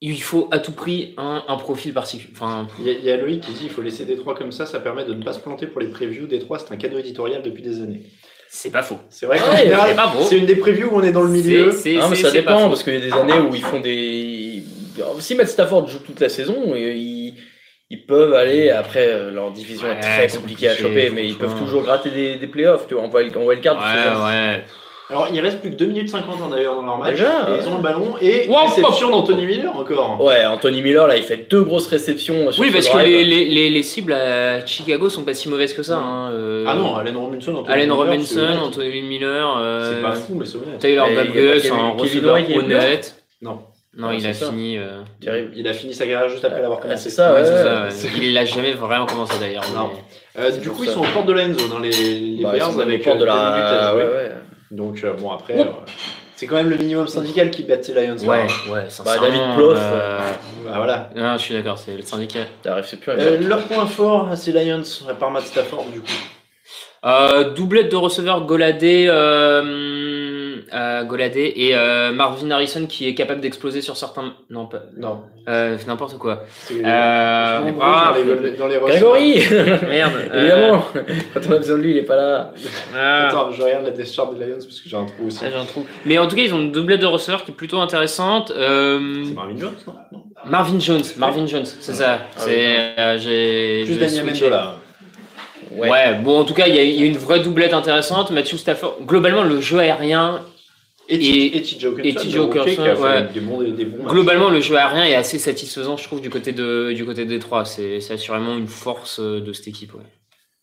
D: il faut à tout prix un, un profil particulier. Enfin,
C: Il y, a- il y a Loïc qui dit il faut laisser Détroit comme ça, ça permet de ne pas se planter pour les previews. Détroit, c'est un cadeau éditorial depuis des années.
D: C'est pas faux.
J: C'est vrai qu'en
D: Ouais,
J: général,
D: c'est pas beau.
J: c'est une des previews où on est dans le milieu.
D: C'est- c'est-
B: Hein, mais
D: c'est-
B: ça
D: c'est pas
B: dépend,
D: faux.
B: parce qu'il y a des années où ils font des. Si Matt Stafford joue toute la saison, et ils, ils peuvent aller. Après, euh, leur division
D: Ouais,
B: est très
D: c'est
B: compliquée à
D: compliqué,
B: choper, mais ils peuvent
D: franchement.
B: toujours gratter des, des playoffs, tu vois, en wild, en wildcard. c'est-
D: Ouais, ouais.
C: Alors, il reste plus que 2 minutes 50 hein, d'ailleurs dans leur match.
B: Déjà,
C: Et
B: ouais.
C: ils ont le ballon et
D: Wow,
C: réception d'Anthony Miller encore.
B: Ouais, Anthony Miller, là, il fait deux grosses réceptions. euh, sur
D: Oui,
B: ce
D: parce que
B: drive.
D: les, les, les, les cibles à Chicago sont pas si mauvaises que ça. Hein. euh,
C: Ah non, Allen Robinson, Anthony
D: Allen
C: Miller,
D: Robinson,
C: c'est-
D: Anthony Miller,
C: C'est
D: euh,
C: pas fou, mais c'est honnête.
D: Taylor
B: Mais il y a pas
D: Douglas,
B: Kevin-
D: un
B: Kevin White,
D: receveur
B: il est
D: honnête.
C: Non.
D: Non,
B: Ouais,
D: il
B: c'est
D: a
B: ça.
D: fini. euh,
B: Terrible.
C: Il a fini sa carrière juste après l'avoir
B: Ah,
C: commencé.
B: c'est ça,
D: ouais,
B: ouais,
D: c'est
B: ouais.
D: ça, ouais. Il l'a jamais vraiment commencé d'ailleurs.
C: Non.
D: mais-
C: Euh,
B: Ah, C'est
C: du
B: pour
C: coup,
B: ça.
C: ils sont en porte de la end zone, hein, les, les
B: Bah, ils
C: Bears,
B: sont
C: avec
B: au bord de
C: euh, deux minutes à
B: la.
C: jouer.
B: Ouais, ouais.
C: Donc, euh, bon, après, euh, c'est quand même le minimum syndical qui bat ces Lions.
D: Ouais,
C: hein.
D: ouais, sincèrement,
B: David Plouffe,
D: euh,
C: Bah, voilà.
D: Non, je suis d'accord, c'est le syndicat.
B: T'arrives, c'est plus un
C: Euh, leur point fort, c'est Lions, à part Matt Stafford, du coup.
D: Euh, doublette de receveur Goladé, euh, euh, Goladé et euh, Marvin Harrison qui est capable d'exploser sur certains. Non, pas.
C: Non.
D: euh, n'importe quoi.
C: C'est-
D: Euh,
C: en gros,
D: ah,
C: dans les, dans les
B: Grégory
D: merde. euh,
B: Évidemment Quand on a besoin de lui, il est pas là.
D: ah.
C: Attends, je regarde la Death Chart des Lions parce que j'ai un trou aussi.
D: Ah, j'ai un trou. Mais en tout cas, ils ont une doublette de receveur qui est plutôt intéressante. Euh,
C: C'est Marvin Jones, non, Non. Ah
D: Marvin Jones, Marvin Jones, c'est ça. C'est, euh, j'ai.
C: Plus
D: je
C: Daniel
D: switchais.
C: Mendola.
D: Ouais. bon, en tout cas, il y, a- il y a une vraie doublette intéressante. Matthew Stafford, globalement, le jeu aérien,
C: Et
D: Et-
C: T.J. Hawkinson.
D: et T.J.
C: le rookie
D: Hawkinson,
C: qui a fait
D: ouais.
C: Des bons, des bons matchs.
D: globalement, le jeu aérien est assez satisfaisant, je trouve, du côté de, du côté des trois. C'est, c'est assurément une force euh, de cette équipe, ouais.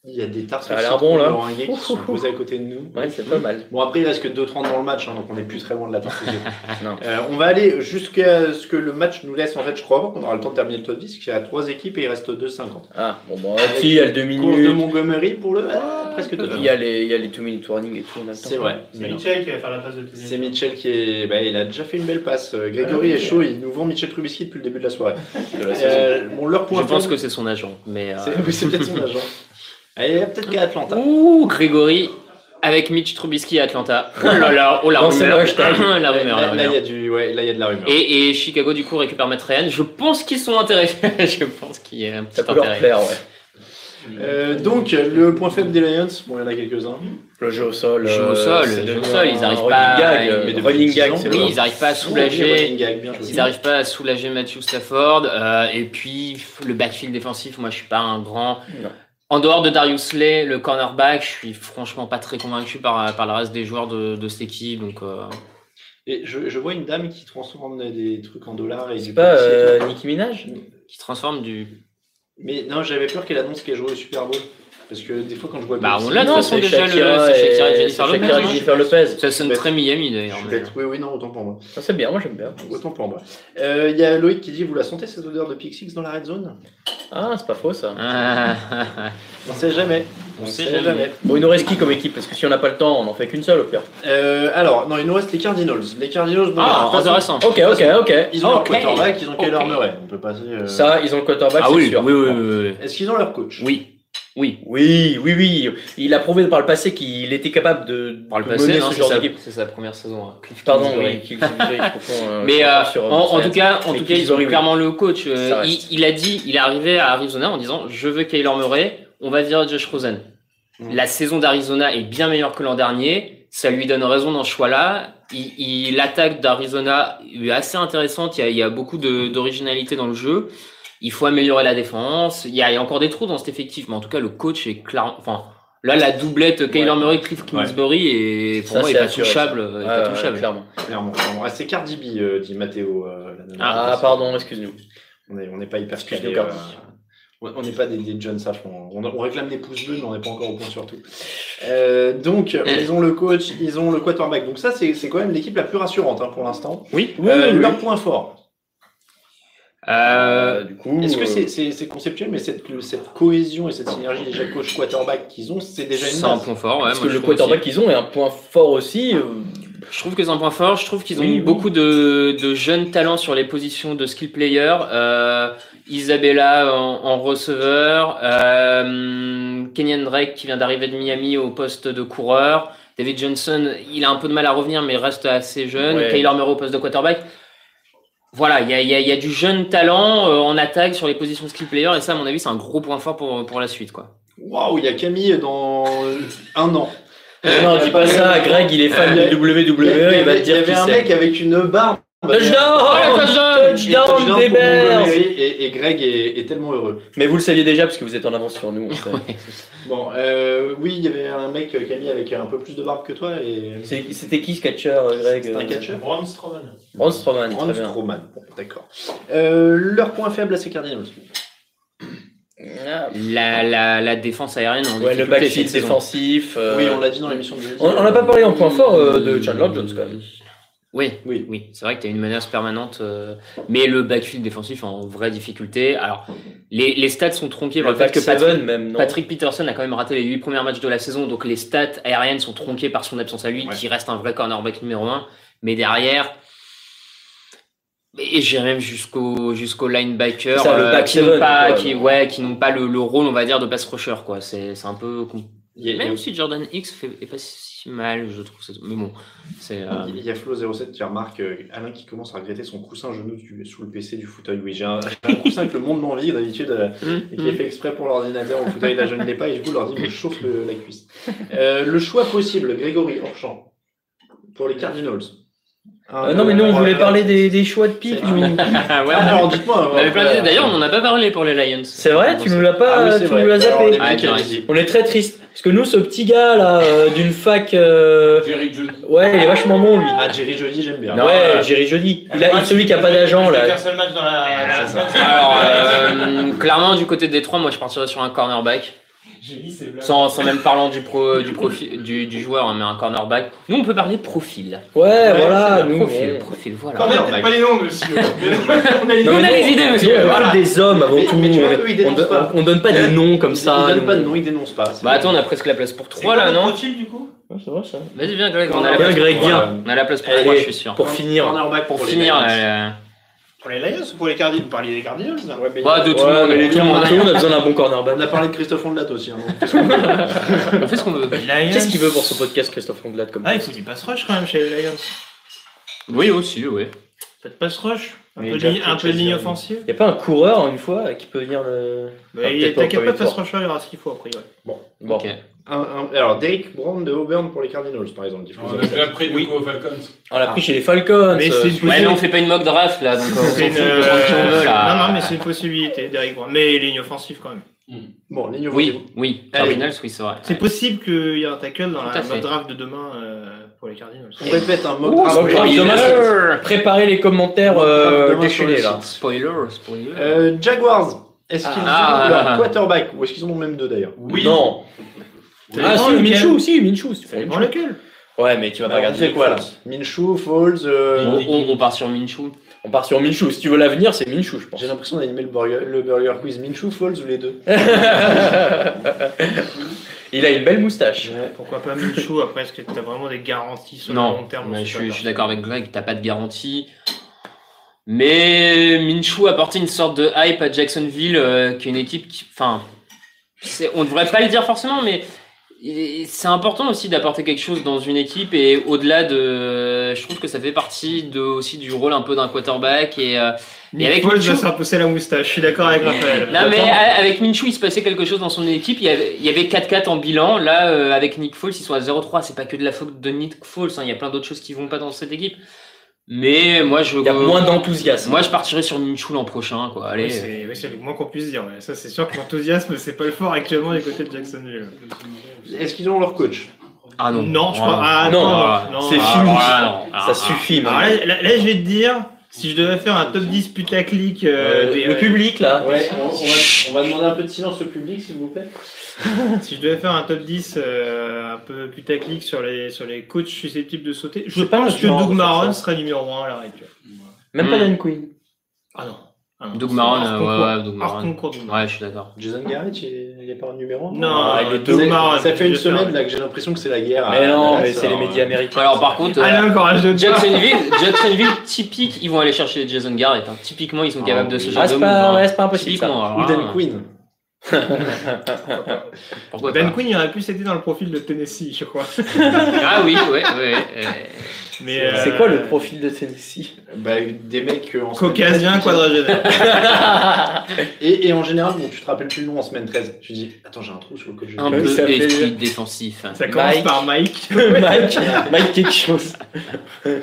C: Il y a des tartes
B: Ça a l'air bon, là.
C: qui sont posés à côté de nous.
B: Ouais, c'est pas mal.
C: Bon, après, il reste que 2-30 dans le match, hein, donc on est plus très loin de la tarte. aux
B: Non.
C: Euh, on va aller jusqu'à ce que le match nous laisse. En fait, je crois pas qu'on aura le temps de terminer le top 10, parce qu'il y a 3 équipes et il reste 2-50.
B: Ah, bon, bon, si, il y a le 2
C: Course de
B: minutes.
C: Montgomery pour le. ah, presque 2
B: Il y a les, il y a les 2 minutes warning et tout, on a le temps.
C: C'est vrai.
K: C'est
C: Mais non.
K: Mitchell qui va faire la passe de tout
C: C'est Mitchell qui est. Bah, il a déjà fait une belle passe. Euh, Grégory est chaud, il nous vend Mitchell Trubisky depuis le début de la soirée.
B: De la saison.
C: Euh, bon, leur point
D: Je pense
C: faible,
D: que c'est son agent, mais. euh,
C: c'est oui, c'est peut-être son hein. agent. Allez, peut-être qu'à Atlanta.
D: Ouh, Grégory avec Mitch Trubisky à Atlanta. Oh là là, oh la
B: Lancez le
D: rumeur,
B: hashtag.
D: la
C: Là,
D: rumeur,
C: là,
D: la
C: il y a
D: rumeur.
C: du, ouais, là, il y a de la rumeur.
D: Et, et Chicago du coup récupère Matt Ryan. Je pense qu'ils sont intéressés. je pense qu'il y a un petit
B: Ça peut leur
D: intérêt.
B: plaire, ouais.
C: Euh, donc, le point faible des Lions, bon, il y en a quelques-uns.
B: Le jeu au sol.
D: Le jeu au
B: euh,
D: sol,
B: c'est
D: le jeu au
B: devenu
D: sol, ils
B: un
D: arrivent
B: running
D: pas-
B: Gag,
D: ils-
B: euh,
C: mais depuis
B: running
C: dix
B: gag,
C: ans,
B: c'est
D: Oui,
B: le
D: ils n'arrivent pas à
C: Ok,
D: soulager.
C: running gag, bien joué.
D: Ils n'arrivent pas à soulager Matthew Stafford. euh, et puis pff, le backfield défensif, moi je suis pas un grand.
B: Non.
D: En dehors de Darius Lay, le cornerback, je suis franchement pas très convaincu par, par le reste des joueurs de, de cette équipe. Donc, euh,
C: Et je, je vois une dame qui transforme des trucs en dollars et
B: C'est
C: du
B: pas
C: petit-
B: euh, Nicki Minaj
D: qui transforme du.
C: Mais non, j'avais peur qu'elle annonce qu'elle joue au Super Bowl. Parce que des fois, quand je vois.
D: Bah,
C: Bill
D: on
C: Simmons,
D: l'a, de toute façon,
B: c'est
D: déjà, le-
B: Shakira
D: c'est
B: et-
D: Shakira et Jennifer
B: c'est Shakira
D: Lopez, hein.
B: et
D: non
B: Jennifer Lopez.
D: Ça sonne
C: Bah,
D: très Miami
C: Je
D: d'ailleurs.
C: suis
D: mais- hein.
C: bête. Oui, oui, non, autant pour moi.
B: Ça, C'est bien, moi j'aime bien.
C: Autant pour moi. Euh, Il y a Loïc qui dit Vous la sentez cette odeur de Pixix dans la red zone
B: Ah, c'est pas faux ça.
D: Ah, ah, ah.
C: On sait jamais. On,
D: sait jamais.
B: Bon, il nous reste qui comme équipe Parce que si on n'a pas le temps, on en fait qu'une seule au pire.
C: Euh, alors, non, il nous reste les Cardinals. Les Cardinals, bon,
D: Ah,
C: de toute façon,
D: intéressant.
B: Ok, ok, ok.
D: Euh,
C: ils ont
B: Ok.
C: leur quarterback, ils ont Kyler
D: Ah, Ok.
C: Murray. On peut passer. euh,
B: Ça, ils ont le quarterback,
D: Ah
B: c'est
D: oui,
B: sûr.
D: oui, oui, oui,
C: Est-ce qu'ils ont leur coach
D: oui. Oui, oui.
B: Oui, oui, oui. Il a prouvé par le passé qu'il était capable de,
D: Par le
B: de
D: passé,
B: mener
D: hein,
B: ce
D: c'est
B: genre
D: sa,
B: d'équipe.
D: c'est sa première saison. hein. Cliff
B: Pardon,
D: Kingsbury.
B: oui. qu'il- qu'il- je comprends, euh,
D: Mais
B: je
D: euh,
B: comprends sur, euh,
D: en, en
B: sur
D: tout cas, en
B: Mais
D: tout cas,
B: qu'ils
D: ils ont
B: auraient eu.
D: clairement le coach. euh,
B: Ça
D: il,
B: reste.
D: il a dit, il est arrivé à Arizona en disant, je veux Kyler Murray, on va virer Josh Rosen.
C: Mm.
D: La saison d'Arizona est bien meilleure que l'an dernier. Ça lui donne raison dans ce choix-là. Il, il- l'attaque d'Arizona est assez intéressante. Il y a, il y a beaucoup de- d'originalité dans le jeu. Il faut améliorer la défense. Il y, a, il y a encore des trous dans cet effectif, mais en tout cas, le coach est clair. Enfin, là, la doublette Kyler
B: Ouais.
D: Murray, Cliff Kingsbury est pour
B: Ça,
D: moi
B: c'est
D: est pas
B: assuré, ça.
D: touchable. est pas
B: Ouais, ouais,
D: touchable.
B: clairement.
C: Clairement. clairement. Ah, c'est Cardi B, euh, dit Mathéo. euh, là, de-
B: Ah, pardon, excuse-nous.
C: On n'est on n'est pas hyper
B: Excuse
C: calé,
B: le corps.
C: euh, on on n'est pas des, des jeunes sages. On, on- on réclame des pouces bleus, mais on n'est pas encore au point sur tout. Euh, donc, ils ont le coach, ils ont le quarterback. Donc ça, c'est c'est quand même l'équipe la plus rassurante hein, pour l'instant.
B: Oui,
C: Euh, Leur point fort.
D: Euh,
B: du coup,
C: Est-ce que
B: euh,
C: c'est c'est- c'est conceptuel, mais cette, que- cette cohésion et cette synergie déjà coach-quarterback qu'ils ont, c'est déjà une
D: C'est un
C: base.
D: point fort. ouais,
B: parce
D: moi,
B: que
D: je
B: le
D: trouve aussi.
B: quarterback qu'ils ont est un point fort aussi. euh,
D: Je trouve que c'est un point fort. Je trouve qu'ils ont
B: Oui, oui.
D: beaucoup de, de jeunes talents sur les positions de skill player. Euh, Isabella en, en receveur, euh, Kenyan Drake qui vient d'arriver de Miami au poste de coureur. David Johnson, il a un peu de mal à revenir mais reste assez jeune.
B: Ouais.
D: Kyler Murray au poste de quarterback. Voilà, il y a, il y a- il y a du jeune talent euh, en attaque sur les positions skill player et ça, à mon avis, c'est un gros point fort pour, pour la suite. quoi.
C: Waouh, il y a Camille dans un an.
B: Non, dis pas ça, Greg, il est fan de WWE, il va te
C: Il y
B: dire
C: avait
B: qui
C: un
B: c'est.
C: mec avec une barbe.
B: Touchdown Touchdown des Bears
C: Et, et Greg est, est tellement heureux.
B: Mais vous le saviez déjà parce que vous êtes en avance sur nous. on sait.
C: Bon, euh, oui, il y avait un mec, euh, Camille, avec un peu plus de barbe que toi. Et...
B: C'est- C'était qui ce catcheur, euh, Greg
C: C'est un catcheur
A: Braun Strowman.
B: Braun Strowman, très
C: Braun
B: bien.
C: Strowman. Bon, d'accord. Euh, leur point faible, là, c'est Cardinals.
D: La, la, la défense aérienne, on
B: Ah. Ouais, le backfield défensif. euh,
C: Oui, on l'a dit dans l'émission de
B: on on n'a pas parlé en point fort euh, de Chandler Jones quand même.
D: Oui,
C: Oui.
D: oui, oui. C'est vrai que tu as une menace permanente, euh, mais le backfield défensif en vraie difficulté. Alors, les, les stats sont tronqués par
B: Le
D: le fait
B: back
D: que
B: seven
D: Patrick,
B: même, non
D: Patrick Peterson a quand même raté les 8 premiers matchs de la saison, donc les stats aériennes sont tronquées par son absence à lui, qui reste un vrai cornerback numéro 1. Mais derrière, et j'irai même jusqu'au jusqu'au linebacker, euh,
B: C'est ça, le back
D: qui n'ont
B: seven,
D: pas,
B: quoi.
D: qui, ouais, qui n'ont pas le, le rôle, on va dire, de pass rusher. quoi. C'est c'est un peu... com-
C: Il y a, il y a-
D: Même si Jordan X fait, est pas si mal, je trouve. c'est- Mais bon, c'est... euh,
C: il y a Flo07 qui remarque euh, Alain qui commence à regretter son coussin genou du- sous le PC du fauteuil. Oui, j'ai un, j'ai un coussin que le monde m'envie d'habitude euh, et qui est fait exprès pour l'ordinateur au fauteuil. Là, je ne l'ai pas et je vous l'ordi me chauffe le- la cuisse. Euh, le choix possible, Grégory Orchamp, pour les Cardinals. Un,
B: Euh, non, mais nous on
C: euh,
B: voulait parler des, des choix de pique.
C: C'est-
B: nous.
D: Ah ouais,
C: Ah, alors, dites-moi.
D: On avait plein d'idées.
C: euh,
D: D'ailleurs, on n'en a pas parlé pour les Lions.
B: C'est vrai, tu nous l'as
C: Ah
B: pas,
C: oui, c'est
B: tu
C: vrai.
B: nous l'as
C: Alors, on est
B: zappé.
D: Ah,
C: bien
D: t'as
C: calé.
B: On est très triste parce que nous, ce petit gars là euh, d'une fac, euh,
F: Jerry Judy.
B: ouais, il est vachement bon lui.
C: Ah, Jerry Jody, j'aime bien.
B: ouais, euh, Jerry Jody. Il a celui qui a pas d'agent
A: Ah, Il a qu'un
B: là. Ah,
A: seul match dans la. dans la semaine.
D: Alors, euh, clairement, du côté des trois, moi, je partirais sur un cornerback.
A: J'ai mis ces blagues.
D: Sans, sans même parlant du, pro, du, profi- du, du joueur, hein, mais un cornerback. Nous, on peut parler de profil.
B: Ouais, voilà,
D: Le
B: nous.
D: profil,
B: on-
D: profil,
A: Quand
B: Ah,
D: voilà.
A: même,
C: Cornerback.
A: pas les hein. noms, monsieur. On a les
D: Non,
A: noms.
D: mais- a les idées,
B: nous,
D: monsieur,
B: on
D: voilà.
B: parle des hommes avant
C: Mais-
B: tout.
C: mais tu vois,
B: on-
C: eux, ils dénoncent
B: on, donne-
C: pas.
B: on donne pas des noms comme ça.
C: Ils donnent pas de
B: nous.
C: nom, ils dénoncent pas. c'est
D: Bah
C: bien.
D: attends, on a presque la place pour
A: C'est
D: 3 là,
A: quoi
D: non
A: le profil, du coup
D: Vas-y, viens, Greg, on a
B: Viens,
D: la place
B: Greg,
D: pour trois,
B: viens.
D: là. On a la place pour
B: Allez,
D: 3, je suis sûr.
B: Pour finir.
C: Cornerback
D: Pour
C: les
D: finir,
C: Lions.
D: là,
A: Pour les Lions ou pour les Cardinals Vous parliez des Cardinals là
C: Ouais, mais
D: Bah, de tout le
B: Ouais, mais les
D: monde. Tout
B: gars,
D: le monde.
B: on a besoin d'un bon
C: On a
B: cornerback.
C: parlé de Christophe Ondelat aussi. hein.
D: On fait ce qu'on veut.
B: Qu'est-ce qu'il veut pour ce podcast, Christophe Rondelat comme
A: Ah, il faut du pass rush quand même chez les Lions.
D: Oui, aussi, oui.
A: Faites pass rush. Un
B: Mais
A: peu de
B: Jack
A: ligne- un peu de
B: Chase,
A: ligne
B: il-
A: offensive.
B: Y a pas un coureur une fois qui peut venir le. Ah,
A: Mais il
B: peut-être
A: est capable
B: pas
A: de
B: au
A: pass
B: premier
A: rusher, il aura ce qu'il faut après. ouais.
B: Bon.
D: Ok.
C: Un- un- alors, Derek Brown de Auburn pour les Cardinals, par exemple.
F: On a déjà pris du coup aux Falcons.
B: On l'a pris chez les
E: Ah,
B: Falcons.
A: Mais
B: euh,
A: c'est une
D: Ouais, mais on
A: possibilité.
D: fait pas une mock draft là, donc on s'en fout,
A: C'est une-
D: on prend qui on veut là.
A: Euh, Non, non, mais c'est une possibilité, Derek Brown. Mais ligne offensive quand même.
C: Bon, ligne
D: Oui,
C: Ah
D: oui,
C: oui.
D: Cardinals, oui, c'est vrai.
A: C'est possible qu'il y ait un tackle dans
D: Tout
A: la
D: à fait.
A: draft de demain euh, pour les Cardinals.
C: On répète un Ah, mock
B: Ouh,
C: draft.
D: Ah,
B: mock draft, dommage. Préparez les commentaires euh,
C: Ah,
B: déchaînés là.
D: Spoiler, spoiler.
C: Euh, Jaguars, est-ce qu'ils
D: Ah.
C: ont leur quarterback ou est-ce qu'ils en ont même deux d'ailleurs
F: Oui.
B: Non. Ah
A: dépend
B: si,
A: lequel.
B: Minshew aussi, Minshew. si tu
A: Ça
B: fais
A: dépend
B: Minshew.
A: lequel.
B: Ouais, mais tu vas pas
C: Alors, Bah, on
B: regarder.
C: fait
B: les
C: quoi là
B: Falcons.
C: Minshew, Falls.
D: on,
C: euh,
D: on- on part sur Minshew.
B: On part sur Minshew. Si tu veux l'avenir, c'est Minshew, je pense.
C: J'ai l'impression d'animer le burger, le burger quiz. Minshew, Falls ou les deux
B: Il a une belle moustache.
A: Pourquoi pas Minshew Après, est-ce que t'as vraiment des garanties sur le long
D: Non,
A: terme
D: mais
A: on sait
D: je,
A: pas.
D: suis- je suis d'accord avec Greg, t'as pas de garantie. Mais Minshew a porté une sorte de hype à Jacksonville, euh, qui est une équipe qui. Enfin, c'est- on devrait pas le dire forcément, mais il- c'est important aussi d'apporter quelque chose dans une équipe et au-delà de. Je trouve que ça fait partie de, aussi du rôle un peu d'un quarterback et. euh,
A: Nick
D: avec
A: Foles
D: Minshew-
A: va se faire pousser la moustache. Je suis d'accord avec Raphaël.
D: Non, mais euh,
B: Attends.
D: a- avec Minshew, il se passait quelque chose dans son équipe. Il y avait, il y avait 4-4 en bilan. Là, euh, avec Nick Foles, ils sont à 0-3. C'est pas que de la faute de Nick Foles. hein. Il y a plein d'autres choses qui vont pas dans cette équipe. Mais moi, je.
B: Il y a moins d'enthousiasme.
D: Moi, je partirai sur Minshew l'an prochain, quoi.
A: Oui,
D: Allez.
A: c'est oui, c'est le moins qu'on puisse dire. ouais. Ça, c'est sûr que l'enthousiasme, c'est pas le fort actuellement du côté de Jacksonville.
C: Est-ce qu'ils ont leur coach
D: ah non.
A: Non, je
D: Ah,
A: crois. Ah,
B: non,
A: non, non,
B: c'est
A: ah,
B: fini.
D: ah, non. Ah,
B: Ça
D: ah.
B: suffit,
A: Alors
B: man.
A: là, là- là, je vais te dire, si je devais faire un top 10 putaclic euh,
B: Euh,
A: des,
B: le
A: euh,
B: public là.
C: Ouais, on, on va, on va demander un peu de silence au public, s'il vous plaît.
A: euh, si je devais faire un top 10 euh, un peu putaclic sur les, sur les coachs susceptibles de sauter, je
B: C'est pas
A: pense
B: un
A: que
B: genre,
A: Doug
B: ça,
A: Marron
B: ça.
A: serait numéro 1 à la règle.
B: Même
D: Hmm.
B: pas Dan Quinn.
A: Ah non. Ah non.
D: Doug Marron,
A: Hors
D: euh,
A: concours.
D: ouais, ouais, Doug
A: Hors
D: Marron.
A: concours, Doug Marron.
D: Ouais, je suis d'accord.
C: Jason Garrett, il est- il est pas un numéro un
A: Non,
B: Ah, il est
A: Doug
C: Ça-
A: Marron.
C: Ça fait une
A: je vais
C: semaine
A: faire-
C: là que j'ai l'impression que c'est la guerre. à-
B: Mais Ah, non,
C: à-
B: mais c'est les
C: alors,
B: médias
C: euh,
B: américains.
D: Alors, par contre. euh,
A: Alain, courage de toi.
D: Jacksonville, Jacksonville, typique, ils vont aller chercher Jason Garrett. hein. Typiquement, ils sont capables de ce genre
B: Ah,
D: de
B: c'est
D: move,
B: pas,
D: hein.
B: ouais, c'est pas impossible. ça.
D: Typiquement, alors
C: Ou
D: là,
C: Dan Quinn.
D: Pourquoi
A: Ben
D: pas
A: Quinn, il aurait plus été dans le profil de Tennessee, je crois.
D: Ah oui, ouais, ouais. euh,
A: Mais,
B: C'est
A: euh,
B: quoi le profil de Tennessee
C: Bah, des mecs euh, en semaine
A: Caucasien
C: 13,
A: quadragénaire.
C: Et, et en général, bon, tu te rappelles plus le nom en semaine 13. Tu dis, attends, j'ai un trou sur lequel je
D: un
B: Oui,
D: peu
B: ça fait-
D: esprit défensif.
A: Ça commence
B: Mike.
A: par Mike.
B: Mike, Mike quelque chose.
C: Euh,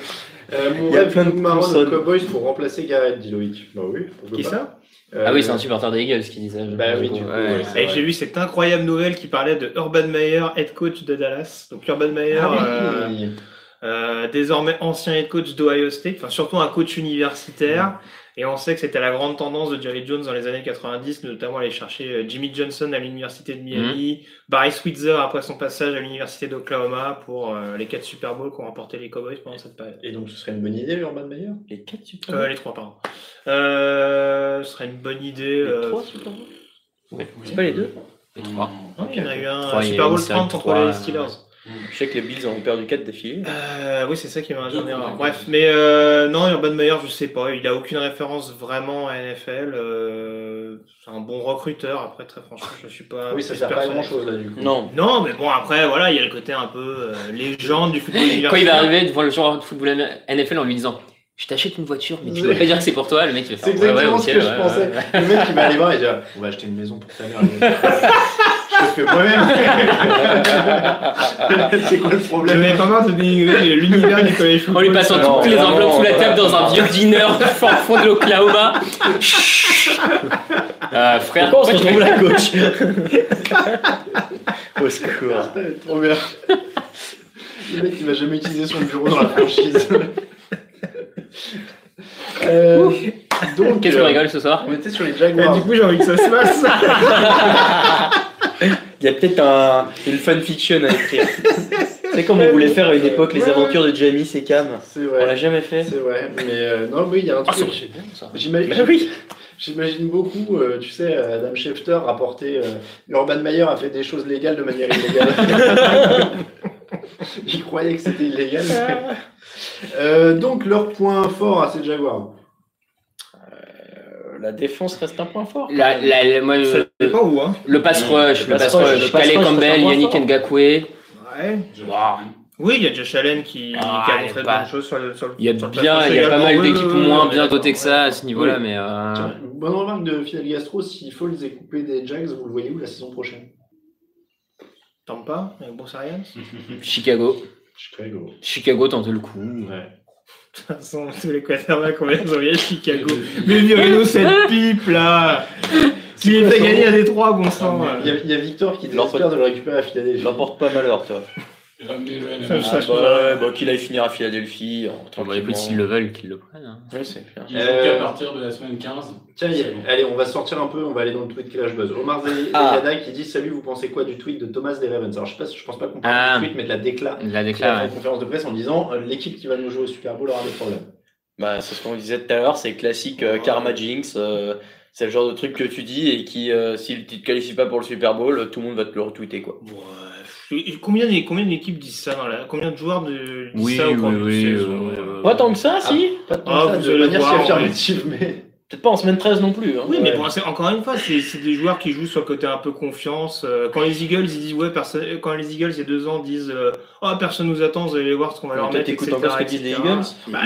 C: mon
B: Il y a
C: rêve
B: plein de
C: Luke Maron aux
B: consonnes.
C: Cowboys pour remplacer Garrett, dit Loïc. Bah oui, pourquoi
A: Qui
C: pas.
A: ça
C: Euh,
D: Ah oui, c'est un supporter des Eagles qui disait. je-
C: Bah oui,
D: je-
C: du coup,
D: hein. ouais.
C: ouais, c'est
A: Et
C: vrai.
A: j'ai vu cette incroyable nouvelle qui parlait de Urban Meyer, head coach de Dallas. Donc Urban Meyer,
C: Ah oui.
A: euh, euh, désormais ancien head coach d'Ohio State, enfin surtout un coach universitaire. Et on sait que c'était la grande tendance de Jerry Jones dans les années 90, notamment aller chercher euh, Jimmy Johnson à l'université de Miami,
C: Mhm.
A: Barry Switzer après son passage à l'université d'Oklahoma pour euh, les quatre Super Bowls qu'ont remporté les Cowboys pendant cette période.
C: Et donc, ce serait une bonne idée, Urban Meyer
B: Les 4 Super
A: Euh, les trois, pardon. Euh, ce serait une bonne idée. euh,
B: C'est pas les deux
D: Les trois.
A: non, il y en a eu un
D: Trois,
A: euh,
D: il y a
A: Super
D: eu
A: Bowl
D: une
A: 30
D: série de
A: contre
D: trois, euh,
A: les Steelers.
B: Je sais que les Bills ont perdu 4 défilés.
A: Euh, oui, c'est ça qui m'a induit en erreur. Bref, mais euh, non, Urban Meyer, je sais pas. Il a aucune référence vraiment à NFL. euh, c'est un bon recruteur. Après, très franchement, je suis pas.
C: ah Oui, ça sert pas à
A: persuadé.
C: grand chose là, du coup.
B: Non.
A: Non, mais bon, après, voilà, il y a le côté un peu euh, légende du football
D: Quand il
A: universitaire.
D: va arriver devant le joueur de football NFL en lui disant Je t'achète une voiture, mais tu dois pas dire que c'est pour toi, le mec il va
C: C'est
D: faire
C: exactement
D: Ouais, ouais,
C: ce
D: ok,
C: que je
D: ouais,
C: pensais.
D: ouais, ouais.
C: Le mec, il va aller voir et dire On va acheter une maison pour ta mère. je te fais moi-même. c'est quoi le
A: Le
C: problème
A: mec en de dénigrer l'univers du collège
D: En
A: football.
D: lui passant
B: Non,
D: toutes les
B: vraiment,
D: enveloppes sous la
B: voilà.
D: table dans un vieux dîner au fond de l'Oklahoma. Chut. Euh, frère,
B: Pourquoi on se retrouve là, coach Au secours.
C: Trop bien. Le mec, il va jamais utiliser son bureau dans la franchise. Euh, donc,
D: Qu'est-ce
C: euh,
D: qu'on rigole ce soir
C: On était sur les
A: Et
C: Jaguars.
A: du coup, j'ai envie que ça se passe.
B: Il y a peut-être un, une fanfiction à écrire. C'est comme on voulait faire à une époque les aventures de Jamie et Cam.
C: C'est
B: On
C: vrai.
B: l'a jamais fait.
C: C'est vrai. Mais euh, non, oui, il y a un truc. J'imagine.
B: oui.
C: J'imagine beaucoup, euh, tu sais, euh, Adam Schefter rapporter euh, Urban Meyer a fait des choses légales de manière illégale. J'y croyais que c'était illégal. Euh, donc, leur point fort à ces Jaguars.
B: Euh, La défense reste un point fort.
D: La- la- la- moi,
A: Ça
D: le,
A: dépend où, hein.
D: le pass rush, le pass rush,
B: le pass
D: Calais
B: rush, c'est
D: Campbell,
B: un point
D: Yannick
B: fort.
D: Ngakwe.
A: Ouais. Oui, il y a Josh Allen qui,
D: Ah,
A: qui a
D: il y a
A: montré de
D: pas-
A: bonnes choses sur le sur le-
D: Il y a
A: sur le
D: bien,
A: pass
D: il y a
A: rush
D: pas mal
A: également. Oui,
D: d'équipes
A: oui, oui,
D: moins
A: oui,
D: bien dotées
A: d'accord.
D: que ça à ce niveau-là,
C: Oui.
D: mais.
E: Ah.
D: euh,
C: Tiens, Bonne remarque de Fidel Gastro, s'il faut les écouper des Jags, vous le voyez où la saison prochaine
A: Tampa, avec Bruce Arians.
D: Chicago.
C: Chicago.
D: Chicago tente le coup.
A: façon, tous les quarterbacks, on vient envoyer à Chicago. Mais virez-nous cette pipe là Qui les fait gagner à Détroit, bon sang
F: Ah,
C: Il y, a, il y a Victor qui
B: Leur-
C: désespère de le récupérer à Philadelphie.
B: L'emporte pas malheur, toi.
A: Ah,
B: Ah,
A: je-
B: bah, ouais, bah, qu'il aille finir à Philadelphie. en
D: On va écouter
B: tranquillement.
D: s'ils le veulent, qu'ils le prennent. hein.
B: Ouais, c'est bien.
L: Ils
C: Euh,
L: jouent qu'à partir de la semaine 15.
C: Tiens, il y a- allez, on va sortir un peu, on va aller dans le tweet Clash Buzz. Omar
B: Ah.
C: Zayada qui dit Salut, vous pensez quoi du tweet de Thomas des Ravens Alors, je, sais pas, si- je pense pas qu'on parle
D: Ah.
C: du tweet, mais de la décla.
D: La
C: Il a fait
D: déclare.
C: une conférence de presse en disant euh, L'équipe qui va nous jouer au Super Bowl aura des problèmes.
B: Bah, c'est ce qu'on disait tout à l'heure, c'est classique euh, Karma Jinx. euh, c'est le genre de truc que tu dis et qui, euh, si tu te qualifies pas pour le Super Bowl, tout le monde va te le retweeter. quoi.
A: Bref. Et- et Combien, des- combien d'équipes disent ça dans la... Combien de joueurs de... disent
D: Oui,
A: ça au cours
D: oui,
A: d'une
D: oui,
A: saison,
D: oui,
A: ouais.
D: oui.
B: Pas Oh, tant que ça, si.
C: Pas tant
A: Ah,
C: que ça,
A: vous
C: de
A: allez
C: manière si
A: voir, ouais.
C: affirmative, mais.
B: Peut-être pas en semaine 13 non plus. hein.
A: Oui, mais
B: Ouais.
A: bon, c'est- encore une fois, c'est c'est des joueurs qui jouent sur le côté un peu confiance. Euh, Quand les Eagles, ils disent ouais, personne. Quand les Eagles, il y a deux ans, disent euh, oh personne nous attend, vous allez voir ce qu'on va leur
B: Toi,
A: mettre.
B: t'écoutes
A: etc.,
B: encore ce que disent les
A: etc.
B: Eagles
A: Bah,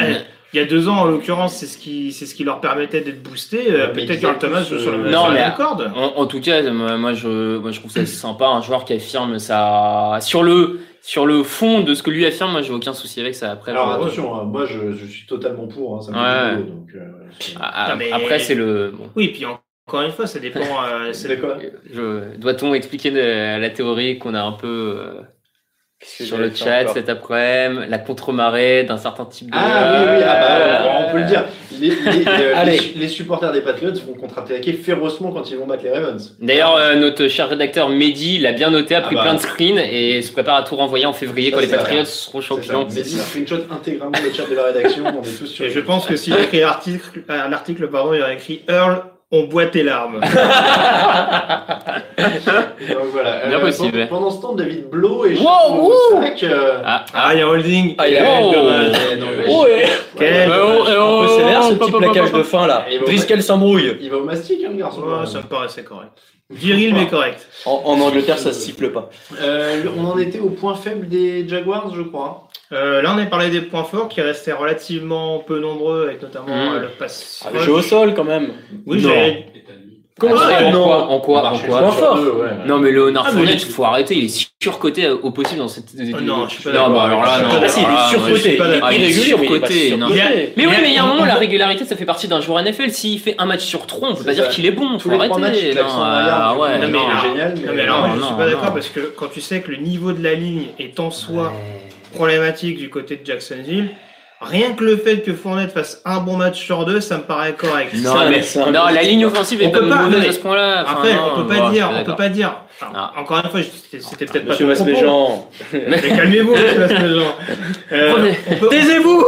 A: il y a deux ans, en l'occurrence, c'est ce qui, c'est ce qui leur permettait d'être boostés. Euh,
C: Ouais, mais
A: Peut-être
C: ils
A: Carl
C: disaient
A: Thomas
C: tous,
A: joue sur le
C: euh,
A: même
D: non, mais-
A: corde.
D: En, en tout cas, moi, moi, je, moi, je trouve ça sympa, un joueur qui affirme ça. Sur le, sur le fond de ce que lui affirme, moi, j'ai aucun souci avec ça. Après, euh,
C: Alors,
D: je-
C: attention, hein, moi je, je suis totalement pour, hein, ça me
D: Ouais.
C: fait du boulot, donc, euh, c'est-
D: Ah, ah,
A: Non, mais-
D: après, c'est le. bon,
A: Oui, puis encore une fois, ça dépend. euh, c'est-
C: C'est quoi
D: je- Doit-on expliquer de- la théorie qu'on a un peu euh,
B: Qu'est-ce que
D: sur
B: j'allais
D: le
B: faire
D: chat
B: encore
D: cet après-midi, la contre-marée d'un certain type de.
C: Ah oui, oui, ah, bah,
D: Euh,
C: on peut le dire. Les, les- euh,
B: Allez.
C: les- les supporters des Patriots vont contre-attaquer férocement quand ils vont battre les Ravens.
D: D'ailleurs, euh, notre cher rédacteur Mehdi l'a bien noté, a pris
C: Ah bah.
D: plein de screens et se prépare à tout renvoyer en février
C: Ça,
D: quand les
C: c'est
D: Patriots
C: vrai.
D: seront
C: C'est ça.
D: champions.
C: Mais dis, screenshot intégralement le chat de la rédaction, on est tous sur
A: Et je pense que s'il écrit l'article, euh, l'article, pardon, il aurait écrit Earl, on boit tes larmes.
C: Donc voilà.
D: Bien possible.
C: pen- Pendant ce temps, David Blow et
D: Wow,
C: Jean
D: wouh.
C: Sack, euh,
D: Ah,
A: Ah, il y a Holding.
B: Ah, il a
D: Oh.
B: dommage.
C: Oh,
B: Ouais.
A: Quel
D: Ouais, oh,
A: dommage.
D: oh,
B: Un peu sévère ce
D: oh,
B: petit
D: pop, pop,
B: plaquage
D: pop,
B: de fin là.
C: Et bon,
B: Driscoll s'embrouille.
C: il va au mastic, hein, le garçon.
A: Ouais, ça me paraissait correct. Viril, mais correct.
B: En, en Angleterre, ça se siffle pas.
C: Euh, on en était au point faible des Jaguars, je crois.
A: Euh, là, on a parlé des points forts qui restaient relativement peu nombreux, avec notamment
D: Mm.
A: euh, le pass.
B: Ah, le jeu au sol quand même.
A: Oui,
B: Non.
A: j'avais-
D: Comment
B: Ah,
D: ça,
B: ouais,
D: en,
B: non.
D: quoi, en quoi En
C: Marcher
D: quoi
B: point
C: sur
B: fort.
C: deux, ouais.
D: Non, mais Léonard
A: Ah, mais
D: Fournette,
A: il
D: faut arrêter, il est surcoté au possible dans cette.
A: Oh, non, je suis pas
D: Non,
A: d'accord.
D: bah, alors là, non.
A: Ah, si, il est
D: Alors là,
A: surcoté,
D: moi, je suis pas
A: il est
D: d'accord. Ah, il est
B: irrégulier, mais il est pas
D: surcoté, non.
A: Il y a-
D: Mais oui,
A: il y a-
D: mais il y a un moment,
A: on-
D: la régularité, ça fait partie d'un joueur NFL. S'il fait un match sur trois, on peut
C: C'est
D: pas
C: ça.
D: dire qu'il est bon.
C: Tous
D: Faut
C: les trois matchs, il
D: arrêter.
C: claque
D: non,
C: 100
D: Ah
C: yards,
D: ouais,
A: non, mais
D: non.
A: alors-
C: génial. Mais euh,
A: Non, mais alors,
D: non,
A: je suis
D: non,
A: pas d'accord
D: non.
A: parce que quand tu sais que le niveau de la ligne est en soi problématique du côté de Jacksonville, rien que le fait que Fournette fasse un bon match sur deux, ça me paraît correct.
D: Non,
B: Ça,
D: mais
B: c'est un-
D: non, la ligne offensive est
A: On
D: pas
A: peut pas-
D: mauvaise
A: mais-
D: à ce point-là. Enfin,
A: Après,
D: non,
A: on peut pas dire,
D: bon, je suis
A: on peut
D: d'accord.
A: pas dire. Enfin,
D: Ah.
A: Encore une fois, c'était c'était peut-être pas
B: Monsieur
A: ton propos.
B: Masméjean.
A: Mais calmez-vous, monsieur Masmejean. Euh,
D: Prenez-
A: on peut-
D: Taisez-vous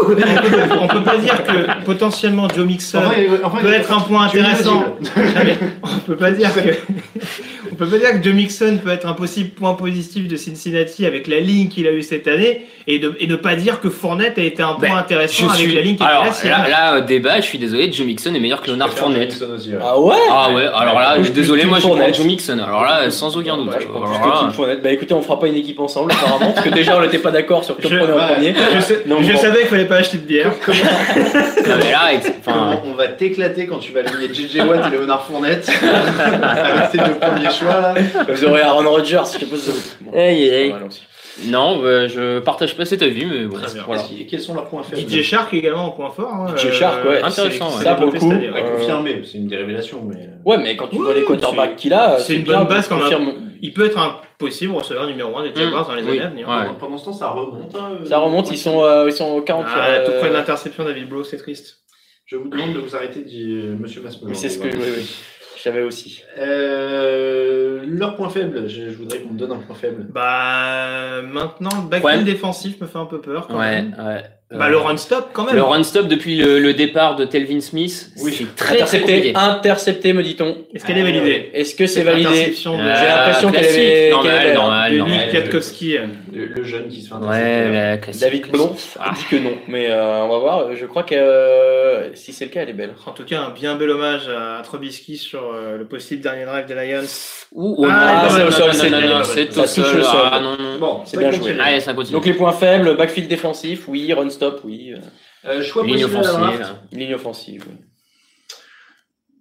A: on peut pas dire que potentiellement Joe Mixon
C: Enfin, il- enfin,
A: peut
C: il-
A: être un point
C: tu es
A: intéressant.
C: inaudible.
A: Non, mais on peut pas dire que on peut pas dire que Joe Mixon peut être un possible point positif de Cincinnati avec la ligne qu'il a eue cette année et de et ne pas dire que Fournette a été un point
D: Ben,
A: intéressant
D: Je
A: avec
D: suis-
A: la ligne qui
D: Alors
A: était la sienne.
B: hein.
D: là, là, euh, débat, je suis désolé, Joe Mixon est meilleur que Leonard Fournette.
B: Ah ouais
D: Ah ouais, alors là, je suis désolé, moi je prends
B: Fournette.
D: Joe Mixon. Alors là, sans aucun doute.
B: Ouais, je prends
D: Alors
B: plus que
D: là-
B: Team Fournette. Bah écoutez, on fera pas une équipe ensemble apparemment, parce que déjà on n'était pas d'accord sur qui on
A: Je-
B: prenait en
C: ouais.
B: premier.
A: je sais-
B: Non,
A: je
B: bon.
A: savais qu'il fallait pas acheter de bière.
D: Non, mais là, ex- enfin,
C: Comment on va t'éclater quand tu vas aligner JJ Watt et Léonard Fournette avec tes deux premiers choix là.
B: Vous aurez Aaron Rodgers, je sais pas si vous- Bon,
D: Aïe, aïe, aïe.
B: pas mal aussi.
D: non, bah, je partage pas cet avis, mais bon.
B: Voilà.
C: Qu'est-ce qui- Quels sont leurs points faibles
A: DJ Shark également en point fort. hein.
B: DJ Shark, ouais.
D: Intéressant,
A: c'est-
D: ouais.
A: c'est
B: Ça, pour le
A: développé
B: coup,
A: cette année,
C: À
A: ouais.
B: Euh,
C: confirmer, c'est une des révélations, mais.
B: Ouais, mais quand tu
A: Oui,
B: vois les quarterbacks qu'il a, euh,
A: c'est une
B: bien
A: bonne base
B: qu'on
A: qu'on a.
B: confirme.
A: Il peut être un possible receveur numéro 1 des Jaguars dans les
D: Mm. Oui.
A: années à venir.
D: Ouais.
C: euh, Pendant- Pendant ce temps, ça remonte. hein, euh,
B: Ça remonte, ils sont, euh, ils sont au 40.
A: Ah,
B: euh,
A: Tout près de l'interception, David Blow, c'est triste.
C: Je vous demande de vous arrêter, dit euh, Monsieur Masmejean.
B: mais c'est ce que oui, oui. je savais aussi.
C: Euh, leur point faible, je, je voudrais qu'on me donne un point faible.
A: Bah maintenant, le backfield
D: Problème.
A: défensif me fait un peu peur. Quand
D: Ouais,
A: Même.
D: ouais.
A: Bah le run stop quand même.
D: Le run stop depuis le, le départ de Telvin Smith,
B: Oui.
D: c'est très très
B: intercepté,
D: compliqué.
B: intercepté, me dit-on.
A: Est-ce qu'elle est validée
B: euh, Est-ce que c'est validé
A: Interception de,
D: Euh,
B: J'ai l'impression qu'elle
D: classique.
B: est-
D: Non,
B: qu'elle
D: mais
B: est-
D: normal,
A: de
D: normal.
A: Nick Kwiatkowski.
C: Le, le jeune qui se fait
D: Ouais,
C: intercepter.
D: mais classique.
B: David Blond
D: Ah.
B: dit que non, mais euh, on va voir. Je crois que euh, si c'est le cas, elle est belle.
A: En tout cas, un bien bel hommage à Trubisky sur euh, le possible dernier drive des Lions.
D: Ou oh,
A: Ah,
D: non,
A: c'est
D: non,
A: au
D: non,
A: sol,
D: non,
A: c'est-
D: non, non, c'est au
B: ça touche
D: sol.
B: le sol.
D: Ah non, non.
C: Bon,
B: Oh, C'est
C: ça
B: bien
C: continue.
B: joué.
D: Allez, ça continue.
B: Donc les points faibles, backfield défensif, oui, run stop, oui, euh,
C: Euh, choix
D: Ligne
C: possible à la draft.
D: offensive.
B: ligne offensive. oui.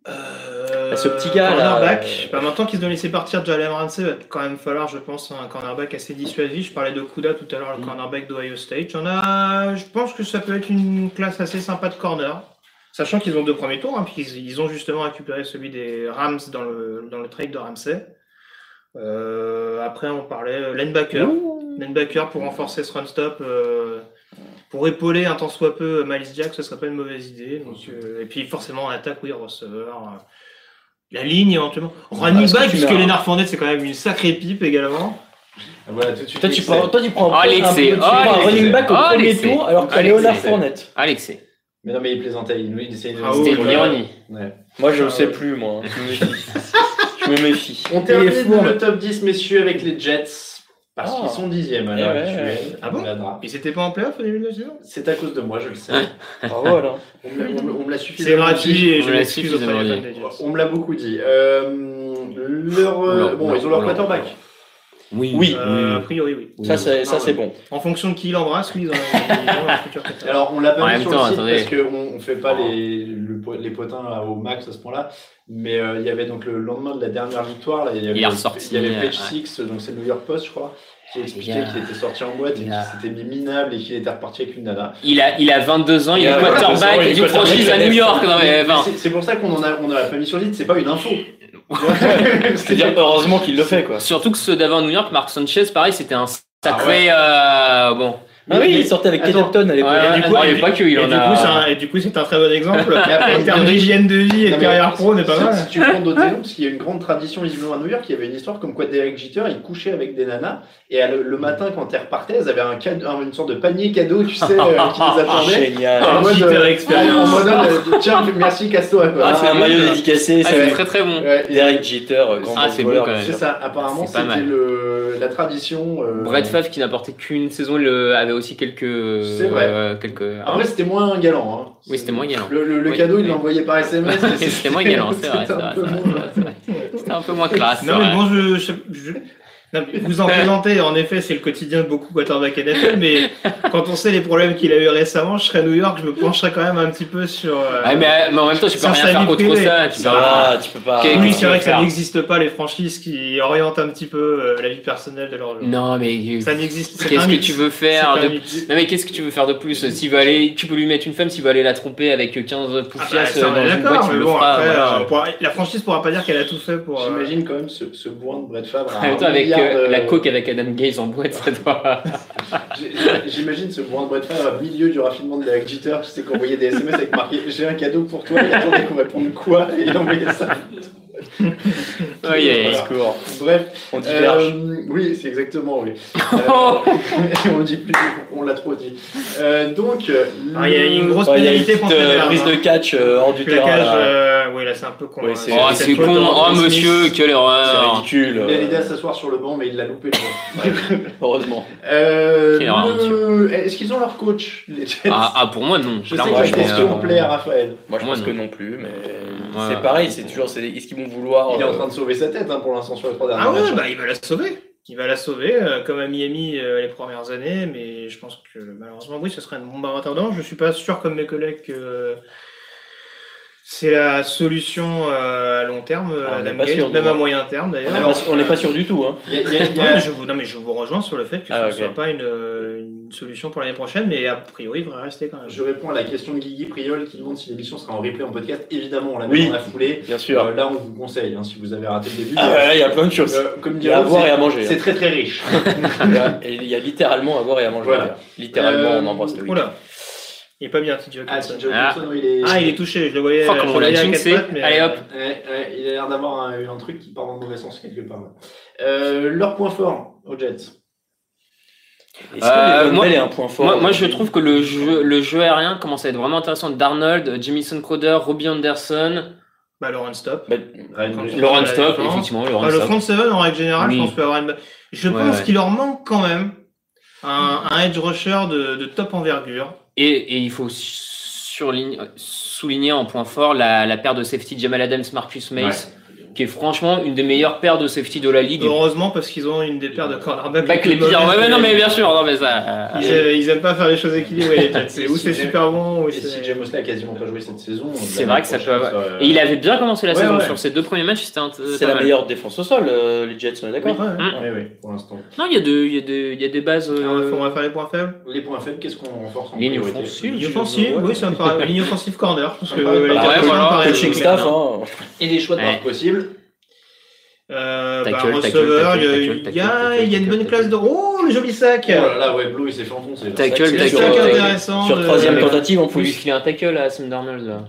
A: Euh,
B: Ce petit gars, là,
A: cornerback.
B: euh,
A: Bah, maintenant qu'ils ont laissé partir Jalen Ramsey, va quand même falloir, je pense, un cornerback assez dissuasif. Je parlais de Kuda tout à l'heure, le
B: Mm.
A: cornerback d'Ohio State. On a, je pense que ça peut être une classe assez sympa de corner. Sachant qu'ils ont deux premiers tours, hein, puis ils, ils ont justement récupéré celui des Rams dans le, dans le trade de Ramsey. Euh, après, on parlait euh, linebacker. Linebacker pour renforcer ce run stop. euh, pour épauler un tant soit peu Malice Jack, ce serait pas une mauvaise idée. Donc, euh, et puis forcément en attaque, oui, receveur. euh, la ligne éventuellement. Running
B: est-ce que
A: back,
B: tu
A: puisque
B: l'as
A: Lénard Fournette, c'est quand même une sacrée pipe également.
C: Ah, Voilà, tout de suite.
B: Toi, tu
C: l'excès.
B: prends, toi, tu prends
D: Oh,
B: un,
D: l'excès.
B: un- tu
D: Oh,
B: prends un
D: l'excès.
B: running back au
D: Oh,
B: premier
D: l'excès.
B: tour, alors qu'il y a
D: Oh,
B: Léonard
D: l'excès.
B: Fournette.
D: Alexé,
C: Mais non, mais il plaisantait, il, il essayait de.
A: Ah,
D: c'était
A: oui,
D: une
A: voilà.
D: ironie.
C: Ouais.
B: Moi, je ne
A: Ah,
B: sais
A: ouais.
B: plus, moi. hein. Je me méfie. je me méfie.
C: On
B: Et
C: termine
B: Fournette.
C: le top 10, messieurs, avec les Jets. Parce
B: Ah.
C: qu'ils sont dixièmes à
B: Eh
C: l'heure
B: ouais.
C: actuelle.
A: Ah bon
C: de la draft.
A: Ils étaient pas en playoff au début de la saison
C: C'est à cause de moi, je le sais.
B: Bravo, alors.
C: On me, on me- on me l'a
A: C'est
C: suffisamment
A: gratuit et
D: On
A: je
D: l'a
A: m'excuse auprès des fans
D: suffisamment
A: des Jets.
C: On me l'a beaucoup dit. Euh, leur, euh,
D: Leur-
C: bon,
D: leur-
C: ils ont leur,
D: leur-
C: quarterback.
D: Oui.
B: Oui.
A: Euh, a priori, oui.
B: Ça, c'est, ça,
C: Non,
B: c'est
C: mais-
B: bon.
A: En fonction de qui il embrasse, oui, ils ont ils ont un futur peut-être.
C: Alors, on l'a
D: En
C: pas
D: même
C: mis sur le
D: temps,
C: site
D: attendez.
C: parce qu'on ne fait pas les, le po- les potins là, au max à ce point-là. Mais euh, il y avait donc le lendemain de la dernière victoire, là, il y avait,
D: est ressorti,
C: il y avait
D: euh,
C: Page
D: ouais. Ah,
C: 6, donc c'est le New York Post, je crois, qui expliquait
D: gars.
C: qu'il était sorti en boîte et
D: Il
C: qu'il
D: a-
C: s'était mis minable et qu'il était reparti avec une nana.
D: Il a, il a 22 ans, il
B: Il a
D: est
B: 22 ans, il
D: quarterback
B: est
D: d'une
B: quarterback
D: franchise à
B: de la
D: New York. Non, mais, enfin,
C: C'est- C'est pour ça qu'on en a, on en a pas mis sur le site, c'est pas une info.
B: C'est-à-dire, heureusement qu'il le fait, quoi.
D: surtout que ceux d'avant New York, Mark Sanchez, pareil, c'était un sacré.
C: Ah ouais.
D: euh, bon,
B: Ah oui, il sortait avec Kate Upton à l'époque.
D: Ouais, ouais,
A: du coup,
D: non,
A: et
D: il y a pas que lui, il
A: et
D: en
A: du
D: a- ah,
A: coup, c'est un- Et du coup, c'est un très bon exemple.
C: après,
A: en termes d'hygiène de vie et de
C: Non, mais
A: carrière pro, on est pas
C: si-
A: mal.
C: Si tu prends d'autres exemples, parce qu'il y a une grande tradition visiblement à New York, il y avait une histoire comme quoi Derek Jeter, il couchait avec des nanas, et à le, le matin, quand elles repartaient, elles avaient un cadeau, un- une sorte de panier cadeau, tu sais, euh, qui les attendait.
B: Ah, Génial.
C: En mode,
A: Jeter
C: euh,
A: expérience.
C: en mode, euh, tiens, merci Casto. quoi.
B: Ah, c'est un maillot dédicacé,
D: Ah,
B: ça
D: c'est
B: va.
D: très très bon.
C: Ouais, et-
B: Derek Jeter, euh, grand
D: Ah, c'est bon
B: voleur.
D: quand même.
C: C'est ça, apparemment,
D: C'est pas
C: c'était
D: mal.
C: le- la tradition. euh,
D: Brett Favre qui n'a porté qu'une saison, il euh, avait aussi quelques.
C: C'est vrai.
D: euh, quelques...
A: Ah
C: Après, c'était moins galant. hein.
D: Oui, c'était moins galant.
C: Le, le- le
D: Oui,
C: cadeau, il
D: oui.
C: l'envoyait par SMS. mais
D: C'était moins galant, c'est vrai.
C: c'était
D: c'est
C: un
D: vrai,
C: peu
D: c'est vrai,
C: moins-
D: c'est vrai, c'est vrai. C'était un peu moins classe. c'est
A: Non, mais
D: vrai.
A: bon, je, je- je- non, mais vous en présentez, en effet, c'est le quotidien de beaucoup quarterback NFL, mais quand on sait les problèmes qu'il a eu récemment, je serais à New York, je me pencherais quand même un petit peu sur. euh,
D: Ouais, mais, mais en même temps, tu peux
A: Sur
D: rien
A: sa
D: faire
A: vie
D: contre
A: privée.
D: ça. Tu peux
B: Ah, tu peux pas.
D: Quel-
A: Oui,
D: qu'est-ce
A: c'est vrai
D: qu'il
A: que
D: va
A: ça
D: faire
A: n'existe pas, les franchises qui orientent un petit peu euh, la vie personnelle de leur joueur.
D: Non, mais euh,
A: Ça n'existe c'est
D: qu'est-ce
A: un
D: que
A: mythe.
D: tu veux
A: C'est
D: faire
A: un
D: de...
A: mythe.
D: Non, mais qu'est-ce que tu veux faire de plus S'il veut aller, tu peux lui mettre une femme, s'il veut aller la tromper avec 15
A: Ah bah,
D: poufias euh,
A: ça, on
D: dans
A: est
D: une
A: d'accord,
D: boîte, tu
A: mais
D: le
A: bon,
D: feras.
A: après,
D: voilà.
A: euh, pourra- la franchise pourra pas dire qu'elle a tout fait pour. euh,
C: J'imagine quand même ce, ce bourrin de Brett Favre. à
D: En même temps,
C: un
D: avec
C: milliard
D: euh,
C: de-
D: la coke avec Adam Gaze en boîte, ça doit.
C: J'ai- j'ai- J'imagine ce bourrin de Brett Favre au milieu du raffinement de Derek Jeter, tu sais, qu'on envoyait des SMS avec marqué J'ai un cadeau pour toi, il attendait qu'on réponde quoi, et il envoyait ça.
D: Oui, oui.
B: Discours.
C: Bref.
B: On diverge.
C: euh, oui, c'est exactement, oui. Euh, on dit plus, on l'a trop dit. Euh, donc, euh,
A: ah, Il y a une grosse
B: Ouais, Il y a une
A: pénalité
B: petite
A: contre
B: euh,
A: Federer,
B: prise de
A: hein.
B: catch euh, hors du
A: Puis la
B: terrain.
A: cage,
B: là.
A: euh, oui, là, c'est un peu con.
B: Oui,
A: hein.
B: c'est-
D: Oh,
A: Cette
D: c'est
A: faute
D: con.
A: de
D: Oh,
A: Anthony
D: monsieur,
A: Smith.
D: quelle
B: C'est
D: horreur.
B: ridicule.
C: il a aidé
B: euh,
C: à s'asseoir sur le banc, mais il l'a loupé. le banc.
B: Heureusement.
C: Euh,
D: Quelle erreur,
C: le- Est-ce qu'ils ont leur coach les Jets
D: Ah, ah, pour moi, non.
C: Je sais
D: Clairement,
C: que la
B: je pense
C: question
B: que-
C: plaît à Raphaël.
B: Moi, je
D: Moi,
B: pense
D: non.
B: que non plus, mais
D: Ouais.
B: c'est
E: Ah.
B: pareil, c'est toujours, c'est est-ce qu'ils vont vouloir
C: Il est en
B: euh,
C: train de sauver sa tête hein, pour l'instant sur les trois derniers
A: Ah ouais,
C: matchs.
A: bah, il va la sauver. Il va la sauver, euh, comme à Miami euh, les premières années, mais je pense que malheureusement, oui, ce serait une bombe à retardant. Je suis pas sûr, comme mes collègues, que c'est la solution euh, à long terme,
B: Ah, on
A: à
B: n'est
A: Adam
B: pas
A: Gates,
B: sûr,
A: même
B: nous,
A: à
B: hein.
A: moyen terme
B: on n'est
A: d'ailleurs.
B: pas- on n'est pas sûr du tout, hein.
C: Il y a- il y a- il y
A: Ouais,
C: a-
A: mais je, vous, non, mais je vous rejoins sur le fait que
B: Ah,
A: ce
B: ok.
A: ne soit pas une, euh, une solution pour l'année prochaine, mais a priori, il devrait rester quand même.
C: Je réponds à la question de Guigui Priol qui demande si l'émission sera en replay en podcast. Évidemment, on la met
B: Oui.
C: dans la foulée.
B: Bien sûr.
C: Euh, là, on vous conseille hein, si vous avez raté le début.
B: Ah ouais, il y a plein de choses.
C: Euh, comme
B: Il y a à
C: dirait
B: boire et
C: c'est-
B: à manger.
C: c'est très très riche.
B: hein. Il y a- Il y a littéralement à boire et à manger.
C: Voilà.
B: d'ailleurs. Littéralement,
C: Euh,
B: on embrasse le
A: Oula, il est pas bien, TJ
C: Ah,
A: Hawkinson.
C: T.J. Hawkinson, oui, il est.
A: Ah, il est touché, je le voyais.
D: Fuck,
A: je
D: on
A: le
D: l'a
A: voyais à quatre
D: jinxé.
A: pattes, mais,
D: Allez,
A: euh,
D: hop.
C: Ouais, ouais, il a l'air d'avoir un, un truc qui part dans le mauvais sens quelque part. là. Euh, leur point fort aux Jets.
B: Est-ce que
D: Euh,
B: Le'Veon
D: moi-
B: Bell est un point fort
D: Moi, moi, je trouve que le jeu, le jeu aérien commence à être vraiment intéressant. Darnold, Jamison Crowder, Robbie Anderson,
A: Bah, Lauren Stop.
B: Bah,
D: Laurent
A: Voilà,
D: Stop,
A: la défense.
D: effectivement,
A: Bah,
D: Laurent
A: le
D: Stop.
A: front seven, en règle générale,
D: Oui.
A: je pense peut avoir une- Je
D: Ouais,
A: pense
D: ouais.
A: qu'il leur manque quand même un, un edge rusher de, de top envergure.
D: Et, et il faut surligne- souligner en point fort la, la paire de safety Jamal Adams, Marcus Mace, qui est franchement une des meilleures paires de safety de la ligue.
A: Heureusement, parce qu'ils ont une des paires de cornerbacks.
D: Pas Bah, que les
A: plus
D: pires. Ouais,
A: mauvaises.
D: ouais, non, mais bien sûr. Non, mais ça. euh,
A: Ils, euh, ils aiment pas faire les choses équilibrées, les Jets. C'est- Ou c'est
C: Si-
A: super bon, ou
C: Et si
A: c'est.
C: James Mosley a quasiment pas joué cette saison.
D: C'est
C: la
D: vrai que ça
C: prochaine, euh,
D: peut avoir-
C: ça-
D: Et euh, il avait bien commencé la
C: Ouais,
D: saison
C: ouais.
D: sur ses deux premiers matchs. C'était un-
B: c'est
D: pas
B: la
D: mal.
B: meilleure défense au sol, euh, les Jets, on est d'accord
A: Ouais, ouais.
C: Ouais, ouais, pour l'instant.
D: Non, il y a de- il y, a de- il y a des bases. euh,
A: Alors, On va faire les points faibles.
C: Les points faibles, qu'est-ce qu'on renforce en
D: Ligne
C: priorité
D: offensive.
A: Ligne offensive, oui, ça me paraît. Ligne offensive corner. Je pense que
D: Ah,
C: Ouais,
A: les
D: bah, voilà.
A: quatre
D: Coaching
A: paraissent
B: Coaching
A: clairs.
B: staff, hein.
C: Et les choix de
D: Ouais.
C: draft possibles.
A: Euh,
D: Ta
A: bah,
D: gueule, ta gueule,
A: receveur,
D: ta
A: il y a
D: gueule,
A: une-
D: ta gueule, ta
A: il y a-
D: gueule,
A: il y a
D: ta
A: une
D: gueule,
A: bonne
D: ta
A: classe de. Oh, le joli sac!
C: Oh là là, ouais, Blue, il s'est fait enfoncer. là.
D: Tackle,
B: C'est
D: tackle,
B: sur,
A: C'est un cas
D: tackle.
A: intéressant
B: sur
A: de-
B: troisième
D: Ouais.
B: tentative en
D: Faut lui
B: plus.
D: filer un tackle à Sam Darnold. Là.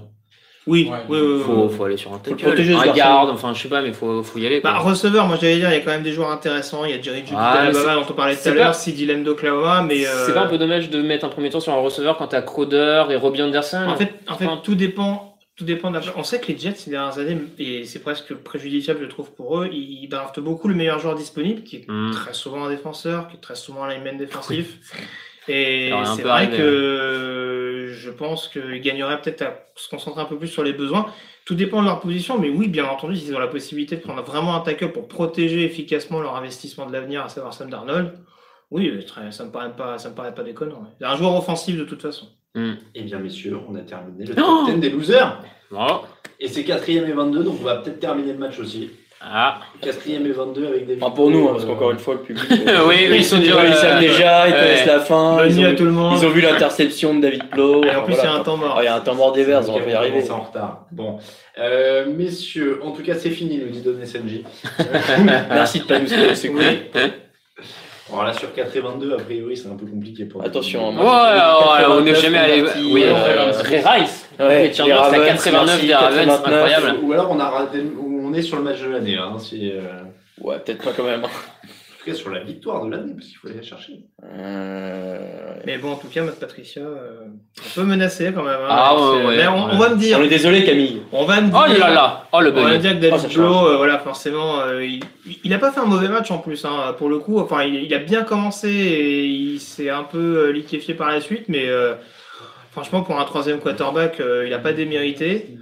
A: Oui, oui, oui, oui.
D: Faut, faut aller sur un
B: le
D: tackle,
B: protéger, ce
D: un
B: garçon.
D: garde. Enfin, je sais pas, mais faut, faut y aller. quoi.
A: Bah, receveur, moi j'allais dire, il y a quand même des joueurs intéressants. Il y a Jerry Judy
D: Ah, mais
A: d'Alabama dont on parlait tout
D: c'est
A: à
D: pas-
A: l'heure, Sidney Lamb d'Oklahoma, mais. euh,
D: C'est pas un peu dommage de mettre un premier tour sur un receveur quand t'as Crowder et Robbie Anderson
A: En fait, en fait
D: Enfin-
A: tout dépend. Tout dépend de la... On sait que les Jets, ces dernières années, et c'est presque préjudiciable, je trouve, pour eux, ils draftent beaucoup le meilleur joueur disponible, qui est
D: Hmm.
A: très souvent un défenseur, qui est très souvent un lineman défensif. Et
D: Alors, un
A: c'est
D: peu
A: vrai
D: arrivé,
A: que je pense qu'ils gagneraient peut-être à se concentrer un peu plus sur les besoins. Tout dépend de leur position, mais oui, bien entendu, s'ils ont la possibilité de prendre vraiment un tackle pour protéger efficacement leur investissement de l'avenir, à savoir Sam Darnold, oui, très- ça me paraît pas, ça me paraît pas déconnant. ouais. C'est un joueur offensif de toute façon.
C: Eh bien, messieurs, on a terminé le
D: Non
C: top 10 des losers.
D: Bravo.
C: Et c'est 4 et 22, donc on va peut-être terminer le match aussi.
D: Ah.
C: 4 et 22 avec des.
B: Enfin, pour nous, hein, parce qu'encore une fois, le public. euh,
D: oui, oui, ils sont
B: ils
D: durs. euh,
B: savent déjà, ils
D: ouais.
B: connaissent la fin.
A: Bonne
B: Ah, Ils
A: nuit à
B: ont,
A: tout le monde.
B: ils ont vu l'interception de David Blow.
A: Et en plus, il y
B: voilà,
A: a un
B: quoi.
A: temps mort.
B: Ah, Il y a un temps mort des Verts, on va y arriver.
C: C'est en retard. Bon. Euh, messieurs,
B: Ah,
C: en tout cas, c'est fini, nous dit Don SNJ.
B: Merci de pas nous c'est cool.
A: Oui.
C: Alors là, sur 4 et 22, a priori, c'est un peu compliqué pour
B: Attention, hein,
D: Ouais, ouais, ouais, on n'est jamais allé. Oui, euh, Ray Rice.
B: Ouais,
D: Ray Chandler, c'est à 89 des Ravens, incroyable.
C: Ou alors, on, a raté- ou on est sur le match de l'année. Hein, si, euh, En
B: Ouais, peut-être pas quand même. hein.
C: tout cas, sur la victoire de l'année, parce qu'il faut aller la chercher.
B: Euh,
A: Mais bon, en tout cas, Matt Patricia, euh, un peu menacé quand même. hein.
D: Ah, ouais,
A: C'est-
D: ouais.
A: mais on, on va me dire,
B: On est désolé, Camille.
A: on va me dire.
D: Oh là là, oh le
A: On va
D: bug.
A: dire que David
B: Oh, ça
A: Joe, euh, voilà, forcément, euh, il, il a pas fait un mauvais match en plus, hein, pour le coup. Enfin, il, il a bien commencé et il s'est un peu euh, liquéfié par la suite, mais euh, franchement, pour un troisième quarterback, euh, il a pas démérité.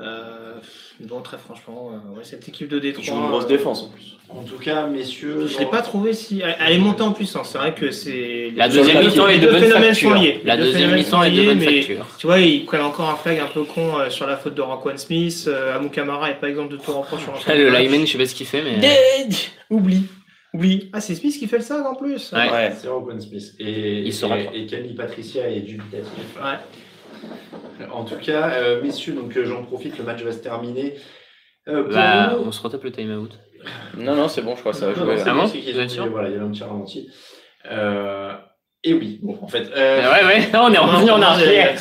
A: Euh, donc, très franchement, euh, ouais, cette équipe de Détroit.
B: Je joue une grosse
A: euh,
B: défense en plus.
C: En tout cas, messieurs.
A: Je l'ai
C: dans-
A: pas trouvé si. Elle elle est montée en puissance, c'est vrai que c'est.
D: La
A: les-
D: deuxième
A: les
D: mi-temps
A: deux
D: est de bonne
A: phénomènes sont
D: facture.
A: liés.
D: La
A: Les deux
D: deuxième
A: phénomènes
D: mi-temps
A: sont
D: est de
A: liés,
D: bonne
A: mais-
D: facture.
A: Tu vois, ils prennent encore un flag un peu con euh, sur la faute de Roquan Smith. Euh, Amou Kamara est pas exemple de tout reproche sur
D: Là,
A: l'ensemble.
D: Ah, le lineman, je sais pas ce qu'il fait, mais.
B: Dead
A: Oublie. Oublie. Ah, c'est Smith qui fait le sac en plus.
D: Ouais.
C: C'est Roquan Smith. Et,
D: Il se rattrape.
C: et, et Camille Patricia est dubitatif.
A: Ouais.
C: En tout cas, euh, messieurs, donc euh, j'en profite, le match va se terminer. Euh, pour
D: Bah,
C: nous-
D: on se retape le timeout.
B: Non, non, c'est bon, euh, je crois que ça va
C: Non, non,
B: jouer.
C: c'est
B: là.
D: Ah bon
C: c'est qu'ils
D: Vous
C: ont
D: êtes
C: dit,
D: sûr
C: Voilà, il y avait un petit ralenti. Euh, et oui, bon, en fait.
D: Ouais,
C: euh,
D: ouais, on est revenu en arrière.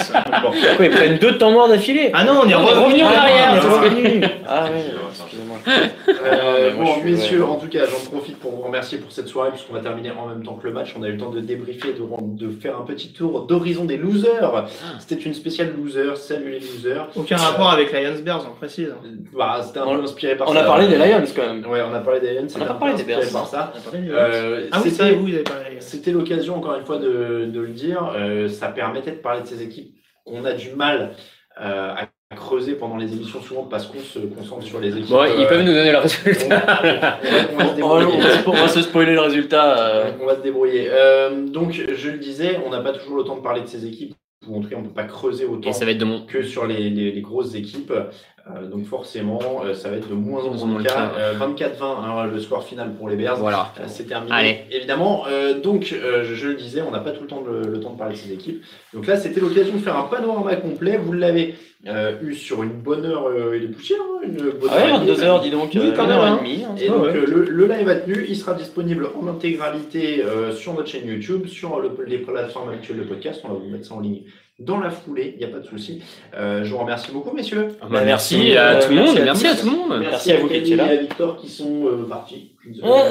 C: bon.
B: Pourquoi ils prennent deux temps morts d'affilée
A: Ah non, on est
D: On est
A: revenu
D: revenu en arrière.
A: on est revenu.
B: Ah ouais, excusez-moi.
C: Euh,
B: mais moi,
C: bon,
B: je suis-
C: messieurs, en tout cas, j'en profite pour vous remercier pour cette soirée, puisqu'on va terminer en même temps que le match. On a eu le temps de débriefer, de, rendre- de faire un petit tour d'horizon des
B: Ah.
C: losers. C'était une spéciale loser. Salut les losers.
A: Aucun rapport avec Lions Bears, on précise. hein.
C: Bah, c'était un
B: On-
C: peu inspiré par
B: On
C: ça.
B: a parlé des Lions quand même.
C: Ouais, on a parlé des Lions. c'était
B: pas
C: un peu
B: parlé des
C: inspiré
B: Bears.
C: par ça.
A: Ah
C: Euh,
A: oui, c'est vrai,
C: c'était-
A: vous, vous avez parlé.
C: c'était l'occasion, encore une fois, de, de le dire. Euh, ça permettait de parler de ces équipes qu'on a du mal euh, à creuser pendant les émissions, souvent parce qu'on se concentre sur les équipes.
D: Bon,
C: euh,
D: ils peuvent nous donner le
C: on-
D: résultat.
C: on- on- on-
B: Oh, non, on va se- on va se spoiler le résultat. euh.
C: On va se débrouiller. Euh, donc, je le disais, on n'a pas toujours le temps de parler de ces équipes, ou en tout cas, on ne peut pas creuser autant
D: Et ça va être de mon.
C: que sur les, les- les grosses équipes. Euh, donc, forcément, euh, ça va être de moins en
D: De
C: moins,
D: moins en
C: le
D: moins
C: cas.
D: le cas.
C: Euh, 24-20, hein, le score final pour les Bears.
D: Voilà.
C: Euh, C'est terminé,
D: Allez.
C: évidemment. Euh, donc, euh, je, je le disais, on n'a pas tout le temps de- le temps de parler de ces équipes. Donc là, c'était l'occasion de faire un panorama complet. Vous l'avez euh, eu sur une bonne heure, euh, il est poussé, hein, une bonne
B: Ah ouais,
C: heure et demie.
B: 22h, dis donc.
A: Oui,
B: euh,
A: quand
B: une
A: même,
B: heure et
A: hein.
B: demie, hein.
C: Et donc euh, le, le live a tenu, il sera disponible en intégralité euh, sur notre chaîne YouTube, sur le- les plateformes actuelles de podcast. On va vous mettre ça en ligne dans la foulée, il n'y a pas de souci. Euh, je vous remercie beaucoup, messieurs.
B: bah, merci,
D: merci à
B: euh,
D: tout le monde.
B: merci
D: Merci
B: à
D: à tout le monde.
B: Merci à vous qui
C: Camille
B: étiez là.
C: et à Victor qui sont euh, partis. Je-
B: Ouais.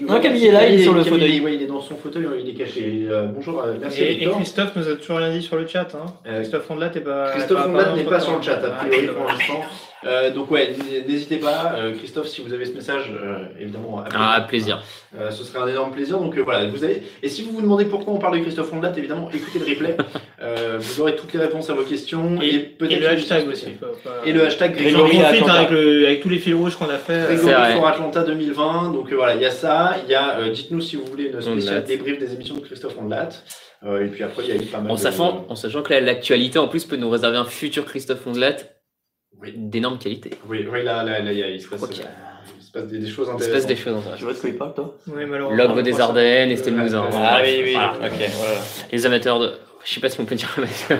C: je-
B: Non, Camille est là, il est sur le
C: Camille,
B: fauteuil.
C: ouais, il est dans son fauteuil, il est caché. Euh, bonjour, euh, merci à
A: Et, et
C: Victor.
A: Christophe nous a toujours rien dit sur le chat. Hein.
C: Euh,
A: Christophe Fondelat n'est pas.
C: Christophe Ondat n'est pas sur le chat, a
A: Ah,
C: priori
A: d'accord.
C: pour l'instant. Euh, donc ouais, n- n'hésitez pas, euh, Christophe, si vous avez ce message, euh, évidemment.
D: Ah,
C: appelez-nous.
D: plaisir.
C: Euh, ce serait un énorme plaisir. Donc euh, voilà, vous avez. Et si vous vous demandez pourquoi on parle de Christophe Ondat, évidemment, écoutez le replay. Euh, vous aurez toutes les réponses à vos questions
A: Et,
C: et,
A: et
C: peut-être
A: le
C: une
A: hashtag
C: question
A: aussi.
C: spéciale.
A: faut pas-
C: Et le hashtag
A: J'en
C: Grégory
A: profite,
C: Atlanta.
A: hein, avec, le- avec tous les fils rouges qu'on a fait. euh,
C: Grégory
D: C'est vrai.
C: pour Atlanta 2020. Donc euh, voilà, il y a ça. Il y a. euh, Dites-nous si vous voulez une
D: Ondat.
C: spéciale débrief des émissions de Christophe Ondat. Euh, et puis après, il y a eu pas mal.
D: En
C: de-
D: sachant, en sachant que la- l'actualité en plus peut nous réserver un futur Christophe Ondelat
C: Oui.
D: d'énorme qualité.
C: Oui, oui, là, là, là, il y a- il se passe,
D: Ok.
C: euh, il se passe des, des choses
D: Il se passe
C: intéressantes.
D: des choses intéressantes.
B: Tu vois de quoi il parle, toi
A: oui, malheureusement,
D: L'ogre
A: on
D: des
A: croit ça.
D: Ardennes, Estelle
C: Ah,
D: Mouzin.
C: oui,
D: Voilà,
C: oui, oui.
D: voilà.
B: Ok, voilà.
D: Les amateurs de. Je sais pas si on peut dire amateur.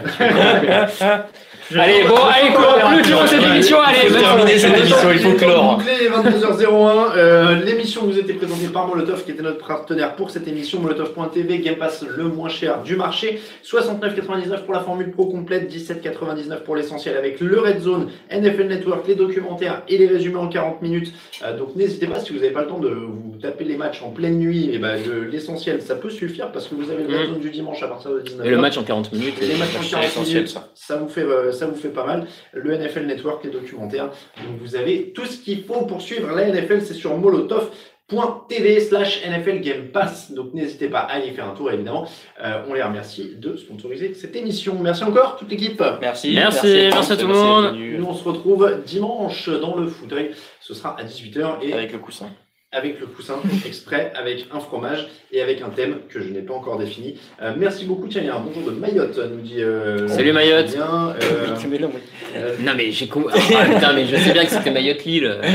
A: Je-
D: allez, bon, allez, courons plus, clôt cette émission. Allez, bonne
B: terminer cette émission,
D: soirée.
B: il faut clore.
C: Il est 22h01. euh, L'émission vous était présentée par Molotov, qui était notre partenaire pour cette émission. Molotov.tv, Game Pass le moins cher du marché. 69,99 pour la formule pro complète, 17,99 pour l'essentiel avec le Red Zone, NFL Network, les documentaires et les résumés en 40 minutes. Euh, donc n'hésitez pas, si vous n'avez pas le temps de vous taper les matchs en pleine nuit, et ben, de- l'essentiel, ça peut suffire parce que vous avez le Red
D: Mm.
C: Zone du dimanche à partir de 19h.
D: Et le match en 40 minutes.
C: Les matchs en
B: C'est
C: 40
B: essentiel,
C: minutes,
B: ça.
C: ça vous fait euh, ça vous fait pas mal. Le NFL Network, les documentaires, donc vous avez tout ce qu'il faut pour suivre la NFL, c'est sur molotov.tv slash NFL Game Pass. Donc n'hésitez pas à y faire un tour évidemment. Euh, on les remercie de sponsoriser cette émission. Merci encore toute l'équipe.
B: Merci.
D: Merci, merci à tout le
B: d'être
D: monde.
B: venu,
C: Nous on se retrouve dimanche dans le fauteuil. Ce sera à 18h
B: euh,
C: et
B: Avec le coussin.
C: avec le coussin exprès, avec un fromage et avec un thème que je n'ai pas encore défini. Euh, merci beaucoup. Tiens, il y a un bonjour de Mayotte, nous dit. euh,
D: Salut, Mayotte.
C: Bien, euh,
B: Tu mets là, oui.
C: euh,
D: Non mais j'ai compris. Ah, putain, mais je sais bien que c'était Mayotte Lille. Euh,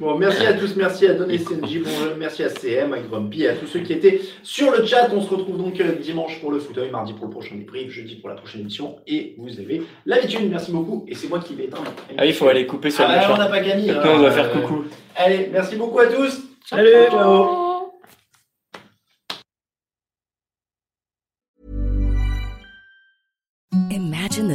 C: bon, merci à tous, merci à Donné CNJ, euh, merci à CM, à Grumpy, à tous ceux qui étaient sur le chat. On se retrouve donc euh, dimanche pour le fauteuil, mardi pour le prochain débrief, jeudi pour la prochaine émission. Et vous avez l'habitude, merci beaucoup. Et c'est moi qui vais éteindre.
B: Ah oui, il faut aller couper sur
C: Ah
B: le
C: bah, on
B: machin.
C: n'a pas gagné.
B: Maintenant, on
C: hein.
B: doit faire coucou.
C: Allez, merci beaucoup à tous.
A: Salut.
C: Ciao.
M: the